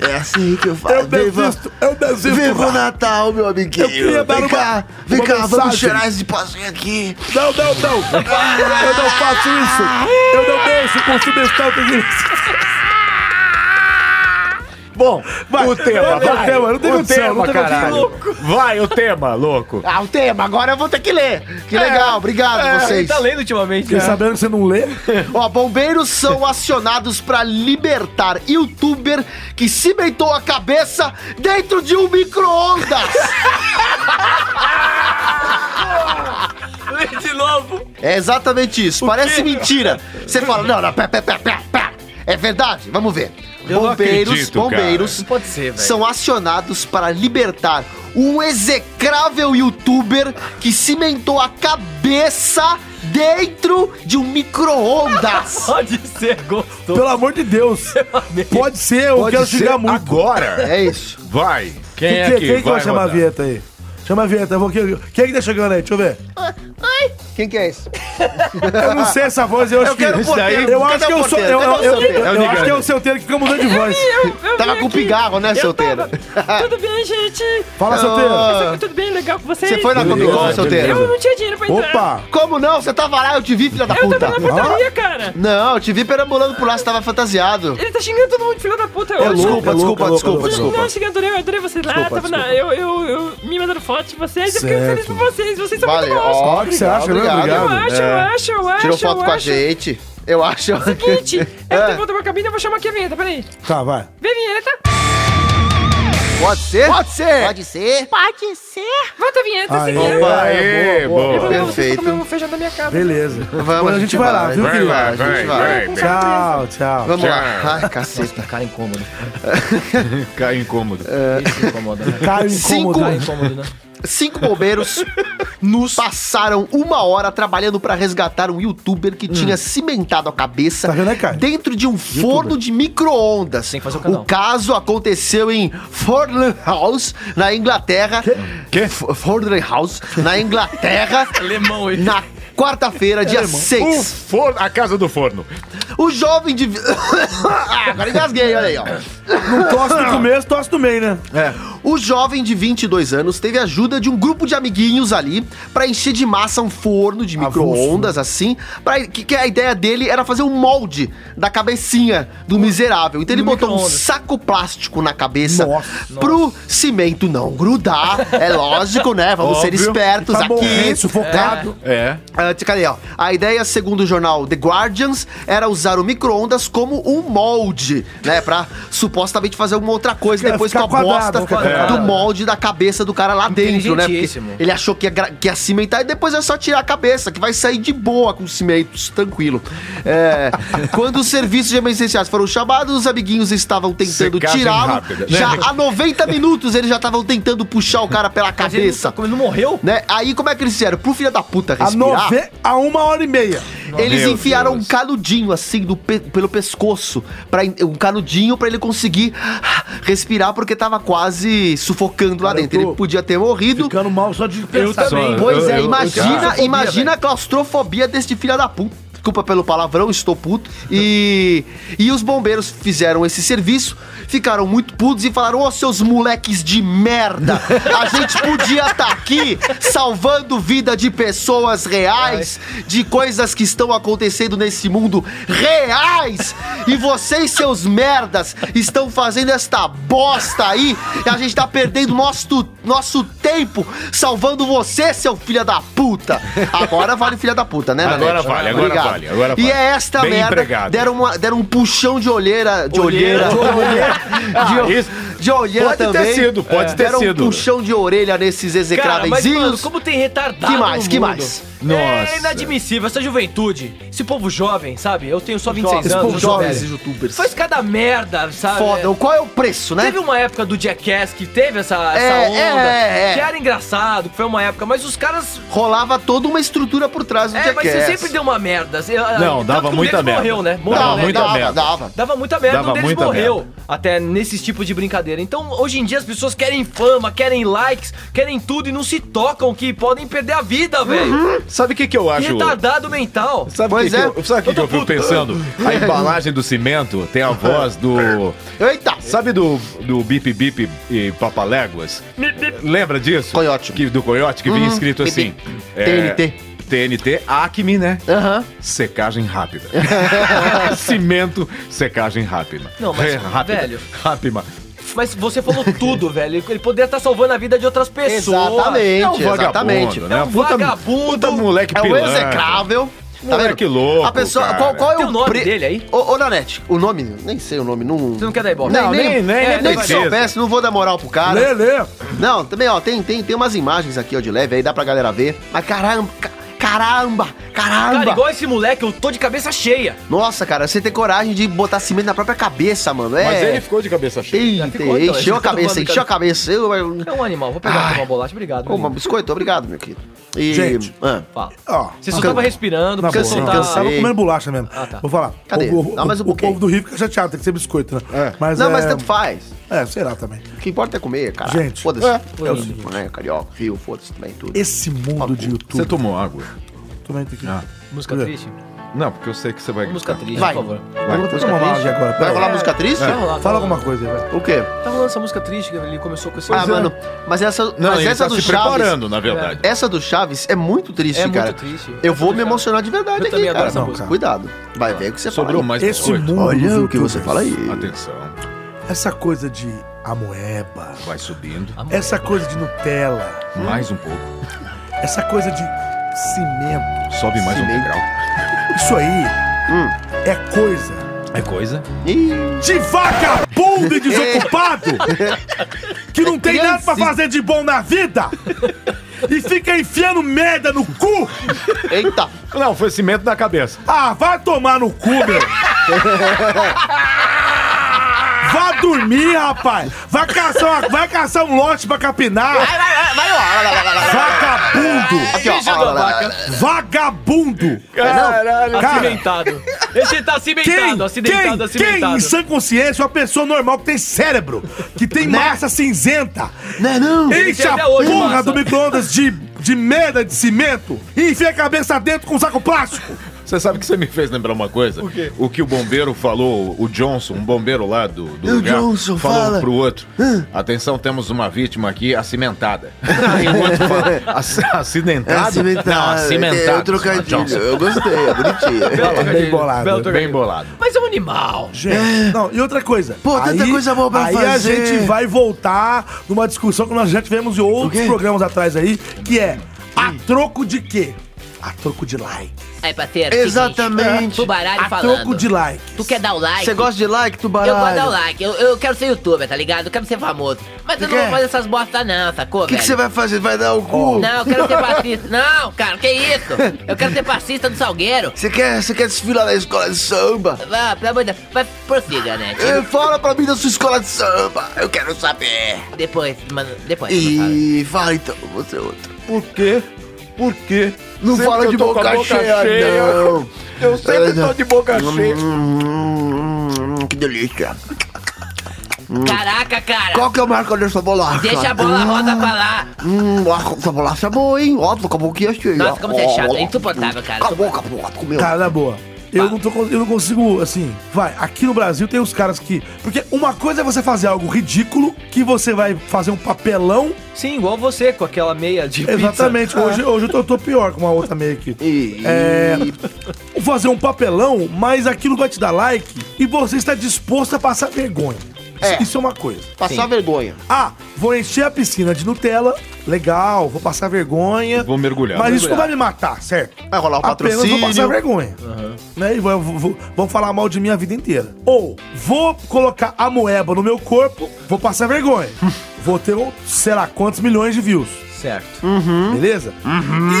[SPEAKER 2] É assim que eu faço.
[SPEAKER 4] Eu
[SPEAKER 2] Vem, va-
[SPEAKER 4] desisto, eu desisto.
[SPEAKER 2] Viva o Natal, meu amiguinho.
[SPEAKER 4] Eu queria dar
[SPEAKER 2] vem
[SPEAKER 4] uma-
[SPEAKER 2] cá, vem
[SPEAKER 4] uma
[SPEAKER 2] cá, vamos
[SPEAKER 4] mensagem.
[SPEAKER 2] cheirar esse pozinho aqui.
[SPEAKER 4] Não, não, não. Eu não faço isso. Eu não deixo com substância de...
[SPEAKER 3] Bom,
[SPEAKER 4] Vai,
[SPEAKER 3] o
[SPEAKER 4] vai,
[SPEAKER 3] tema, vai.
[SPEAKER 4] o tema, não teve
[SPEAKER 3] o
[SPEAKER 4] o tema, não
[SPEAKER 3] tema,
[SPEAKER 4] teve o tema,
[SPEAKER 3] caralho. Vai, o tema, louco.
[SPEAKER 2] Ah, o tema, agora eu vou ter que ler. Que legal, obrigado
[SPEAKER 1] Ele
[SPEAKER 2] vocês.
[SPEAKER 1] tá lendo ultimamente,
[SPEAKER 4] Fiquei
[SPEAKER 1] né?
[SPEAKER 4] sabendo que você não lê.
[SPEAKER 2] Ó, bombeiros são acionados pra libertar youtuber que cimentou a cabeça dentro de um micro-ondas.
[SPEAKER 1] Lê de novo.
[SPEAKER 2] É exatamente isso, parece mentira. Você fala, não, não, pé, pé, pé, pé, pé. É verdade? Vamos ver.
[SPEAKER 3] Eu não
[SPEAKER 2] bombeiros,
[SPEAKER 3] acredito,
[SPEAKER 2] bombeiros
[SPEAKER 1] cara. Pode ser, velho.
[SPEAKER 2] são acionados para libertar um execrável youtuber que cimentou a cabeça dentro de um micro-ondas.
[SPEAKER 1] Pode ser, gostou.
[SPEAKER 4] Pelo amor de Deus. Pode ser, eu
[SPEAKER 3] Pode
[SPEAKER 4] quero
[SPEAKER 3] ser
[SPEAKER 4] xingar muito.
[SPEAKER 3] Agora.
[SPEAKER 2] É isso.
[SPEAKER 3] Vai. Quem
[SPEAKER 4] Quem,
[SPEAKER 3] é
[SPEAKER 4] quem,
[SPEAKER 3] que
[SPEAKER 4] quem que vai
[SPEAKER 3] vai
[SPEAKER 4] chamar a
[SPEAKER 3] rodar?
[SPEAKER 4] vinheta aí? Chama a vinheta, eu vou. Quem, quem é que tá chegando aí? Deixa eu ver.
[SPEAKER 7] Ai,
[SPEAKER 2] Quem que é esse?
[SPEAKER 4] Eu não sei essa voz, eu acho
[SPEAKER 2] Eu quero
[SPEAKER 4] que.
[SPEAKER 2] o porteiro.
[SPEAKER 4] eu
[SPEAKER 2] Cadê
[SPEAKER 4] acho que
[SPEAKER 2] o
[SPEAKER 4] eu sou.
[SPEAKER 2] porteiro?
[SPEAKER 4] Eu, eu,
[SPEAKER 2] Cadê o
[SPEAKER 4] eu-
[SPEAKER 2] solteiro?
[SPEAKER 4] eu
[SPEAKER 3] É o
[SPEAKER 4] acho que é
[SPEAKER 3] Nigano.
[SPEAKER 4] o seu que fica mudando de voz.
[SPEAKER 2] Tava com pigarro, né, solteiro? Ah.
[SPEAKER 8] Tudo bem, gente?
[SPEAKER 4] Fala, solteiro.
[SPEAKER 8] Tudo bem? Legal com vocês?
[SPEAKER 2] Você foi na Comic Con,
[SPEAKER 3] Beleza,
[SPEAKER 2] solteiro?
[SPEAKER 8] Eu não tinha dinheiro pra entrar.
[SPEAKER 4] Opa!
[SPEAKER 2] Como não? Você tava lá, eu te vi, filha da
[SPEAKER 8] Eu
[SPEAKER 2] puta.
[SPEAKER 8] tava na putaria, cara.
[SPEAKER 2] Não, eu te vi perambulando por lá, você tava fantasiado.
[SPEAKER 8] Ele tá xingando todo mundo, filho da puta. Eu
[SPEAKER 2] desculpa, desculpa,
[SPEAKER 4] é louco, é louco,
[SPEAKER 2] desculpa,
[SPEAKER 4] é louco.
[SPEAKER 2] desculpa.
[SPEAKER 8] Não, xingando, Ah, adorei, eu adorei vocês lá.
[SPEAKER 4] Desculpa,
[SPEAKER 8] tava na, eu, eu, eu me mandando foto de
[SPEAKER 2] é
[SPEAKER 8] vocês. Eu fiquei
[SPEAKER 4] Certo.
[SPEAKER 8] feliz por vocês. Vocês são
[SPEAKER 2] Valeu.
[SPEAKER 8] muito bons.
[SPEAKER 2] Ó,
[SPEAKER 4] Ó, o que você
[SPEAKER 2] obrigado,
[SPEAKER 4] acha, né?
[SPEAKER 2] obrigado. É.
[SPEAKER 8] eu
[SPEAKER 4] Obrigado.
[SPEAKER 8] acho, eu acho, eu acho.
[SPEAKER 2] Tirou foto
[SPEAKER 8] eu
[SPEAKER 2] com a
[SPEAKER 8] acho. É
[SPEAKER 2] gente. Eu acho.
[SPEAKER 8] Seguinte, eu
[SPEAKER 2] É.
[SPEAKER 8] tenho que voltar pra cabine, eu vou chamar aqui a vinheta, peraí.
[SPEAKER 4] Tá, vai.
[SPEAKER 8] Vem, vinheta.
[SPEAKER 2] Pode ser? Pode ser.
[SPEAKER 5] Pode ser?
[SPEAKER 7] pode ser?
[SPEAKER 8] Volta a vinheta,
[SPEAKER 4] Aê.
[SPEAKER 8] seguinte.
[SPEAKER 2] Opa.
[SPEAKER 3] Aê,
[SPEAKER 8] Eu vou
[SPEAKER 3] boa.
[SPEAKER 8] levar vocês
[SPEAKER 2] perfeito.
[SPEAKER 8] pra comer um feijão da minha casa.
[SPEAKER 4] Beleza.
[SPEAKER 2] Vamos,
[SPEAKER 4] a gente vai lá, viu,
[SPEAKER 3] Vai,
[SPEAKER 4] querido?
[SPEAKER 3] vai,
[SPEAKER 2] A
[SPEAKER 3] vai,
[SPEAKER 2] gente vai.
[SPEAKER 3] vai. vai.
[SPEAKER 4] Tchau, tchau.
[SPEAKER 2] Vamos
[SPEAKER 3] Tchau.
[SPEAKER 2] lá. Ai, caceta.
[SPEAKER 1] Cara incômodo.
[SPEAKER 3] Cai incômodo.
[SPEAKER 1] Isso incomoda, né?
[SPEAKER 4] Caio
[SPEAKER 2] Cinco.
[SPEAKER 4] incômodo.
[SPEAKER 1] Cara incômodo, né?
[SPEAKER 2] Cinco bombeiros nos passaram uma hora trabalhando pra resgatar um youtuber
[SPEAKER 8] Hum.
[SPEAKER 2] que tinha cimentado a cabeça
[SPEAKER 4] Tá vendo, né, Caio?
[SPEAKER 2] dentro de um forno de micro-ondas.
[SPEAKER 1] Tem que fazer o canal.
[SPEAKER 2] caso aconteceu em Fordham House, na Inglaterra.
[SPEAKER 3] Quê?
[SPEAKER 2] F- Fordham House, na Inglaterra,
[SPEAKER 1] Alemão ele.
[SPEAKER 2] na quarta-feira, dia
[SPEAKER 3] O
[SPEAKER 2] 6.
[SPEAKER 3] forno, a casa do forno.
[SPEAKER 2] O jovem de. Ah, Agora engasguei, olha aí, ó.
[SPEAKER 4] Tosse no começo, tosse no meio, né?
[SPEAKER 2] O jovem de 22 anos teve a ajuda de um grupo de amiguinhos ali pra encher de massa um forno de
[SPEAKER 4] Avulso,
[SPEAKER 2] micro-ondas, assim, pra, que, que a ideia dele era fazer um molde da cabecinha do miserável. Então ele
[SPEAKER 1] do
[SPEAKER 2] botou um
[SPEAKER 1] micro-ondas.
[SPEAKER 2] saco plástico na cabeça
[SPEAKER 4] Nossa,
[SPEAKER 2] pro cimento não grudar. É lógico, né? Vamos ser
[SPEAKER 3] Óbvio.
[SPEAKER 2] espertos
[SPEAKER 4] Tá
[SPEAKER 2] aqui. Né?
[SPEAKER 4] morrendo, sufocado.
[SPEAKER 3] É.
[SPEAKER 2] Ah, t- cadê, ó? A ideia, segundo o jornal The Guardians, era usar o micro-ondas como um molde, né? Pra supostamente fazer alguma outra coisa
[SPEAKER 4] Fica-
[SPEAKER 2] depois com
[SPEAKER 4] ficar
[SPEAKER 2] a bosta
[SPEAKER 4] quadrado, ficar
[SPEAKER 2] do
[SPEAKER 4] quadrado.
[SPEAKER 2] molde da cabeça do cara lá dentro, né? Porque
[SPEAKER 1] Inteligentíssimo.
[SPEAKER 2] ele achou que ia, gra- que ia cimentar e depois é só tirar a cabeça, que vai sair de boa com cimentos, tranquilo. É, quando os serviços de emergenciais foram chamados, os amiguinhos estavam tentando
[SPEAKER 3] Secagem
[SPEAKER 2] tirá-lo.
[SPEAKER 3] rápida, né?
[SPEAKER 2] Já há 90 minutos eles já estavam tentando puxar o cara pela
[SPEAKER 1] Mas ele não tá
[SPEAKER 2] cabeça.
[SPEAKER 1] comendo, morreu?
[SPEAKER 2] Né? Aí como é que eles fizeram? Pro filho da puta
[SPEAKER 4] A,
[SPEAKER 2] respirar.
[SPEAKER 4] nove... a uma hora e meia.
[SPEAKER 2] Eles
[SPEAKER 3] Meu
[SPEAKER 2] enfiaram
[SPEAKER 3] Deus.
[SPEAKER 2] um canudinho assim do pe- pelo pescoço, para um canudinho pra ele conseguir respirar porque tava quase sufocando lá
[SPEAKER 4] Cara, eu
[SPEAKER 2] dentro.
[SPEAKER 4] tô
[SPEAKER 2] Ele podia ter morrido.
[SPEAKER 4] Ficando mal só de
[SPEAKER 1] pensar. também.
[SPEAKER 2] Pois
[SPEAKER 3] Eu-
[SPEAKER 2] é,
[SPEAKER 3] eu- eu-
[SPEAKER 2] imagina,
[SPEAKER 3] cara,
[SPEAKER 1] claustrofobia,
[SPEAKER 2] imagina a claustrofobia deste filho da puta. Desculpa pelo palavrão, estou puto. E, e os bombeiros fizeram esse serviço, ficaram muito putos e falaram: Ô seus moleques de merda, a gente podia estar aqui salvando vida de pessoas reais, de coisas que estão acontecendo nesse mundo reais. E vocês, seus merdas, estão fazendo esta bosta aí e a gente tá perdendo nosso, nosso tempo salvando você, seu filho da puta. Agora vale filha da puta, né,
[SPEAKER 3] Agora
[SPEAKER 2] Nanete?
[SPEAKER 3] vale, agora vale, agora
[SPEAKER 2] E
[SPEAKER 3] vale.
[SPEAKER 2] é esta
[SPEAKER 3] Bem
[SPEAKER 2] merda.
[SPEAKER 3] empregado.
[SPEAKER 2] Deram, uma- deram um puxão de olheira. De olheira.
[SPEAKER 1] Olheira.
[SPEAKER 2] De olheira. De,
[SPEAKER 3] Ah, isso.
[SPEAKER 2] de olheira
[SPEAKER 3] Pode ter
[SPEAKER 2] também.
[SPEAKER 3] sido, pode ter
[SPEAKER 2] deram
[SPEAKER 3] sido.
[SPEAKER 2] um puxão de orelha nesses
[SPEAKER 1] Cara, mas mano,
[SPEAKER 2] execrávenzinhos.
[SPEAKER 1] como tem retardado
[SPEAKER 2] Que mais,
[SPEAKER 1] no
[SPEAKER 2] que
[SPEAKER 1] mundo?
[SPEAKER 2] mais?
[SPEAKER 1] É
[SPEAKER 3] Nossa.
[SPEAKER 1] inadmissível essa juventude. Esse povo jovem, sabe? Eu tenho só 26
[SPEAKER 2] Jovens,
[SPEAKER 1] anos.
[SPEAKER 2] povo
[SPEAKER 1] eu sou
[SPEAKER 2] jovem,
[SPEAKER 1] velho.
[SPEAKER 2] esses youtubers.
[SPEAKER 1] Faz cada merda, sabe?
[SPEAKER 2] Foda. Qual é o preço, né?
[SPEAKER 1] Teve um- uma época do Jackass que teve essa, essa
[SPEAKER 2] É,
[SPEAKER 1] onda,
[SPEAKER 2] é, é.
[SPEAKER 1] que era engraçado, que foi uma época, mas os caras.
[SPEAKER 2] Rolava toda uma estrutura por trás do
[SPEAKER 1] É, mas você sempre deu uma merda. Você- tanto que
[SPEAKER 3] dava
[SPEAKER 1] um
[SPEAKER 3] muita
[SPEAKER 1] deles
[SPEAKER 3] merda.
[SPEAKER 1] morreu, né? Morreu,
[SPEAKER 2] Dava,
[SPEAKER 1] né?
[SPEAKER 3] muita
[SPEAKER 2] dava,
[SPEAKER 3] merda.
[SPEAKER 2] dava.
[SPEAKER 1] Dava muita merda,
[SPEAKER 3] Dava
[SPEAKER 1] um deles
[SPEAKER 3] muita
[SPEAKER 1] morreu. Até nesses tipos de brincadeira. Então, hoje em dia as pessoas querem fama, querem likes, querem tudo e não se tocam que podem perder a vida, velho.
[SPEAKER 3] Sabe o que, que eu acho?
[SPEAKER 1] Retardado mental.
[SPEAKER 3] Sabe o que,
[SPEAKER 2] Pois
[SPEAKER 3] que
[SPEAKER 2] é.
[SPEAKER 3] eu, sabe o que, que eu fico pensando? A embalagem do cimento tem a voz do.
[SPEAKER 2] Eita!
[SPEAKER 3] Sabe do, do Bip Bip e Papaléguas? Lembra disso?
[SPEAKER 2] Coiote.
[SPEAKER 3] Que, do Coyote, que vinha escrito assim.
[SPEAKER 2] TNT.
[SPEAKER 3] TNT Acme, né?
[SPEAKER 2] Aham.
[SPEAKER 3] Secagem rápida. Cimento, secagem rápida.
[SPEAKER 1] Não, mas,
[SPEAKER 3] É, rápida.
[SPEAKER 1] velho.
[SPEAKER 3] Rápida.
[SPEAKER 1] Mas você falou tudo, velho. Ele poderia estar salvando a vida de outras pessoas.
[SPEAKER 2] Exatamente,
[SPEAKER 3] É um vagabundo,
[SPEAKER 2] exatamente.
[SPEAKER 3] né?
[SPEAKER 1] É um
[SPEAKER 3] puta,
[SPEAKER 1] vagabundo.
[SPEAKER 3] Puta moleque
[SPEAKER 2] É um
[SPEAKER 3] pilantra.
[SPEAKER 2] execrável. Tá
[SPEAKER 3] Moleque
[SPEAKER 2] vendo?
[SPEAKER 3] louco,
[SPEAKER 2] A pessoa.
[SPEAKER 3] cara.
[SPEAKER 2] Qual, qual é
[SPEAKER 1] Tem
[SPEAKER 2] o
[SPEAKER 1] o nome
[SPEAKER 2] pre-
[SPEAKER 1] dele aí?
[SPEAKER 2] Ô, ô Nanete, o nome, nem sei o nome, não.
[SPEAKER 1] Você não quer dar ibope?
[SPEAKER 2] Não, nem, nem,
[SPEAKER 3] nem- nem-
[SPEAKER 2] nem,
[SPEAKER 1] nem
[SPEAKER 2] se
[SPEAKER 3] precisa.
[SPEAKER 2] soubesse, não vou dar moral pro cara.
[SPEAKER 4] Lê, lê.
[SPEAKER 2] Não, também, ó, tem, tem, tem umas imagens aqui, ó, de leve, aí dá pra galera ver. Mas caramba, ca- caramba, caramba.
[SPEAKER 1] Cara, igual esse moleque, eu tô de cabeça cheia.
[SPEAKER 2] Nossa, cara, você tem coragem de botar cimento na própria cabeça, mano. É.
[SPEAKER 3] Mas ele ficou de cabeça cheia.
[SPEAKER 2] Eita,
[SPEAKER 1] ficou, então,
[SPEAKER 2] encheu a
[SPEAKER 1] isso que eu tô
[SPEAKER 2] cabeça,
[SPEAKER 1] falando,
[SPEAKER 2] encheu a cabeça. Eu, eu...
[SPEAKER 1] É um animal. Vou pegar
[SPEAKER 2] Ai.
[SPEAKER 1] aqui uma bolacha. Obrigado.
[SPEAKER 2] Ô,
[SPEAKER 1] meu
[SPEAKER 2] mas
[SPEAKER 1] lindo.
[SPEAKER 2] biscoito, obrigado, meu querido. E.
[SPEAKER 4] Gente.
[SPEAKER 2] ah,
[SPEAKER 1] Fala.
[SPEAKER 4] Ó.
[SPEAKER 1] Você só
[SPEAKER 2] Can-
[SPEAKER 1] tava respirando,
[SPEAKER 4] Na
[SPEAKER 1] porque
[SPEAKER 4] boa,
[SPEAKER 1] você
[SPEAKER 2] boa,
[SPEAKER 1] tá...
[SPEAKER 4] tava
[SPEAKER 2] Ei.
[SPEAKER 4] comendo bolacha mesmo.
[SPEAKER 1] tá.
[SPEAKER 4] Vou falar.
[SPEAKER 2] Cadê?
[SPEAKER 4] O, o-
[SPEAKER 2] Dá mais um
[SPEAKER 4] o
[SPEAKER 2] pouquinho.
[SPEAKER 4] povo do Rio fica chateado, tem que ser biscoito, né? Mas
[SPEAKER 2] não,
[SPEAKER 4] é,
[SPEAKER 2] mas tanto faz.
[SPEAKER 4] É, sei lá também.
[SPEAKER 2] O que importa é comer, cara.
[SPEAKER 4] Gente.
[SPEAKER 2] foda-se.
[SPEAKER 4] É o seguinte.
[SPEAKER 2] É, carioca, rio, foda-se também, tudo.
[SPEAKER 4] Esse mundo de YouTube.
[SPEAKER 3] Você tomou água?
[SPEAKER 4] Também tem que...
[SPEAKER 1] tá- Música
[SPEAKER 4] É.
[SPEAKER 1] triste?
[SPEAKER 3] Não, porque eu sei que você vai.
[SPEAKER 1] Música triste,
[SPEAKER 2] Vai.
[SPEAKER 1] por favor.
[SPEAKER 2] Vai,
[SPEAKER 4] Vamos tomar uma água agora.
[SPEAKER 2] Vai
[SPEAKER 4] peraí.
[SPEAKER 2] rolar música triste?
[SPEAKER 1] Vai rolar,
[SPEAKER 4] Fala
[SPEAKER 1] vai
[SPEAKER 4] alguma
[SPEAKER 1] rolar.
[SPEAKER 4] coisa aí, vai.
[SPEAKER 2] O quê?
[SPEAKER 1] Tá rolando essa música triste, que ele começou com esse...
[SPEAKER 4] é.
[SPEAKER 2] ah, mano, mas essa,
[SPEAKER 3] Não,
[SPEAKER 2] mas
[SPEAKER 3] ele
[SPEAKER 2] essa
[SPEAKER 3] tá
[SPEAKER 2] do
[SPEAKER 3] se
[SPEAKER 2] Chaves.
[SPEAKER 3] preparando, na verdade.
[SPEAKER 2] Essa do Chaves é muito triste,
[SPEAKER 1] É muito
[SPEAKER 2] cara.
[SPEAKER 1] triste.
[SPEAKER 2] Eu vou me
[SPEAKER 1] Chaves.
[SPEAKER 2] emocionar de verdade
[SPEAKER 1] Eu
[SPEAKER 2] aqui,
[SPEAKER 1] também adoro
[SPEAKER 2] cara.
[SPEAKER 1] essa
[SPEAKER 2] Não,
[SPEAKER 1] música.
[SPEAKER 2] Cuidado. Vai ver o que você
[SPEAKER 3] Sobrou
[SPEAKER 2] fala.
[SPEAKER 3] mais
[SPEAKER 4] Esse
[SPEAKER 3] biscoito.
[SPEAKER 4] mundo
[SPEAKER 2] Olha
[SPEAKER 4] dos
[SPEAKER 2] o que você
[SPEAKER 4] youtubers.
[SPEAKER 2] fala aí.
[SPEAKER 3] Atenção,
[SPEAKER 4] Essa coisa de amoeba.
[SPEAKER 3] vai subindo.
[SPEAKER 4] Essa coisa de Nutella.
[SPEAKER 3] Mais um pouco.
[SPEAKER 4] Essa coisa de cimento.
[SPEAKER 3] Sobe mais um
[SPEAKER 2] Cimento.
[SPEAKER 3] degrau.
[SPEAKER 4] Isso aí é coisa
[SPEAKER 3] É coisa?
[SPEAKER 2] Ih,
[SPEAKER 4] de vagabundo e desocupado que não tem nada pra fazer de bom na vida e fica enfiando merda no cu.
[SPEAKER 2] Eita.
[SPEAKER 3] Não, foi cimento na cabeça.
[SPEAKER 4] Ah, vai tomar no cu, meu. Vá dormir, rapaz. Vai caçar, uma- vai caçar um lote pra capinar.
[SPEAKER 1] É,
[SPEAKER 4] Vagabundo.
[SPEAKER 2] Aqui, ó.
[SPEAKER 1] bicho da
[SPEAKER 2] Ó, lá, lá, lá,
[SPEAKER 1] vaca.
[SPEAKER 2] lá.
[SPEAKER 4] Vagabundo.
[SPEAKER 3] Caralho.
[SPEAKER 1] Acimentado. Tá Esse tá acimentado, acidentado,
[SPEAKER 4] quem, quem
[SPEAKER 1] acimentado.
[SPEAKER 4] em sã consciência é uma pessoa normal que tem cérebro, que tem massa cinzenta,
[SPEAKER 2] Não, não.
[SPEAKER 4] enche
[SPEAKER 1] tem
[SPEAKER 4] a
[SPEAKER 1] é até hoje
[SPEAKER 4] porra
[SPEAKER 1] massa.
[SPEAKER 4] do micro-ondas de, de merda de cimento e enfia a cabeça dentro com um saco plástico.
[SPEAKER 3] Você sabe que você me fez lembrar uma coisa? O, que o bombeiro falou, o Johnson, um bombeiro lá do, do
[SPEAKER 2] O
[SPEAKER 3] lugar,
[SPEAKER 2] Johnson
[SPEAKER 3] falou
[SPEAKER 2] fala.
[SPEAKER 3] pro outro: Atenção, temos uma vítima aqui acimentada. Aí o outro fala: "Ac- Acidentada? Não,
[SPEAKER 2] É
[SPEAKER 3] acimentada.
[SPEAKER 2] o trocadilho.
[SPEAKER 3] Johnson.
[SPEAKER 2] Eu gostei, é
[SPEAKER 1] Belo
[SPEAKER 2] bonitinho.
[SPEAKER 1] trocadilho,
[SPEAKER 4] Tá bem bolado,
[SPEAKER 1] belo trocadilho.
[SPEAKER 3] Bem bolado.
[SPEAKER 1] Mas é um animal.
[SPEAKER 4] Gente, não, e outra coisa.
[SPEAKER 2] É. Pô, tanta coisa boa pra
[SPEAKER 4] aí
[SPEAKER 2] fazer.
[SPEAKER 4] a gente vai voltar numa discussão que nós já tivemos em outros
[SPEAKER 2] quê? Hum.
[SPEAKER 4] programas atrás aí, que é a troco de quê? A troco de like.
[SPEAKER 5] Aí, parceiro, é
[SPEAKER 2] Exatamente.
[SPEAKER 5] Tubaralho
[SPEAKER 4] A
[SPEAKER 5] Tá falando.
[SPEAKER 4] troco de like.
[SPEAKER 5] Tu quer dar o like?
[SPEAKER 2] Você gosta de like, tubarão?
[SPEAKER 5] Eu vou dar o like. Eu, eu quero ser youtuber, tá ligado? Eu quero ser famoso. Mas eu não
[SPEAKER 2] quer?
[SPEAKER 5] vou fazer essas bosta não, sacou,
[SPEAKER 2] O que que
[SPEAKER 5] velho?
[SPEAKER 2] você vai fazer? Vai dar o cu?
[SPEAKER 5] Não, eu quero ser passista. Não, cara, que isso? Eu quero ser passista do Salgueiro.
[SPEAKER 2] Você quer, você quer desfilar na escola de samba?
[SPEAKER 5] Ah, pelo amor de Deus. Mas prossiga, né?
[SPEAKER 2] Eh, Fala pra mim da sua escola de samba. Eu quero saber.
[SPEAKER 5] Depois, mano, depois.
[SPEAKER 2] E fala então, você é outro.
[SPEAKER 3] Por quê? Por quê?
[SPEAKER 2] Não
[SPEAKER 3] Sempre
[SPEAKER 2] fala
[SPEAKER 3] que
[SPEAKER 2] de
[SPEAKER 3] eu tô com
[SPEAKER 2] boca,
[SPEAKER 3] a
[SPEAKER 2] cheia, não.
[SPEAKER 3] Eu sempre
[SPEAKER 2] Não.
[SPEAKER 3] tô de boca cheia.
[SPEAKER 2] Hum, que delícia.
[SPEAKER 5] Caraca, cara.
[SPEAKER 2] Qual Ah. que é o marco dessa bolacha?
[SPEAKER 5] Deixa a bola roda pra lá.
[SPEAKER 2] Hum, ó, essa bolacha é boa, hein? Ó, tô com a boquinha cheia.
[SPEAKER 5] Nossa, como você é
[SPEAKER 2] Ó,
[SPEAKER 5] chato.
[SPEAKER 2] ó,
[SPEAKER 5] É insuportável, cara.
[SPEAKER 2] Cala a boca, porra, tu comeu.
[SPEAKER 4] Cara, na boa.
[SPEAKER 2] Tá.
[SPEAKER 4] Eu não, tô, con- eu não consigo, assim. Vai, aqui no Brasil tem os caras que. Porque uma coisa é você fazer algo ridículo, que você vai fazer um papelão.
[SPEAKER 1] Sim, igual você, com aquela meia de pizza.
[SPEAKER 4] Exatamente. Hoje, hoje eu, tô, eu tô pior com uma outra meia aqui.
[SPEAKER 2] E...
[SPEAKER 4] É. Fazer um papelão, mas aquilo vai te dar like e você está disposto a passar vergonha.
[SPEAKER 2] É.
[SPEAKER 4] Isso é uma coisa.
[SPEAKER 2] Passar vergonha.
[SPEAKER 4] Ah, vou encher a piscina de Nutella. Legal, vou passar vergonha.
[SPEAKER 3] Vou mergulhar.
[SPEAKER 4] Mas isso não vai me matar, certo?
[SPEAKER 2] Vai rolar o
[SPEAKER 4] Apenas
[SPEAKER 2] patrocínio.
[SPEAKER 4] vou passar vergonha. Né? E vou- vou- vou- vão falar mal de mim a vida inteira. Ou vou colocar a moeba no meu corpo, vou passar vergonha. vou ter, sei lá, quantos milhões de views.
[SPEAKER 1] Certo.
[SPEAKER 4] Beleza?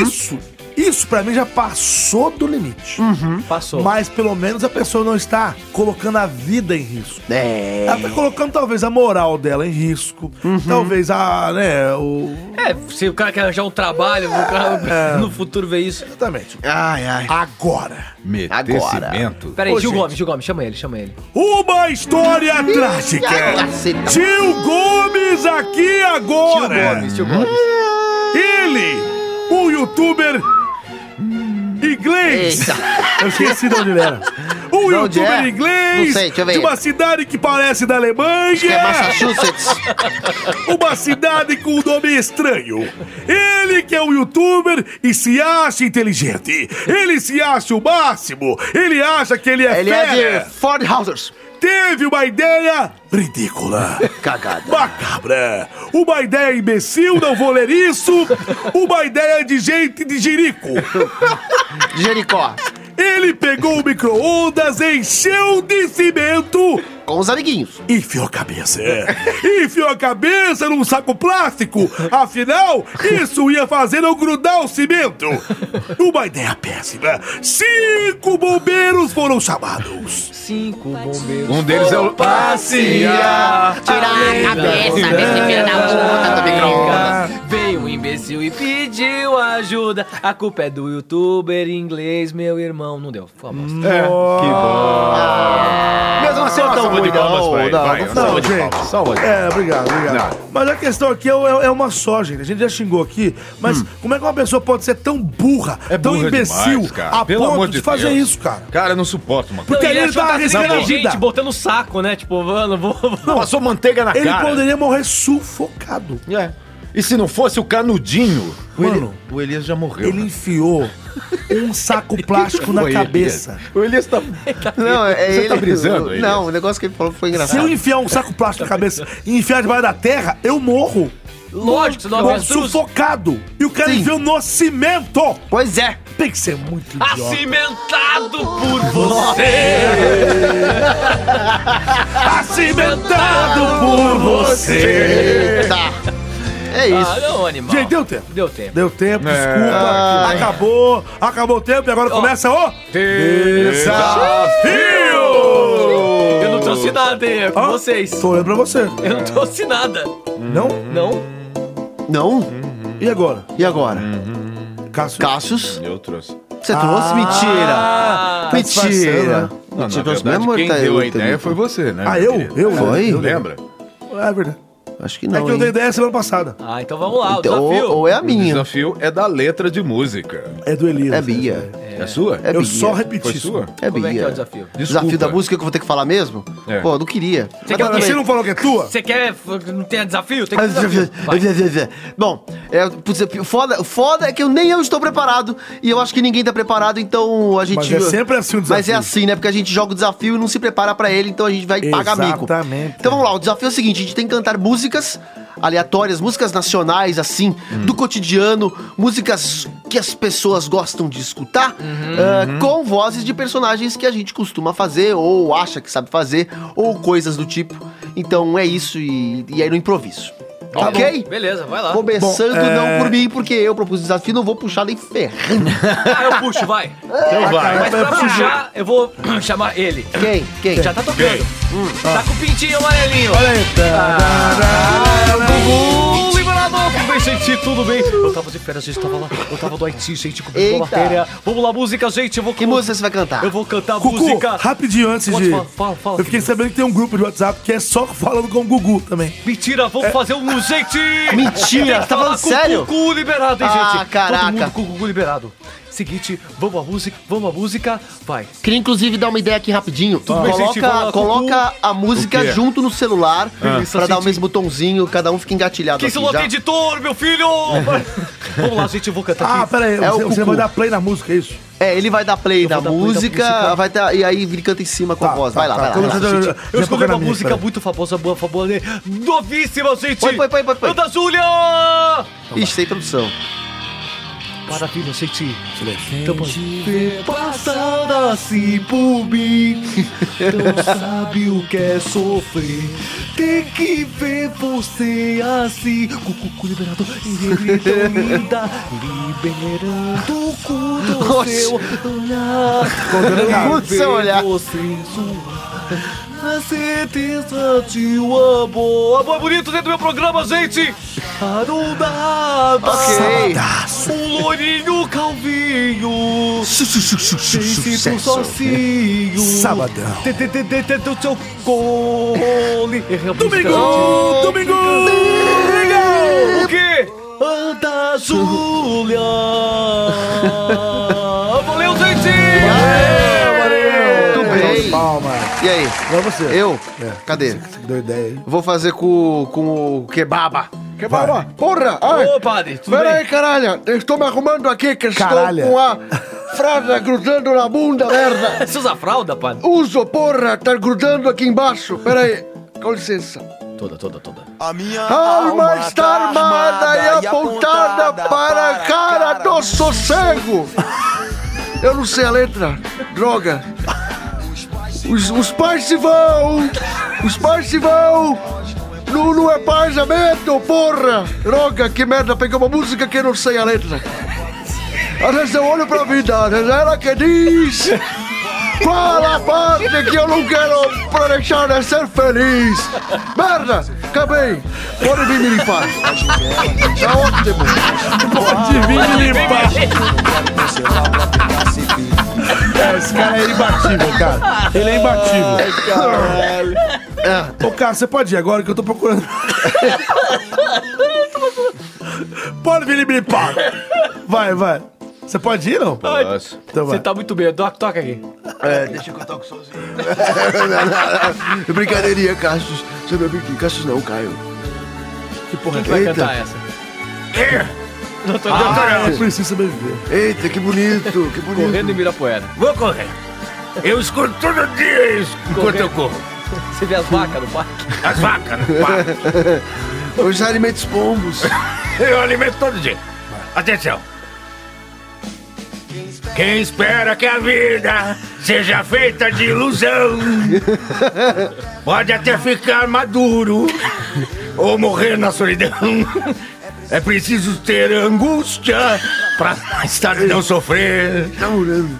[SPEAKER 4] Isso Isso pra mim já passou do limite.
[SPEAKER 1] Passou.
[SPEAKER 4] Mas pelo menos a pessoa não está colocando a vida em risco.
[SPEAKER 2] É.
[SPEAKER 4] Ela tá colocando talvez a moral dela em risco. Talvez a, né, o...
[SPEAKER 1] É, se o cara quer arranjar um trabalho, o
[SPEAKER 4] É.
[SPEAKER 1] cara no futuro vê isso.
[SPEAKER 4] Exatamente.
[SPEAKER 2] Ai, ai.
[SPEAKER 4] Agora,
[SPEAKER 3] Meter
[SPEAKER 2] Agora.
[SPEAKER 3] cimento.
[SPEAKER 1] Peraí,
[SPEAKER 4] Ô,
[SPEAKER 1] Gil
[SPEAKER 4] gente.
[SPEAKER 1] Gomes, Gil Gomes, chama ele, chama ele.
[SPEAKER 4] uma história
[SPEAKER 2] Ai,
[SPEAKER 4] trágica.
[SPEAKER 2] caceta.
[SPEAKER 4] Tio Gomes aqui
[SPEAKER 1] Tio
[SPEAKER 4] agora.
[SPEAKER 2] é
[SPEAKER 1] Gomes, tio Gomes.
[SPEAKER 4] Ele, o youtuber inglês.
[SPEAKER 2] Eita.
[SPEAKER 4] Eu esqueci de onde ele era. Um
[SPEAKER 2] De onde
[SPEAKER 4] youtuber
[SPEAKER 2] é?
[SPEAKER 4] inglês
[SPEAKER 2] Não sei, deixa eu ver.
[SPEAKER 4] de uma cidade que parece da Alemanha.
[SPEAKER 2] Que é Massachusetts.
[SPEAKER 4] Uma cidade com um nome estranho. Ele que é um youtuber e se acha inteligente. Ele se acha o máximo. Ele acha que ele é
[SPEAKER 2] Ele
[SPEAKER 4] fera.
[SPEAKER 2] é de Ford Housers.
[SPEAKER 4] Teve uma ideia ridícula.
[SPEAKER 2] Cagada.
[SPEAKER 4] Macabra! Uma ideia imbecil, não vou ler isso! Uma ideia de gente de jirico!
[SPEAKER 2] Jericó.
[SPEAKER 4] Ele pegou o micro-ondas, encheu de cimento
[SPEAKER 2] Com os amiguinhos.
[SPEAKER 4] e enfiou a cabeça.
[SPEAKER 3] É.
[SPEAKER 4] Enfiou a cabeça num saco plástico! Afinal, isso ia fazer eu grudar o cimento! Uma ideia péssima! Cinco bombeiros foram chamados!
[SPEAKER 1] Cinco bombeiros.
[SPEAKER 3] Um deles é o.
[SPEAKER 1] Passear,
[SPEAKER 5] Tirar a cabeça desse filho da puta do
[SPEAKER 1] micro Veio um imbecil e pediu ajuda. A culpa é do youtuber inglês, meu irmão. Não deu, foi uma bosta.
[SPEAKER 2] Mesmo assim, eu tão
[SPEAKER 3] Uma É, salva
[SPEAKER 2] ruim,
[SPEAKER 3] de palmas pra ele.
[SPEAKER 2] não,
[SPEAKER 3] vai,
[SPEAKER 2] não
[SPEAKER 3] uma
[SPEAKER 2] foi.
[SPEAKER 3] salva de
[SPEAKER 4] gente.
[SPEAKER 3] palmas. Salva de palmas.
[SPEAKER 4] É, obrigado, obrigado. Mas a questão aqui é, é- é uma só, gente. A gente já xingou aqui, mas como é que uma pessoa pode ser tão burra,
[SPEAKER 3] Hum. É
[SPEAKER 4] tão
[SPEAKER 3] burra
[SPEAKER 4] imbecil,
[SPEAKER 3] demais, cara.
[SPEAKER 4] a
[SPEAKER 3] Pelo
[SPEAKER 4] ponto
[SPEAKER 3] amor
[SPEAKER 4] de,
[SPEAKER 3] de
[SPEAKER 4] fazer
[SPEAKER 3] Deus.
[SPEAKER 4] isso, cara?
[SPEAKER 3] Cara, eu não suporto uma coisa.
[SPEAKER 4] Porque ele,
[SPEAKER 1] ele
[SPEAKER 4] tá
[SPEAKER 1] achou que tava
[SPEAKER 4] arriscando a vida.
[SPEAKER 1] inteligente, botando o saco, né? Tipo, mano, vou... vou-
[SPEAKER 3] Passou manteiga na
[SPEAKER 4] Ele
[SPEAKER 3] cara.
[SPEAKER 4] poderia morrer sufocado.
[SPEAKER 3] É. E se não fosse o canudinho?
[SPEAKER 4] Mano,
[SPEAKER 3] o, Eli- o Elias já morreu.
[SPEAKER 4] Ele
[SPEAKER 3] né?
[SPEAKER 4] enfiou um saco plástico na
[SPEAKER 3] Foi,
[SPEAKER 4] cabeça.
[SPEAKER 3] Elias. O Elias tá.
[SPEAKER 2] Não, é
[SPEAKER 3] Você
[SPEAKER 2] ele.
[SPEAKER 3] tá brisando, Elias?
[SPEAKER 2] Não, o negócio que ele falou foi
[SPEAKER 4] Se
[SPEAKER 2] engraçado.
[SPEAKER 4] eu enfiar um saco plástico na cabeça e enfiar debaixo da terra, eu morro.
[SPEAKER 1] Lógico, você não
[SPEAKER 4] Morro
[SPEAKER 1] avestruz.
[SPEAKER 4] sufocado. E o cara
[SPEAKER 2] Sim.
[SPEAKER 4] enfiou no cimento.
[SPEAKER 2] Pois é.
[SPEAKER 4] Tem que ser muito
[SPEAKER 1] Tá
[SPEAKER 4] idiota.
[SPEAKER 1] Acimentado por você.
[SPEAKER 4] Acimentado Tá por você.
[SPEAKER 2] Tá. É isso.
[SPEAKER 1] Ah, não, animal.
[SPEAKER 4] Gente, deu tempo.
[SPEAKER 1] Deu tempo.
[SPEAKER 4] Deu tempo, desculpa.
[SPEAKER 2] É. Ai.
[SPEAKER 4] Acabou, acabou o tempo e agora começa o desafio!
[SPEAKER 1] Eu não trouxe nada, hein? É com
[SPEAKER 4] Hã?
[SPEAKER 1] vocês.
[SPEAKER 4] Tô olhando pra você.
[SPEAKER 1] Eu não trouxe nada.
[SPEAKER 4] Não?
[SPEAKER 1] Não?
[SPEAKER 2] Não?
[SPEAKER 4] E agora?
[SPEAKER 2] E agora?
[SPEAKER 4] Cássio.
[SPEAKER 2] Cassius?
[SPEAKER 3] Eu trouxe.
[SPEAKER 2] Você trouxe? Mentira.
[SPEAKER 1] Ah,
[SPEAKER 2] Mentira.
[SPEAKER 4] disfarçando,
[SPEAKER 3] Não, na
[SPEAKER 2] Você trouxe
[SPEAKER 3] verdade,
[SPEAKER 2] mesmo
[SPEAKER 3] quem
[SPEAKER 2] tá
[SPEAKER 3] deu a
[SPEAKER 2] eu
[SPEAKER 3] ideia
[SPEAKER 2] também.
[SPEAKER 3] foi você, né?
[SPEAKER 4] Ah,
[SPEAKER 3] meu
[SPEAKER 4] eu?
[SPEAKER 3] querido?
[SPEAKER 4] Eu?
[SPEAKER 2] Foi?
[SPEAKER 4] Eu lembro.
[SPEAKER 3] Lembra?
[SPEAKER 4] É verdade.
[SPEAKER 2] Acho que
[SPEAKER 4] É
[SPEAKER 2] não.
[SPEAKER 4] que eu
[SPEAKER 2] hein?
[SPEAKER 4] dei ideia semana passada.
[SPEAKER 1] Ah, então vamos lá, o
[SPEAKER 2] Então,
[SPEAKER 1] desafio.
[SPEAKER 2] ou, ou é a
[SPEAKER 3] O
[SPEAKER 2] minha.
[SPEAKER 3] desafio é da letra de música.
[SPEAKER 4] É do Elias.
[SPEAKER 2] É Bia.
[SPEAKER 3] É, a sua?
[SPEAKER 2] É
[SPEAKER 4] Eu
[SPEAKER 2] Bia.
[SPEAKER 4] só repeti
[SPEAKER 3] Foi
[SPEAKER 4] isso.
[SPEAKER 3] sua?
[SPEAKER 2] É
[SPEAKER 1] Como é que é o
[SPEAKER 2] Bia.
[SPEAKER 1] desafio?
[SPEAKER 3] Desculpa.
[SPEAKER 2] Desafio da música que eu vou ter que falar mesmo?
[SPEAKER 3] É.
[SPEAKER 2] Pô, eu não queria.
[SPEAKER 1] Você
[SPEAKER 2] Mas
[SPEAKER 1] quer
[SPEAKER 2] tudo
[SPEAKER 1] que
[SPEAKER 2] bem.
[SPEAKER 4] Você não falou que é tua?
[SPEAKER 1] Você quer... f- Não tem desafio? Tem que ter desafio. Vai.
[SPEAKER 2] Bom, é, putz, é, foda, foda é que eu nem eu estou preparado e eu acho que ninguém está preparado, então a gente.
[SPEAKER 4] Mas é sempre assim o desafio.
[SPEAKER 2] Mas é assim, né? Porque a gente joga o desafio e não se prepara pra ele, então a gente vai e paga mico.
[SPEAKER 4] Exatamente.
[SPEAKER 2] Então vamos lá, o desafio é o seguinte: a gente tem que cantar músicas aleatórias, músicas nacionais, assim,
[SPEAKER 1] Hum.
[SPEAKER 2] do cotidiano, músicas que as pessoas gostam de escutar,
[SPEAKER 1] Uhum.
[SPEAKER 2] ah, com vozes de personagens que a gente costuma fazer, ou acha que sabe fazer, ou coisas do tipo. Então é isso, e, e aí no improviso.
[SPEAKER 1] Tá bom,
[SPEAKER 2] ok?
[SPEAKER 1] Beleza, vai lá.
[SPEAKER 2] Começando
[SPEAKER 4] Bom,
[SPEAKER 2] não
[SPEAKER 4] é-
[SPEAKER 2] por mim, porque eu propus o desafio, não vou puxar nem ferrando.
[SPEAKER 1] Ah, eu puxo, vai.
[SPEAKER 3] Então vai.
[SPEAKER 1] Mas pra puxar, eu vou chamar ele.
[SPEAKER 2] Quem? Quem?
[SPEAKER 1] Já tá tocando. Hum, Tá com o pintinho amarelinho. Olha aí. Gugu, Liberador, tudo bem, gente? Tudo bem? Eu tava de férias, gente, tava lá. Eu tava do Haiti, gente, cobrindo
[SPEAKER 2] Eita.
[SPEAKER 1] a matéria. Vamos lá, música, gente. Eu vou...
[SPEAKER 2] Que música você vai cantar?
[SPEAKER 1] Eu vou cantar
[SPEAKER 4] é Cucu,
[SPEAKER 1] música...
[SPEAKER 4] rapidinho antes
[SPEAKER 1] Pode
[SPEAKER 4] de.
[SPEAKER 1] falar, fala, fala,
[SPEAKER 4] eu fiquei
[SPEAKER 1] filho.
[SPEAKER 4] sabendo que tem um grupo de WhatsApp que é só falando com o Gugu também.
[SPEAKER 1] Mentira, vamos fazer um gente!
[SPEAKER 2] Mentira,
[SPEAKER 1] Tem que
[SPEAKER 2] tá
[SPEAKER 1] falar
[SPEAKER 2] falando
[SPEAKER 1] com
[SPEAKER 2] sério?
[SPEAKER 1] O Gugu liberado, hein,
[SPEAKER 2] Ah,
[SPEAKER 1] gente?
[SPEAKER 2] caraca.
[SPEAKER 1] Todo mundo com o Gugu liberado. Seguinte, vamos à música, vamos à música, vai.
[SPEAKER 2] Queria inclusive dar uma ideia aqui rapidinho.
[SPEAKER 1] bem,
[SPEAKER 2] coloca,
[SPEAKER 1] gente, vamos lá,
[SPEAKER 2] coloca a
[SPEAKER 3] O
[SPEAKER 2] música
[SPEAKER 3] quê?
[SPEAKER 2] junto no celular
[SPEAKER 1] Ah. Isso, assim, tipo-
[SPEAKER 2] pra dar o
[SPEAKER 1] gente.
[SPEAKER 2] mesmo tonzinho, cada um fica engatilhado
[SPEAKER 1] Quem se
[SPEAKER 2] assim
[SPEAKER 1] louca
[SPEAKER 2] já.
[SPEAKER 1] editor, meu filho? vamos lá, gente, eu vou cantar
[SPEAKER 4] Ah,
[SPEAKER 1] aqui.
[SPEAKER 4] pera aí,
[SPEAKER 2] É
[SPEAKER 4] você,
[SPEAKER 2] o
[SPEAKER 4] você
[SPEAKER 2] Cucu.
[SPEAKER 4] vai dar play na música, é isso?
[SPEAKER 2] É, ele vai dar play na
[SPEAKER 1] vou dar play na
[SPEAKER 2] música,
[SPEAKER 1] música.
[SPEAKER 2] vai dar- e aí ele canta em cima com a
[SPEAKER 4] Tá,
[SPEAKER 2] voz.
[SPEAKER 4] tá,
[SPEAKER 2] vai lá,
[SPEAKER 4] tá.
[SPEAKER 2] vai lá.
[SPEAKER 4] Então
[SPEAKER 2] vai lá.
[SPEAKER 4] já-
[SPEAKER 1] Gente,
[SPEAKER 4] já-
[SPEAKER 1] eu
[SPEAKER 4] já
[SPEAKER 1] escolhi
[SPEAKER 4] toquei na
[SPEAKER 1] uma
[SPEAKER 4] minha,
[SPEAKER 1] música
[SPEAKER 4] peraí.
[SPEAKER 1] muito famosa, boa, famosa, né? novíssima, gente. Então tá.
[SPEAKER 2] Põe, põe, põe, põe, põe.
[SPEAKER 1] Ana Júlia!
[SPEAKER 2] Ixi, sem produção.
[SPEAKER 1] Maravilha, eu sei que se.
[SPEAKER 2] Então, Passada assim por mim, não sabe o que é sofrer. Tem que ver você assim, cucucu liberador, então linda, liberando o cu do seu olhar. Com o seu olhar. Você na certeza de um uma boa.
[SPEAKER 1] Amor bonito dentro do meu programa, gente! Tá
[SPEAKER 2] Arundada. Ok.
[SPEAKER 1] Um lourinho calvinho. Tem sozinho.
[SPEAKER 4] Sabadão.
[SPEAKER 1] Do seu cole.
[SPEAKER 4] Domingo! Domingo!
[SPEAKER 1] O quê? Anda, Júlia! Valeu, gente!
[SPEAKER 2] Muito bem.
[SPEAKER 4] Palma.
[SPEAKER 2] E aí?
[SPEAKER 4] Não é você.
[SPEAKER 2] Eu?
[SPEAKER 4] É.
[SPEAKER 2] Cadê?
[SPEAKER 4] Você que deu ideia aí.
[SPEAKER 2] Vou fazer com, com o kebaba.
[SPEAKER 4] Vai.
[SPEAKER 2] Porra! Ai!
[SPEAKER 1] Ô, padre, tudo
[SPEAKER 2] Pera
[SPEAKER 1] bem?
[SPEAKER 2] aí, caralho! Eu estou me arrumando aqui que
[SPEAKER 4] Caralho.
[SPEAKER 2] estou com a fralda grudando na bunda, merda!
[SPEAKER 1] Você usa fralda, padre?
[SPEAKER 2] Uso, porra! Tá grudando aqui embaixo! Pera aí! Com licença.
[SPEAKER 1] Toda, toda, toda.
[SPEAKER 2] A alma está armada e apontada para a cara do sossego! Eu não sei a letra. Droga! Os, os pais se vão! Os pais se vão! Não, não é paisamento, porra! Droga, que merda! Peguei uma música que eu não sei a letra. Às vezes eu olho pra vida, às vezes ela que diz... Qual a parte que eu não quero pra deixar de ser feliz? Merda! Acabei! Pode vir me limpar! Tá ótimo!
[SPEAKER 4] É, esse cara é imbatível, cara. Ele é imbatível. É. Ô, cara, você pode ir agora que eu tô procurando. pode vir me limpar. Vai, vai. Você pode ir, não?
[SPEAKER 3] Nossa.
[SPEAKER 4] Então vai.
[SPEAKER 1] Você tá muito bem, toca, toca aqui.
[SPEAKER 2] Brincadeirinha, Cassius. Você não é brinquinho. Cassius não, Caio.
[SPEAKER 1] Que porra que vai
[SPEAKER 2] Eita.
[SPEAKER 1] cantar essa? Não tô
[SPEAKER 4] Ah, eu preciso sobreviver.
[SPEAKER 2] Eita, que bonito, que bonito.
[SPEAKER 1] correndo em Mirapuera.
[SPEAKER 3] Vou correr. Eu escuto todo dia isso enquanto eu corro.
[SPEAKER 1] Você vê as vacas no parque?
[SPEAKER 3] As vacas no parque.
[SPEAKER 2] Os alimentos pombos.
[SPEAKER 3] Eu alimento todo dia. Atenção. Quem espera que a vida seja feita de ilusão pode até ficar maduro ou morrer na solidão. É preciso ter angústia para estar e não sofrer.
[SPEAKER 2] Tá morando.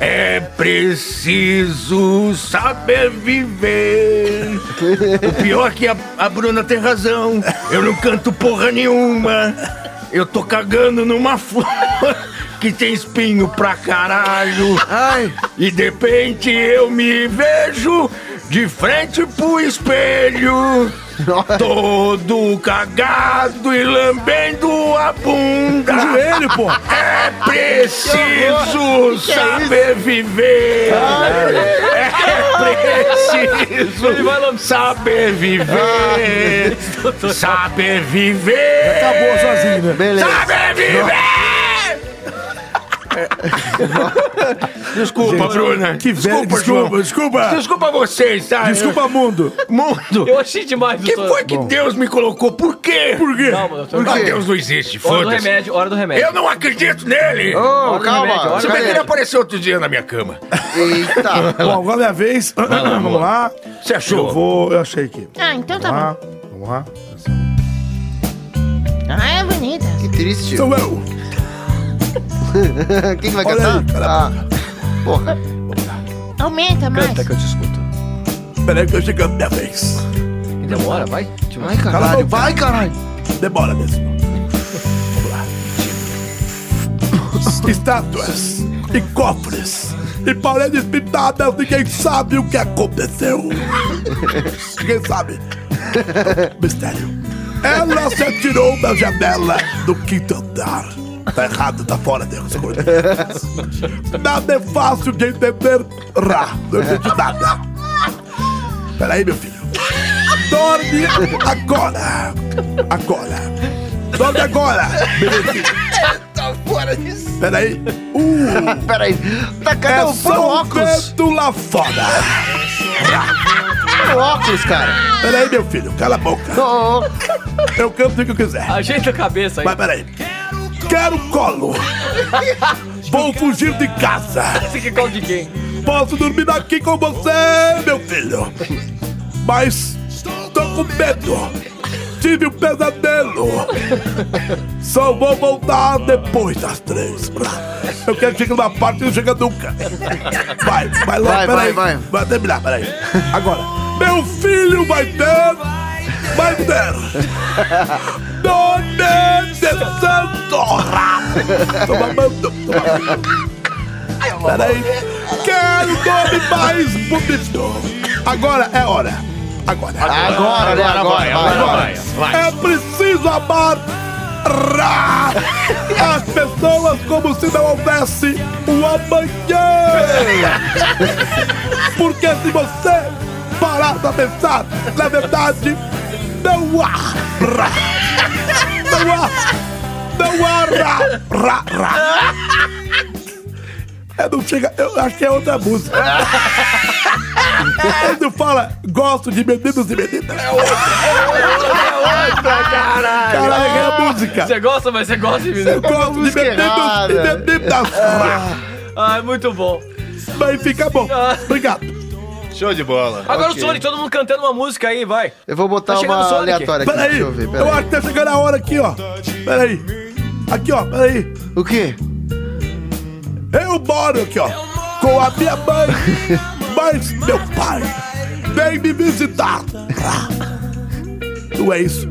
[SPEAKER 3] É preciso saber viver. O pior é que a, a Bruna tem razão. Eu não canto porra nenhuma. Eu tô cagando numa flor que tem espinho pra caralho.
[SPEAKER 2] Ai,
[SPEAKER 3] E de repente eu me vejo de frente pro espelho. Todo cagado e lambendo a bunda.
[SPEAKER 4] Joelho, pô.
[SPEAKER 3] É
[SPEAKER 4] é
[SPEAKER 3] preciso saber viver. É preciso saber viver. Saber viver.
[SPEAKER 4] Acabou sozinho, né?
[SPEAKER 2] beleza.
[SPEAKER 3] Saber viver. Desculpa, Bruna.
[SPEAKER 4] Que velho,
[SPEAKER 3] Desculpa, João.
[SPEAKER 4] desculpa, desculpa.
[SPEAKER 3] Desculpa vocês, tá?
[SPEAKER 4] Desculpa, mundo.
[SPEAKER 3] mundo.
[SPEAKER 1] Eu achei demais
[SPEAKER 3] Que foi que Deus me colocou? Por quê?
[SPEAKER 4] Por quê?
[SPEAKER 1] Calma, doutor.
[SPEAKER 3] Ah, Deus não existe,
[SPEAKER 1] Hora do
[SPEAKER 3] foda-se.
[SPEAKER 1] remédio, hora do remédio.
[SPEAKER 3] Eu não acredito nele.
[SPEAKER 1] do
[SPEAKER 2] Ô,
[SPEAKER 1] remédio,
[SPEAKER 2] calma.
[SPEAKER 1] olha
[SPEAKER 3] Se
[SPEAKER 1] do
[SPEAKER 3] bem que ele
[SPEAKER 2] cadê?
[SPEAKER 3] apareceu outro dia na minha cama.
[SPEAKER 2] Eita.
[SPEAKER 4] Bom, agora é minha vez. Vamos lá.
[SPEAKER 3] Você
[SPEAKER 4] Eu
[SPEAKER 3] achou?
[SPEAKER 4] vou. Eu achei aqui.
[SPEAKER 7] Ah, então tá bom.
[SPEAKER 4] Ah, vamos lá.
[SPEAKER 7] Ah, é bonita.
[SPEAKER 2] Que triste.
[SPEAKER 4] Então eu.
[SPEAKER 2] Quem que vai
[SPEAKER 4] Olha
[SPEAKER 2] cantar?
[SPEAKER 4] aí,
[SPEAKER 2] Ah, porra.
[SPEAKER 7] Aumenta mais.
[SPEAKER 1] Canta que eu te escuto.
[SPEAKER 4] Peraí que eu chego a minha vez.
[SPEAKER 1] Demora, vai.
[SPEAKER 2] Ai, caralho. Vai, caralho.
[SPEAKER 4] Demora mesmo. Vamos lá. Estátuas e cofres e paredes pintadas, ninguém sabe o que aconteceu. Ninguém sabe. Mistério. Ela se atirou da janela do quinto andar. Tá errado, tá fora dessas coisas. Nada é fácil de entender. Rá, não entendi nada. Peraí, meu filho. Dorme agora! Agora! Dorme agora! tá fora disso! Peraí! Uh,
[SPEAKER 2] Peraí. Tá, cadê
[SPEAKER 4] é
[SPEAKER 2] o põe o
[SPEAKER 4] só um
[SPEAKER 2] óculos?
[SPEAKER 4] vento lá fora!
[SPEAKER 2] Põe o óculos, cara.
[SPEAKER 4] Peraí, meu filho, cala a boca!
[SPEAKER 2] Ô, ô, ô.
[SPEAKER 4] Eu canto o que eu quiser!
[SPEAKER 1] Ajeita a cabeça aí.
[SPEAKER 4] Mas peraí! Quero colo. Vou fugir de casa.
[SPEAKER 1] Esse que colo de quem?
[SPEAKER 4] Posso dormir aqui com você, meu filho. Mas tô com medo. Tive um pesadelo. Só vou voltar depois das três. Eu quero chegar numa parte e não chega nunca. Vai, vai lá,
[SPEAKER 2] Vai,
[SPEAKER 4] peraí.
[SPEAKER 2] vai, vai.
[SPEAKER 4] Vai terminar, peraí. Agora. Meu filho vai ter. Vai ter. Dona de Santo. Tô mamando, tô mamando. Peraí. Quero o nome mais bonito. Agora é hora. Agora.
[SPEAKER 2] Agora, né? Agora, vai.
[SPEAKER 4] Agora, é preciso amar ra- as pessoas como se não houvesse o amanhã. Porque se você parar pra pensar, na verdade, não há. ra. Não há. Não há. Ra, ra, ra. É, não chega. Eu acho que é outra música. Quando fala, gosto de meninos e meninas. Caralho, é a música.
[SPEAKER 1] Você é gosta, mas você gosta de mim. né?
[SPEAKER 4] Eu gosto de
[SPEAKER 2] música
[SPEAKER 4] meninos
[SPEAKER 2] errada.
[SPEAKER 4] e meninas.
[SPEAKER 1] Ah, é muito bom.
[SPEAKER 4] Mas fica bom. Obrigado.
[SPEAKER 3] Show de bola.
[SPEAKER 1] Agora o Sonic, todo mundo cantando uma música aí, vai.
[SPEAKER 2] Eu vou botar
[SPEAKER 1] Tá chegando o
[SPEAKER 2] uma
[SPEAKER 1] Sonic.
[SPEAKER 2] aleatória aqui,
[SPEAKER 4] Peraí,
[SPEAKER 2] deixa eu ver. Peraí.
[SPEAKER 4] eu acho que tá chegando a hora aqui, ó. Peraí. Aqui, ó, peraí.
[SPEAKER 2] O quê?
[SPEAKER 4] Eu moro aqui, ó, com a minha mãe, mas meu pai vem me visitar. Não é isso.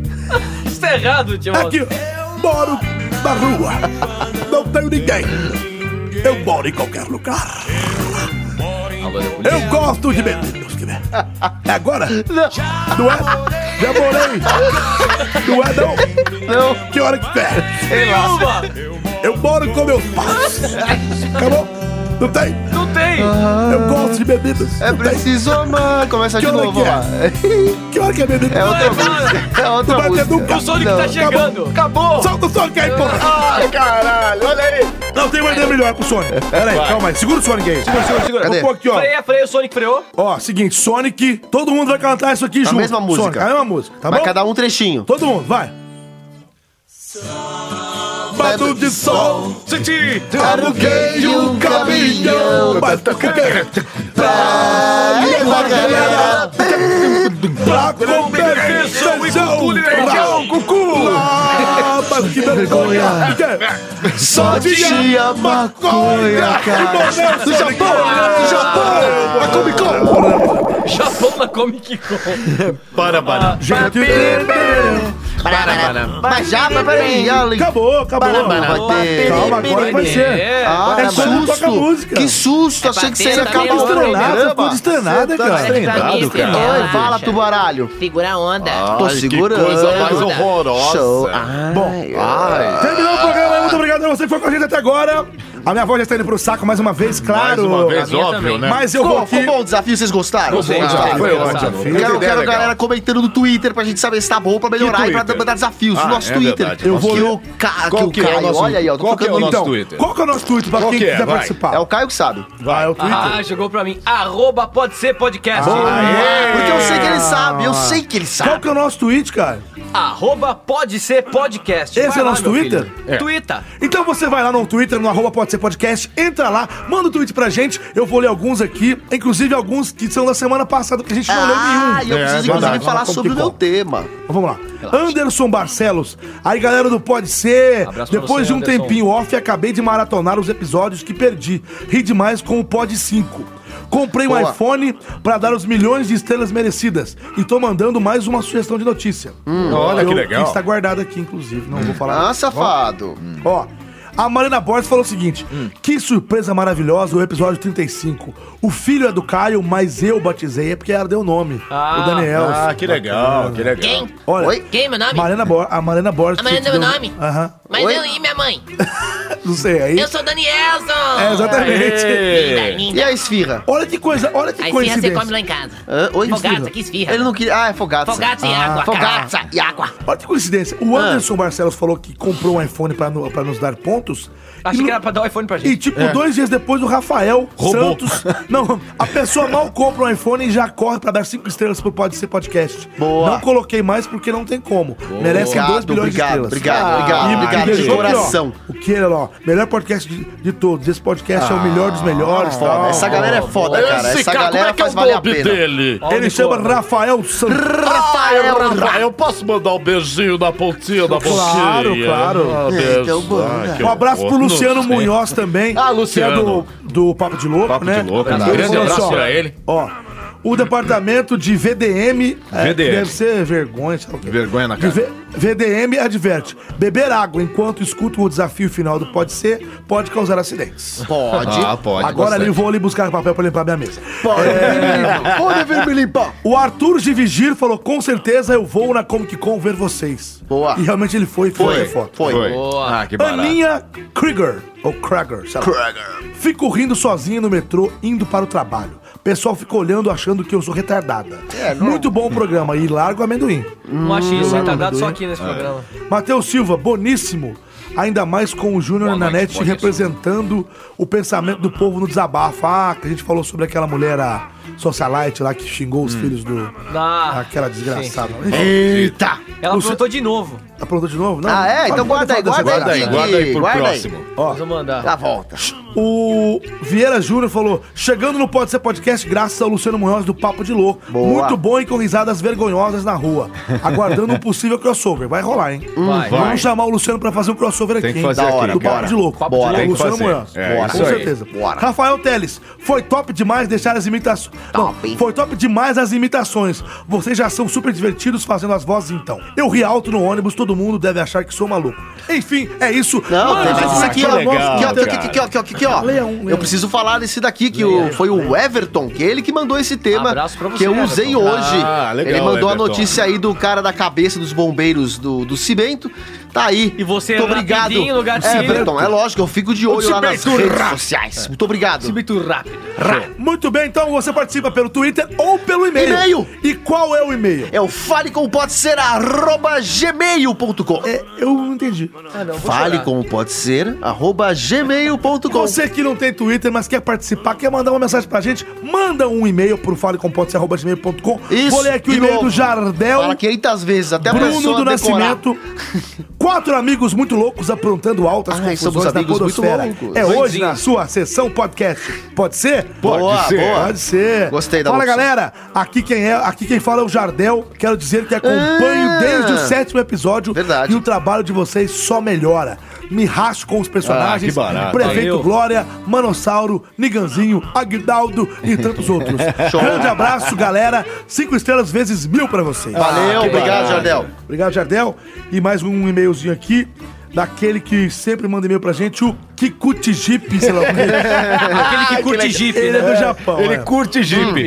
[SPEAKER 1] Isso é errado, tio.
[SPEAKER 4] Aqui, moro na rua. Não tenho ninguém. Eu moro em qualquer lugar. Eu gosto de meninos. que bem. É agora?
[SPEAKER 2] Não.
[SPEAKER 4] Não é? Já morei. Não é, não?
[SPEAKER 2] Não,
[SPEAKER 4] Que hora que é?
[SPEAKER 2] sei lá.
[SPEAKER 1] Uma,
[SPEAKER 4] Eu moro com meus pais. Acabou? Não tem?
[SPEAKER 1] não tem.
[SPEAKER 4] Eu gosto de meninos.
[SPEAKER 2] É
[SPEAKER 4] Não tem?
[SPEAKER 2] preciso amar. Começa de
[SPEAKER 4] Que hora
[SPEAKER 2] novo
[SPEAKER 4] que é?
[SPEAKER 2] lá.
[SPEAKER 4] Que hora que é menino?
[SPEAKER 2] É
[SPEAKER 1] Vai,
[SPEAKER 2] outra
[SPEAKER 1] vai.
[SPEAKER 2] música. É outra
[SPEAKER 4] Não vai ter
[SPEAKER 2] música.
[SPEAKER 4] nunca.
[SPEAKER 1] O Sonic
[SPEAKER 2] Não,
[SPEAKER 1] tá chegando. Ah,
[SPEAKER 2] Acabou!
[SPEAKER 4] Solta o Sonic aí, porra! Ai, caralho, olha aí! Não, tem uma ideia melhor pro Sonic. Pera aí, calma aí. Segura o Sonic aí. Segura, segura, segura.
[SPEAKER 2] Cadê?
[SPEAKER 4] Vou pôr aqui, ó.
[SPEAKER 1] Freia, freia, o Sonic freou.
[SPEAKER 4] Ó, seguinte, Sonic, todo mundo vai cantar isso aqui junto.
[SPEAKER 2] mesma música.
[SPEAKER 4] Sonic, a mesma música, tá
[SPEAKER 2] Vai
[SPEAKER 4] bom?
[SPEAKER 2] cada um trechinho.
[SPEAKER 4] Todo mundo, vai. Bato de sol,
[SPEAKER 1] Senti.
[SPEAKER 4] aluguei um caminhão. Bato com Pra comer feijão
[SPEAKER 1] cultura e
[SPEAKER 4] feijão, cucu. Ah, mas que vergonha. O quê?
[SPEAKER 2] Só tinha maconha,
[SPEAKER 4] é
[SPEAKER 2] cara. Do Japão!
[SPEAKER 4] né?
[SPEAKER 2] Do Japão! Da Comic Con!
[SPEAKER 1] Japão na Comic Con.
[SPEAKER 3] Para, para.
[SPEAKER 2] Mas já, mas peraí. Ale-
[SPEAKER 4] Acabou, acabou.
[SPEAKER 2] Não vai ter.
[SPEAKER 4] Calma, agora vai ser.
[SPEAKER 1] É.
[SPEAKER 2] Ah,
[SPEAKER 4] É
[SPEAKER 2] mas-
[SPEAKER 4] susto. Toca a música.
[SPEAKER 2] Que susto! Achei que
[SPEAKER 5] bater
[SPEAKER 2] você ia
[SPEAKER 5] na
[SPEAKER 2] acabar
[SPEAKER 5] minha
[SPEAKER 2] o
[SPEAKER 5] hora,
[SPEAKER 4] Você ficou
[SPEAKER 2] programa.
[SPEAKER 4] destranada, cara.
[SPEAKER 5] Olha pra mim, filho.
[SPEAKER 2] Oi, fala,
[SPEAKER 5] Relaxa.
[SPEAKER 2] tubaralho.
[SPEAKER 5] Segura a onda.
[SPEAKER 2] Tô segurando.
[SPEAKER 5] coisa mais
[SPEAKER 3] horrorosa.
[SPEAKER 2] Show. Bom.
[SPEAKER 4] Terminou o programa, muito obrigado a você que foi com a gente até agora. A minha voz já está indo pro saco mais uma vez,
[SPEAKER 3] Mais
[SPEAKER 4] claro.
[SPEAKER 3] uma vez, óbvio,
[SPEAKER 1] também.
[SPEAKER 3] né? Ah,
[SPEAKER 4] Mas eu vou
[SPEAKER 2] Ficou,
[SPEAKER 4] aqui.
[SPEAKER 2] ficou bom o desafio, vocês gostaram?
[SPEAKER 1] Gostei,
[SPEAKER 2] Gostaram?
[SPEAKER 1] gostei, foi ótimo.
[SPEAKER 2] Eu quero, eu
[SPEAKER 3] Ideia é
[SPEAKER 2] quero a
[SPEAKER 3] legal.
[SPEAKER 2] galera comentando no Twitter pra gente saber se tá bom pra melhorar e pra
[SPEAKER 3] Twitter?
[SPEAKER 2] mandar desafios.
[SPEAKER 3] Ah,
[SPEAKER 2] no nosso
[SPEAKER 3] é
[SPEAKER 2] Twitter.
[SPEAKER 3] verdade, nosso
[SPEAKER 2] que o,
[SPEAKER 3] Twitter.
[SPEAKER 2] Ca... que
[SPEAKER 3] Qual
[SPEAKER 2] o
[SPEAKER 3] que é o
[SPEAKER 2] Caio,
[SPEAKER 3] nosso-
[SPEAKER 2] olha aí, ó. Tô
[SPEAKER 3] qual que é
[SPEAKER 2] tocando
[SPEAKER 3] o nosso
[SPEAKER 2] então.
[SPEAKER 3] Twitter?
[SPEAKER 4] Qual que é o nosso Twitter pra
[SPEAKER 3] Qual
[SPEAKER 4] quem
[SPEAKER 3] que é?
[SPEAKER 4] quiser
[SPEAKER 3] Vai.
[SPEAKER 4] participar?
[SPEAKER 2] É o Caio que sabe.
[SPEAKER 4] Vai, é o Twitter.
[SPEAKER 1] Ah, jogou pra mim. Arroba pode ser podcast.
[SPEAKER 3] É.
[SPEAKER 2] Porque eu sei que ele sabe,
[SPEAKER 3] Ah.
[SPEAKER 2] eu sei que ele
[SPEAKER 3] tá.
[SPEAKER 4] Qual
[SPEAKER 2] sabe.
[SPEAKER 4] que é o nosso Twitter, cara?
[SPEAKER 1] Arroba pode ser podcast.
[SPEAKER 4] Esse
[SPEAKER 1] Vai
[SPEAKER 4] é
[SPEAKER 1] lá,
[SPEAKER 4] nosso
[SPEAKER 1] meu
[SPEAKER 4] Twitter?
[SPEAKER 1] filho.
[SPEAKER 3] É.
[SPEAKER 1] Twitter.
[SPEAKER 4] Então você vai lá no Twitter, no arroba pode ser podcast, entra lá, manda um tweet pra gente. Eu vou ler alguns aqui, inclusive alguns que são da semana passada, porque a gente não leu nenhum.
[SPEAKER 2] Ah, e eu
[SPEAKER 3] É, é
[SPEAKER 2] preciso
[SPEAKER 3] verdade.
[SPEAKER 2] inclusive falar
[SPEAKER 4] Vamos
[SPEAKER 2] sobre o meu
[SPEAKER 4] complicar.
[SPEAKER 2] tema.
[SPEAKER 4] Vamos lá. Anderson Barcelos. Aí, galera do Pode Ser.
[SPEAKER 1] Abraço pra
[SPEAKER 4] Depois
[SPEAKER 1] você,
[SPEAKER 4] de um
[SPEAKER 1] Anderson.
[SPEAKER 4] tempinho off, acabei de maratonar os episódios que perdi. Ri demais com o Pod 5. Comprei um
[SPEAKER 2] Boa.
[SPEAKER 4] iPhone pra dar os milhões de estrelas merecidas. E tô mandando mais uma sugestão de notícia.
[SPEAKER 3] Hum. Olha que legal.
[SPEAKER 4] Está guardada aqui, inclusive. Não vou falar.
[SPEAKER 2] Ah, safado.
[SPEAKER 4] Ó, a Marina Borges falou o seguinte: que surpresa maravilhosa o episódio 35. O filho é do Caio, mas eu batizei, é porque ela deu o nome.
[SPEAKER 1] Ah,
[SPEAKER 4] o Daniel.
[SPEAKER 3] Ah, que legal, que legal.
[SPEAKER 5] Quem?
[SPEAKER 4] Olha,
[SPEAKER 2] Oi?
[SPEAKER 5] Quem? é Meu nome?
[SPEAKER 4] Marina Bor a Marina Borges.
[SPEAKER 5] A Marina
[SPEAKER 4] que
[SPEAKER 5] deu
[SPEAKER 4] deu-
[SPEAKER 5] nome?
[SPEAKER 4] Aham.
[SPEAKER 5] Mas
[SPEAKER 2] Oi?
[SPEAKER 5] eu e minha mãe.
[SPEAKER 4] Não sei, aí.
[SPEAKER 5] Eu sou o Danielson.
[SPEAKER 4] É, exatamente.
[SPEAKER 5] Linda,
[SPEAKER 2] E
[SPEAKER 5] linda.
[SPEAKER 2] a esfirra?
[SPEAKER 4] Olha que coisa, olha que
[SPEAKER 5] Aí sim, você
[SPEAKER 4] coincidência.
[SPEAKER 5] come lá em casa.
[SPEAKER 2] Hã? Oi?
[SPEAKER 5] Fogata, que esfirra.
[SPEAKER 2] Ele não queria. Ah, é fogata.
[SPEAKER 5] Fogata e água,
[SPEAKER 2] Fogata
[SPEAKER 5] calaça e água.
[SPEAKER 1] Ah.
[SPEAKER 4] Olha que coincidência. O Anderson Barcelos falou que comprou um iPhone pra, no- pra nos dar pontos, Santos.
[SPEAKER 1] Achei
[SPEAKER 4] E
[SPEAKER 1] que era pra dar o iPhone pra
[SPEAKER 4] e
[SPEAKER 1] gente.
[SPEAKER 4] tipo,
[SPEAKER 2] É.
[SPEAKER 4] dois dias depois o Rafael
[SPEAKER 3] Roubou.
[SPEAKER 4] Santos. Não, a pessoa mal compra um iPhone e já corre pra dar cinco estrelas pro Pode Ser Podcast.
[SPEAKER 2] Boa.
[SPEAKER 4] Não coloquei mais porque não tem como. Merecem
[SPEAKER 2] Obrigado,
[SPEAKER 4] dois bilhões
[SPEAKER 2] obrigado,
[SPEAKER 4] de estrelas.
[SPEAKER 2] obrigado,
[SPEAKER 4] Ah,
[SPEAKER 2] obrigado, obrigado,
[SPEAKER 4] me
[SPEAKER 2] de
[SPEAKER 4] deixou aqui, ó,
[SPEAKER 2] coração.
[SPEAKER 4] O que era, ó? Melhor podcast de, de todos. Esse podcast é o melhor dos melhores. tal.
[SPEAKER 2] Ah, Foda. Essa galera é foda, cara. Essa galera
[SPEAKER 3] é
[SPEAKER 2] faz valer a pena.
[SPEAKER 9] dele?
[SPEAKER 4] Ele chama Rafael Santos.
[SPEAKER 9] Rafael, Rafael, eu posso mandar um beijinho na pontinha da pontinha?
[SPEAKER 4] Claro, claro.
[SPEAKER 9] Ah,
[SPEAKER 2] É, que é o
[SPEAKER 9] beijo.
[SPEAKER 2] bom,
[SPEAKER 9] Ah,
[SPEAKER 2] né?
[SPEAKER 9] que
[SPEAKER 4] Um abraço
[SPEAKER 9] horror.
[SPEAKER 4] pro
[SPEAKER 9] Não
[SPEAKER 4] Luciano
[SPEAKER 9] sei.
[SPEAKER 4] Munhoz também.
[SPEAKER 9] Ah,
[SPEAKER 4] Que é
[SPEAKER 9] Luciano.
[SPEAKER 4] do, do Papo de Louco,
[SPEAKER 3] Papo
[SPEAKER 4] né?
[SPEAKER 3] de Louco,
[SPEAKER 4] Ele
[SPEAKER 3] um grande
[SPEAKER 4] falou
[SPEAKER 3] abraço
[SPEAKER 4] assim, ó,
[SPEAKER 3] pra ele.
[SPEAKER 4] Ó, o departamento de VDM... é,
[SPEAKER 3] VDM.
[SPEAKER 4] deve ser vergonha, sei lá o quê.
[SPEAKER 3] Vergonha na
[SPEAKER 4] De
[SPEAKER 3] cara.
[SPEAKER 4] V- VDM adverte. Beber água enquanto escuta o desafio final do Pode Ser pode causar acidentes.
[SPEAKER 2] Pode.
[SPEAKER 3] Ah, pode.
[SPEAKER 4] Agora ali
[SPEAKER 3] bastante.
[SPEAKER 4] eu vou ali buscar papel pra limpar minha mesa. É,
[SPEAKER 2] Pode vir me limpar. Pode vir me limpar.
[SPEAKER 4] O Arthur de Vigir falou, com certeza eu vou na Comic Con ver vocês.
[SPEAKER 2] Boa.
[SPEAKER 4] E realmente ele foi.
[SPEAKER 2] Foi,
[SPEAKER 4] Foi. foto.
[SPEAKER 2] foi.
[SPEAKER 3] Foi.
[SPEAKER 5] Boa.
[SPEAKER 3] Ah, que barato.
[SPEAKER 4] Aninha Krieger, ou Krager, sei lá. Fico rindo sozinha no metrô, indo para o trabalho. O pessoal fica olhando, achando que eu sou retardada.
[SPEAKER 2] É,
[SPEAKER 4] Muito bom o programa, e largo o amendoim.
[SPEAKER 1] Não achei isso retardado só aqui nesse programa.
[SPEAKER 4] Matheus Silva, boníssimo. Ainda mais com o Júnior
[SPEAKER 3] Boa noite,
[SPEAKER 4] Nanete
[SPEAKER 3] boníssimo.
[SPEAKER 4] representando o pensamento do povo no desabafo. Ah, que a gente falou sobre aquela mulher, a socialite lá, que xingou
[SPEAKER 3] Hum.
[SPEAKER 4] os filhos do...
[SPEAKER 1] Ah,
[SPEAKER 4] Aquela desgraçada.
[SPEAKER 2] Eita.
[SPEAKER 1] Ela perguntou de novo.
[SPEAKER 4] Aprontou de novo? Não.
[SPEAKER 2] Ah, é? Então guarda aí, guarda aí.
[SPEAKER 3] Guarda aí, guarda aí pro próximo.
[SPEAKER 1] Nós vamos mandar.
[SPEAKER 2] Dá a Tá, volta.
[SPEAKER 4] O Vieira Júnior falou: chegando no Pode Ser Podcast, graças ao Luciano Munhoz do Papo de Louco.
[SPEAKER 2] Boa.
[SPEAKER 4] Muito bom e com risadas vergonhosas na rua. Aguardando um possível crossover. Vai rolar, hein?
[SPEAKER 1] Vai.
[SPEAKER 4] Vamos chamar o Luciano pra fazer um crossover
[SPEAKER 3] Tem
[SPEAKER 4] aqui,
[SPEAKER 3] que
[SPEAKER 4] hein?
[SPEAKER 3] fazer
[SPEAKER 2] Da
[SPEAKER 3] aqui,
[SPEAKER 2] hora,
[SPEAKER 4] do
[SPEAKER 3] cara.
[SPEAKER 4] Papo de Louco.
[SPEAKER 1] Papo de
[SPEAKER 4] Tem
[SPEAKER 2] Louco.
[SPEAKER 4] que Luciano
[SPEAKER 3] fazer.
[SPEAKER 4] Munhoz.
[SPEAKER 3] É,
[SPEAKER 4] Bora.
[SPEAKER 2] isso
[SPEAKER 4] Com
[SPEAKER 2] aí.
[SPEAKER 4] certeza.
[SPEAKER 2] Bora.
[SPEAKER 4] Rafael Teles, foi top demais deixar as imitações. Não,
[SPEAKER 2] Top, hein?
[SPEAKER 4] foi top demais as imitações. Vocês já são super divertidos fazendo as vozes então. Eu ri alto no ônibus, todo mundo deve achar que sou maluco. Enfim, é isso.
[SPEAKER 2] Não, tem mais esse
[SPEAKER 4] esse
[SPEAKER 2] aqui, ó.
[SPEAKER 4] pelo amor de
[SPEAKER 2] Aqui, ó,
[SPEAKER 4] Deus.
[SPEAKER 2] aqui, aqui, aqui, ó, aqui, ó, aqui, ó.
[SPEAKER 4] Leia um, leia
[SPEAKER 2] Eu
[SPEAKER 4] um.
[SPEAKER 2] preciso falar desse daqui, que o-
[SPEAKER 3] um.
[SPEAKER 2] foi o Everton, que é ele que mandou esse tema
[SPEAKER 1] Abraço pra você,
[SPEAKER 2] que eu usei
[SPEAKER 1] Everton.
[SPEAKER 2] hoje.
[SPEAKER 3] Ah, legal,
[SPEAKER 2] ele mandou a
[SPEAKER 3] Everton.
[SPEAKER 2] notícia aí do cara da cabeça dos bombeiros do, do Cimento. Tá aí.
[SPEAKER 1] E você
[SPEAKER 2] Muito
[SPEAKER 1] é
[SPEAKER 2] obrigado.
[SPEAKER 1] rapidinho no lugar de
[SPEAKER 2] Everton,
[SPEAKER 1] Cimento.
[SPEAKER 2] é lógico, eu fico de olho lá nas
[SPEAKER 1] Cimento,
[SPEAKER 2] redes
[SPEAKER 1] rá.
[SPEAKER 2] sociais. Muito obrigado.
[SPEAKER 1] Subito rápido.
[SPEAKER 4] Muito bem, então você participa pelo Twitter ou pelo e-mail.
[SPEAKER 2] E-mail.
[SPEAKER 4] E qual é o e-mail?
[SPEAKER 2] É o falecompodser@gmail.com.
[SPEAKER 4] eu não entendi.
[SPEAKER 1] Ah,
[SPEAKER 2] Fale como pode ser, arroba gmail.com.
[SPEAKER 4] Você que não tem Twitter, mas quer participar, quer mandar uma mensagem pra gente, manda um e-mail pro falecompodse.com.
[SPEAKER 2] Isso,
[SPEAKER 4] Vou ler aqui o
[SPEAKER 2] de
[SPEAKER 4] e-mail
[SPEAKER 2] novo.
[SPEAKER 4] do Jardel.
[SPEAKER 2] Fala 500 vezes, até a
[SPEAKER 4] Bruno
[SPEAKER 2] pessoa
[SPEAKER 4] do
[SPEAKER 2] decorar.
[SPEAKER 4] Nascimento. Quatro amigos muito loucos aprontando altas
[SPEAKER 2] Ai, somos
[SPEAKER 4] confusões na
[SPEAKER 2] amigos muito
[SPEAKER 4] podosfera.
[SPEAKER 2] loucos.
[SPEAKER 4] É hoje
[SPEAKER 1] Doidinho.
[SPEAKER 4] na sua sessão podcast. Pode ser?
[SPEAKER 2] Boa,
[SPEAKER 3] Pode ser.
[SPEAKER 2] boa.
[SPEAKER 4] Pode ser.
[SPEAKER 2] Gostei da
[SPEAKER 4] Fala,
[SPEAKER 2] opção.
[SPEAKER 4] galera. Aqui quem, é, aqui quem fala é o Jardel. Quero dizer que acompanho
[SPEAKER 2] Ah.
[SPEAKER 4] desde o sétimo episódio.
[SPEAKER 2] Verdade.
[SPEAKER 4] E o trabalho de vocês só melhora. Me racho com os personagens.
[SPEAKER 3] Ah, que barato.
[SPEAKER 4] Prefeito
[SPEAKER 1] Valeu.
[SPEAKER 4] Glória, Manossauro, Niganzinho, Aguinaldo e tantos outros. Grande abraço, galera. Cinco estrelas vezes mil pra vocês.
[SPEAKER 2] Valeu,
[SPEAKER 3] que
[SPEAKER 2] obrigado,
[SPEAKER 3] barato.
[SPEAKER 2] Jardel.
[SPEAKER 4] Obrigado, Jardel. E mais um e-mailzinho aqui. Daquele que sempre manda e-mail pra gente, o Kikutijipe, sei lá o nome.
[SPEAKER 1] Aquele que curte Jeep,
[SPEAKER 4] Ele é
[SPEAKER 1] né?
[SPEAKER 4] do Japão.
[SPEAKER 3] Ele
[SPEAKER 4] é.
[SPEAKER 3] curte
[SPEAKER 1] Hum.
[SPEAKER 3] Jeep.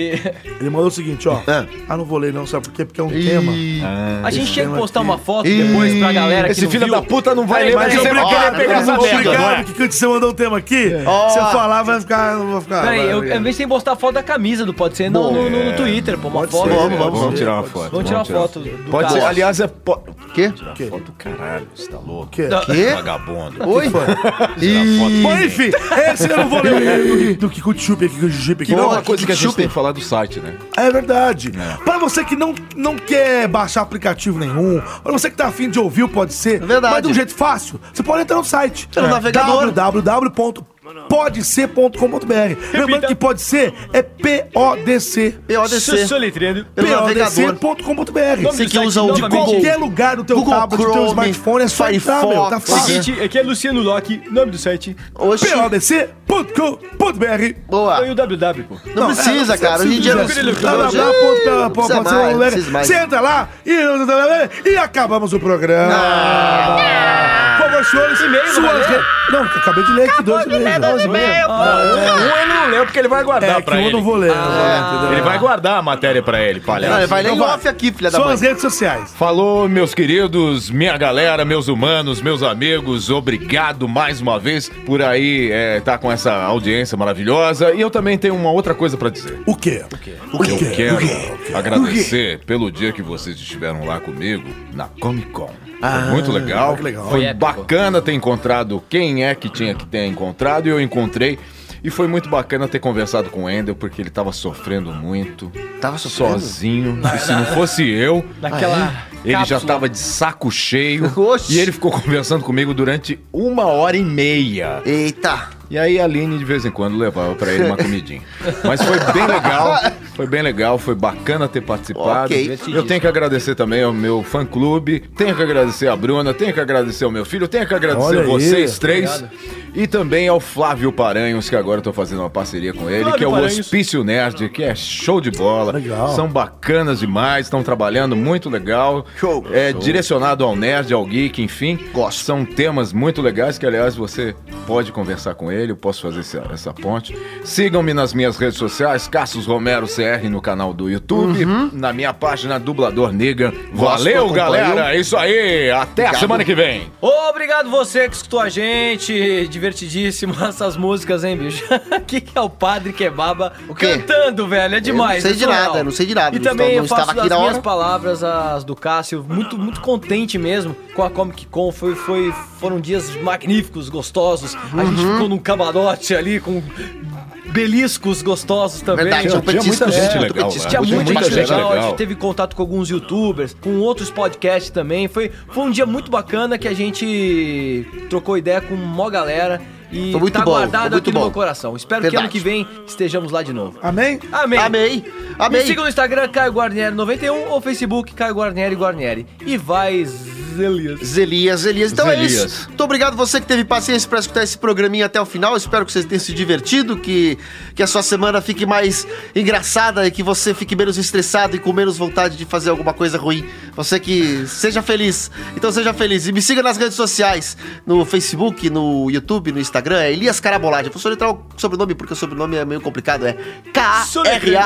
[SPEAKER 4] Ele mandou o seguinte, ó.
[SPEAKER 2] Ah.
[SPEAKER 4] Ah, não vou ler não, sabe por quê? Porque é um tema.
[SPEAKER 2] Ih,
[SPEAKER 1] A gente tinha que postar uma foto
[SPEAKER 2] Ih,
[SPEAKER 1] depois pra galera que
[SPEAKER 3] Esse
[SPEAKER 1] não
[SPEAKER 3] filho
[SPEAKER 1] viu.
[SPEAKER 3] da puta não vai
[SPEAKER 1] Peraí,
[SPEAKER 3] ler,
[SPEAKER 1] mas
[SPEAKER 3] mas
[SPEAKER 1] eu
[SPEAKER 3] ele vai
[SPEAKER 1] brinquei-
[SPEAKER 3] querer
[SPEAKER 2] Ah,
[SPEAKER 3] pegar
[SPEAKER 2] mas eu
[SPEAKER 3] essa
[SPEAKER 2] brinquei-
[SPEAKER 3] merda. é?
[SPEAKER 4] Obrigado, Kikut, você mandou um tema aqui. Se eu falar, vai ficar... Não vou ficar...
[SPEAKER 1] Peraí, eu,
[SPEAKER 4] vai-
[SPEAKER 1] em vez de postar a foto da camisa do Pode Ser no, no, no, no Twitter, pô, uma foto.
[SPEAKER 2] Vamos, vamos.
[SPEAKER 3] Vamos tirar uma foto.
[SPEAKER 1] Vamos tirar uma foto do
[SPEAKER 3] Pode
[SPEAKER 1] cara.
[SPEAKER 3] ser, aliás, é. Po...
[SPEAKER 2] Quê?
[SPEAKER 3] Tirar foto do caralho, você tá louco?
[SPEAKER 4] Quê?
[SPEAKER 2] Quê?
[SPEAKER 3] Vagabundo. Tá
[SPEAKER 2] Oi? tá
[SPEAKER 4] Bom,
[SPEAKER 2] Ih,
[SPEAKER 4] enfim, esse eu não vou ler do, do Kikutijipe, Kikutijipe.
[SPEAKER 3] Que não é
[SPEAKER 2] Boa,
[SPEAKER 3] uma coisa que a gente
[SPEAKER 2] chupa.
[SPEAKER 3] tem que falar do site, né?
[SPEAKER 4] É verdade. Pra você que não, não quer baixar aplicativo nenhum, pra você que tá afim de ouvir, o pode ser.
[SPEAKER 2] É verdade.
[SPEAKER 4] Mas de um jeito fácil, você pode entrar no site. é,
[SPEAKER 2] Pelo navegador.
[SPEAKER 4] www.podecer.com.br Lembrando que pode ser é P-O-D-C.
[SPEAKER 2] PODC.
[SPEAKER 1] Soletrando.
[SPEAKER 2] Pelo navegador.
[SPEAKER 4] PODC.com.br.
[SPEAKER 2] Você que usa o
[SPEAKER 1] De
[SPEAKER 2] de
[SPEAKER 4] Qualquer lugar do teu
[SPEAKER 2] Google
[SPEAKER 4] tablet, do teu
[SPEAKER 2] Chrome,
[SPEAKER 4] smartphone, é só entrar, meu. Tá
[SPEAKER 2] Firefox.
[SPEAKER 4] fácil.
[SPEAKER 1] Seguinte, aqui é Luciano Locke, nome do site.
[SPEAKER 2] Oxi.
[SPEAKER 4] PODC.com.br
[SPEAKER 2] Boa.
[SPEAKER 1] Foi o WW, pô.
[SPEAKER 2] Não, precisa, cara. Hoje em dia não
[SPEAKER 1] precisa.
[SPEAKER 2] precisa.
[SPEAKER 4] Blá, blá, blá, ponto, pela- Tá pode ser
[SPEAKER 2] Precisa
[SPEAKER 4] uma
[SPEAKER 2] mais,
[SPEAKER 4] mulher.
[SPEAKER 2] precisa mais.
[SPEAKER 4] Senta lá e, e acabamos o programa.
[SPEAKER 2] Ah.
[SPEAKER 4] Por favor, senhores,
[SPEAKER 1] E-mail,
[SPEAKER 4] suas
[SPEAKER 1] valeu.
[SPEAKER 4] re- Não, eu acabei de ler aqui dois e-mails.
[SPEAKER 1] Ah, é.
[SPEAKER 3] Um ele não leu porque ele vai guardar
[SPEAKER 4] É que um eu não vou ler. entendeu?
[SPEAKER 3] Ele vai guardar a matéria pra ele,
[SPEAKER 2] Não, ele
[SPEAKER 3] palhaço.
[SPEAKER 2] Ah. vai ler em
[SPEAKER 4] Então vai.
[SPEAKER 2] off aqui, filha da mãe.
[SPEAKER 4] Suas redes sociais.
[SPEAKER 3] Falou, meus queridos, minha galera, meus humanos, meus amigos, obrigado mais uma vez por aí é, tá com essa audiência maravilhosa. E eu também tenho uma outra coisa pra dizer.
[SPEAKER 4] O quê? O
[SPEAKER 3] Eu
[SPEAKER 4] quê?
[SPEAKER 3] quero
[SPEAKER 4] O quê?
[SPEAKER 3] agradecer pelo dia que vocês estiveram lá comigo na Comic Con. Foi muito legal.
[SPEAKER 4] Ah, que legal.
[SPEAKER 3] Foi
[SPEAKER 1] Foi épico.
[SPEAKER 3] Bacana ter encontrado quem é que tinha que ter encontrado e eu encontrei. E foi muito bacana ter conversado com o Endel, porque ele tava sofrendo muito.
[SPEAKER 2] Tava sofrendo?
[SPEAKER 3] Sozinho. E se não fosse eu,
[SPEAKER 1] Naquela.
[SPEAKER 3] ele já tava de saco cheio.
[SPEAKER 2] Oxi.
[SPEAKER 3] E ele ficou conversando comigo durante uma hora e meia.
[SPEAKER 2] Eita!
[SPEAKER 3] E aí a Aline de vez em quando levava pra ele uma comidinha. Mas foi bem legal, foi bem legal, foi bacana ter participado.
[SPEAKER 2] Ok.
[SPEAKER 3] Eu tenho que agradecer também ao meu fã clube, tenho que agradecer a Bruna, tenho que agradecer ao meu filho, tenho que agradecer
[SPEAKER 4] Olha
[SPEAKER 3] a
[SPEAKER 4] aí.
[SPEAKER 3] vocês três. E também ao Flávio Paranhos, que agora eu tô fazendo uma parceria com ele,
[SPEAKER 1] Flávio
[SPEAKER 3] que é o
[SPEAKER 1] Paranhos.
[SPEAKER 3] Hospício Nerd, que é show de bola.
[SPEAKER 4] Legal.
[SPEAKER 3] São bacanas demais, estão trabalhando muito legal.
[SPEAKER 2] Show.
[SPEAKER 3] É direcionado ao nerd, ao geek, enfim.
[SPEAKER 2] Gosto.
[SPEAKER 3] São temas muito legais que, aliás, você pode conversar com ele, eu posso fazer essa, essa ponte. Sigam-me nas minhas redes sociais, Cassius Romero CR no canal do YouTube, na minha página Dublador Negra. Valeu,
[SPEAKER 2] Uhum. acompanho.
[SPEAKER 3] galera! É isso aí! Até a
[SPEAKER 2] Obrigado.
[SPEAKER 3] semana que vem!
[SPEAKER 1] Obrigado você que escutou a gente. Divertidíssimo essas músicas, hein, bicho? O que, que é o padre que é baba
[SPEAKER 2] quê?
[SPEAKER 1] cantando, velho? É demais.
[SPEAKER 2] não sei de
[SPEAKER 1] é surreal.
[SPEAKER 2] nada, não sei de nada.
[SPEAKER 1] E
[SPEAKER 2] Não
[SPEAKER 1] também
[SPEAKER 2] estava-
[SPEAKER 1] eu
[SPEAKER 2] não
[SPEAKER 1] faço
[SPEAKER 2] estava aqui
[SPEAKER 1] das
[SPEAKER 2] na
[SPEAKER 1] minhas
[SPEAKER 2] hora.
[SPEAKER 1] palavras as do Cássio. Muito, muito contente mesmo com a Comic Con. Foi, foi, foram dias magníficos, gostosos. A gente
[SPEAKER 2] Uhum.
[SPEAKER 1] ficou num camarote ali com beliscos gostosos também.
[SPEAKER 2] Verdade,
[SPEAKER 3] Tinha-
[SPEAKER 2] eu
[SPEAKER 3] tinha
[SPEAKER 2] petisco,
[SPEAKER 3] muita gente
[SPEAKER 2] eu
[SPEAKER 3] legal,
[SPEAKER 2] petisco.
[SPEAKER 3] né?
[SPEAKER 1] Tinha
[SPEAKER 3] Hoje
[SPEAKER 1] muita,
[SPEAKER 3] muita
[SPEAKER 1] gente
[SPEAKER 3] gente
[SPEAKER 1] legal,
[SPEAKER 3] legal.
[SPEAKER 1] a gente teve contato com alguns youtubers, com outros podcasts também. Foi, foi um dia muito bacana que a gente trocou ideia com uma galera e
[SPEAKER 2] Foi muito
[SPEAKER 1] tá
[SPEAKER 2] bom,
[SPEAKER 1] guardado
[SPEAKER 2] foi muito
[SPEAKER 1] aqui no
[SPEAKER 2] bom.
[SPEAKER 1] meu coração. Espero que ano
[SPEAKER 2] Verdade.
[SPEAKER 1] que vem estejamos lá de novo.
[SPEAKER 4] Amém?
[SPEAKER 1] Amém.
[SPEAKER 2] Amei,
[SPEAKER 1] Me
[SPEAKER 2] amei.
[SPEAKER 1] siga no Instagram, Caio Guarnieri91 ou Facebook, Caio Guarnieri Guarnieri. E vai, Zelias.
[SPEAKER 2] Zelias, Zelias. Então
[SPEAKER 3] Zelias.
[SPEAKER 2] é isso. Muito obrigado você que teve paciência pra escutar esse programinha até o final. Espero que você tenha se divertido, que, que a sua semana fique mais engraçada e que você fique menos estressado e com menos vontade de fazer alguma coisa ruim. Você que seja feliz. Então seja feliz. E me siga nas redes sociais, no Facebook, no YouTube, no Instagram. É Elias Carabolade. Eu vou soletrar o sobrenome porque o sobrenome é meio complicado. É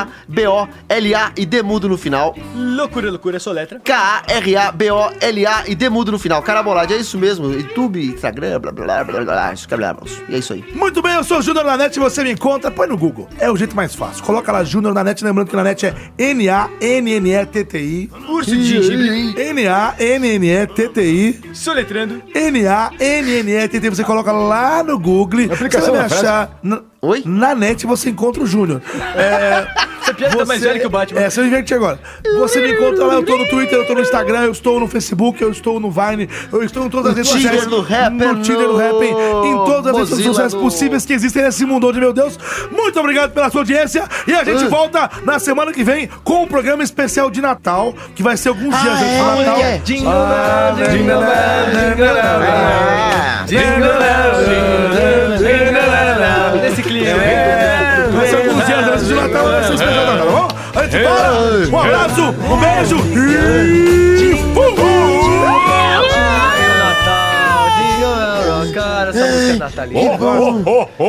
[SPEAKER 2] K-A-R-A-B-O-L-A e demudo no final.
[SPEAKER 1] Loucura, loucura, sou letra.
[SPEAKER 2] K-A-R-A-B-O-L-A e demudo no final. Carabolade, é isso mesmo. YouTube, Instagram, blá blá blá blá blá. isso, blá, blá, blá. E é isso aí.
[SPEAKER 4] Muito bem, eu sou o Júnior na net e você me encontra, põe no Google. É o jeito mais fácil. Coloca lá Júnior na net, lembrando que na net é N-A-N-N-E-T-T-I.
[SPEAKER 1] Urso de gengibre.
[SPEAKER 4] N-A-N-N-E-T-T-I.
[SPEAKER 1] Soletrando.
[SPEAKER 4] N-A-N-N-E-T-T. Você coloca lá no Google. você
[SPEAKER 3] aplicação
[SPEAKER 4] vai
[SPEAKER 3] da
[SPEAKER 4] me
[SPEAKER 3] frase.
[SPEAKER 4] achar. Na,
[SPEAKER 2] Oi?
[SPEAKER 4] na net você encontra o Júnior. É.
[SPEAKER 1] Essa piada tá mais velha que o Batman.
[SPEAKER 4] É, você inverte agora. Você me encontra lá, eu tô no Twitter, eu tô no Instagram, eu estou no Facebook, eu estou no Vine, eu estou em todas as redes
[SPEAKER 2] Tinder,
[SPEAKER 4] sociais.
[SPEAKER 2] no Rapper,
[SPEAKER 4] no Tinder, no Rapper, em todas as redes
[SPEAKER 2] Mozilla,
[SPEAKER 4] sociais
[SPEAKER 2] no-
[SPEAKER 4] possíveis que existem nesse mundo onde, meu Deus. Muito obrigado pela sua audiência e a
[SPEAKER 2] Ah.
[SPEAKER 4] gente volta na semana que vem com um programa especial de Natal, que vai ser alguns dias antes do Natal.
[SPEAKER 2] é?
[SPEAKER 1] Jingle bell, jingle bell, jingle bell.
[SPEAKER 2] Ah,
[SPEAKER 1] Jingle bell, jingle bell, jingle bell. Nesse
[SPEAKER 2] É
[SPEAKER 1] clima. é,
[SPEAKER 4] É. Vai ser alguns dias antes de Natal, vai
[SPEAKER 2] né?
[SPEAKER 4] ser especial de Natal, tá bom? A gente fala, um abraço, um beijo e fui!
[SPEAKER 1] Natal, jingle bell. Cara, essa música é natalina. Eu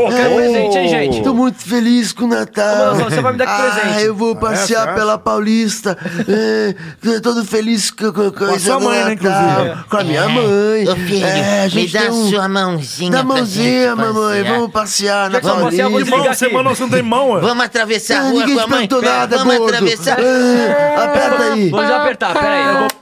[SPEAKER 1] quero presente, hein, gente?
[SPEAKER 2] tô muito feliz com o Natal.
[SPEAKER 1] Mano, você vai me dar que presente?
[SPEAKER 2] Ah, eu vou passear pela Paulista. É, tô todo feliz com, com, com
[SPEAKER 4] sua mãe, né, inclusive?
[SPEAKER 2] Com a
[SPEAKER 5] É.
[SPEAKER 2] minha mãe.
[SPEAKER 5] Ô filho,
[SPEAKER 2] É, a
[SPEAKER 5] me
[SPEAKER 2] gente
[SPEAKER 5] dá
[SPEAKER 2] tem um-
[SPEAKER 5] sua mãozinha.
[SPEAKER 2] Dá
[SPEAKER 5] pra
[SPEAKER 2] mãozinha,
[SPEAKER 5] gente
[SPEAKER 2] mamãe.
[SPEAKER 5] passear.
[SPEAKER 2] Vamos passear na
[SPEAKER 1] Já que você passeia,
[SPEAKER 2] Paulista.
[SPEAKER 1] eu vou
[SPEAKER 4] Mão,
[SPEAKER 1] desligar
[SPEAKER 4] você
[SPEAKER 1] aqui.
[SPEAKER 4] mano, você não tem mão, é?
[SPEAKER 5] Vamos atravessar a
[SPEAKER 2] Ah,
[SPEAKER 5] rua
[SPEAKER 2] ninguém
[SPEAKER 5] com a
[SPEAKER 2] te
[SPEAKER 5] mãe?
[SPEAKER 2] perguntou nada,
[SPEAKER 5] Vamos
[SPEAKER 2] gordo.
[SPEAKER 5] atravessar.
[SPEAKER 2] Ah, Aperta aí.
[SPEAKER 1] Vamos apertar, peraí. Eu vou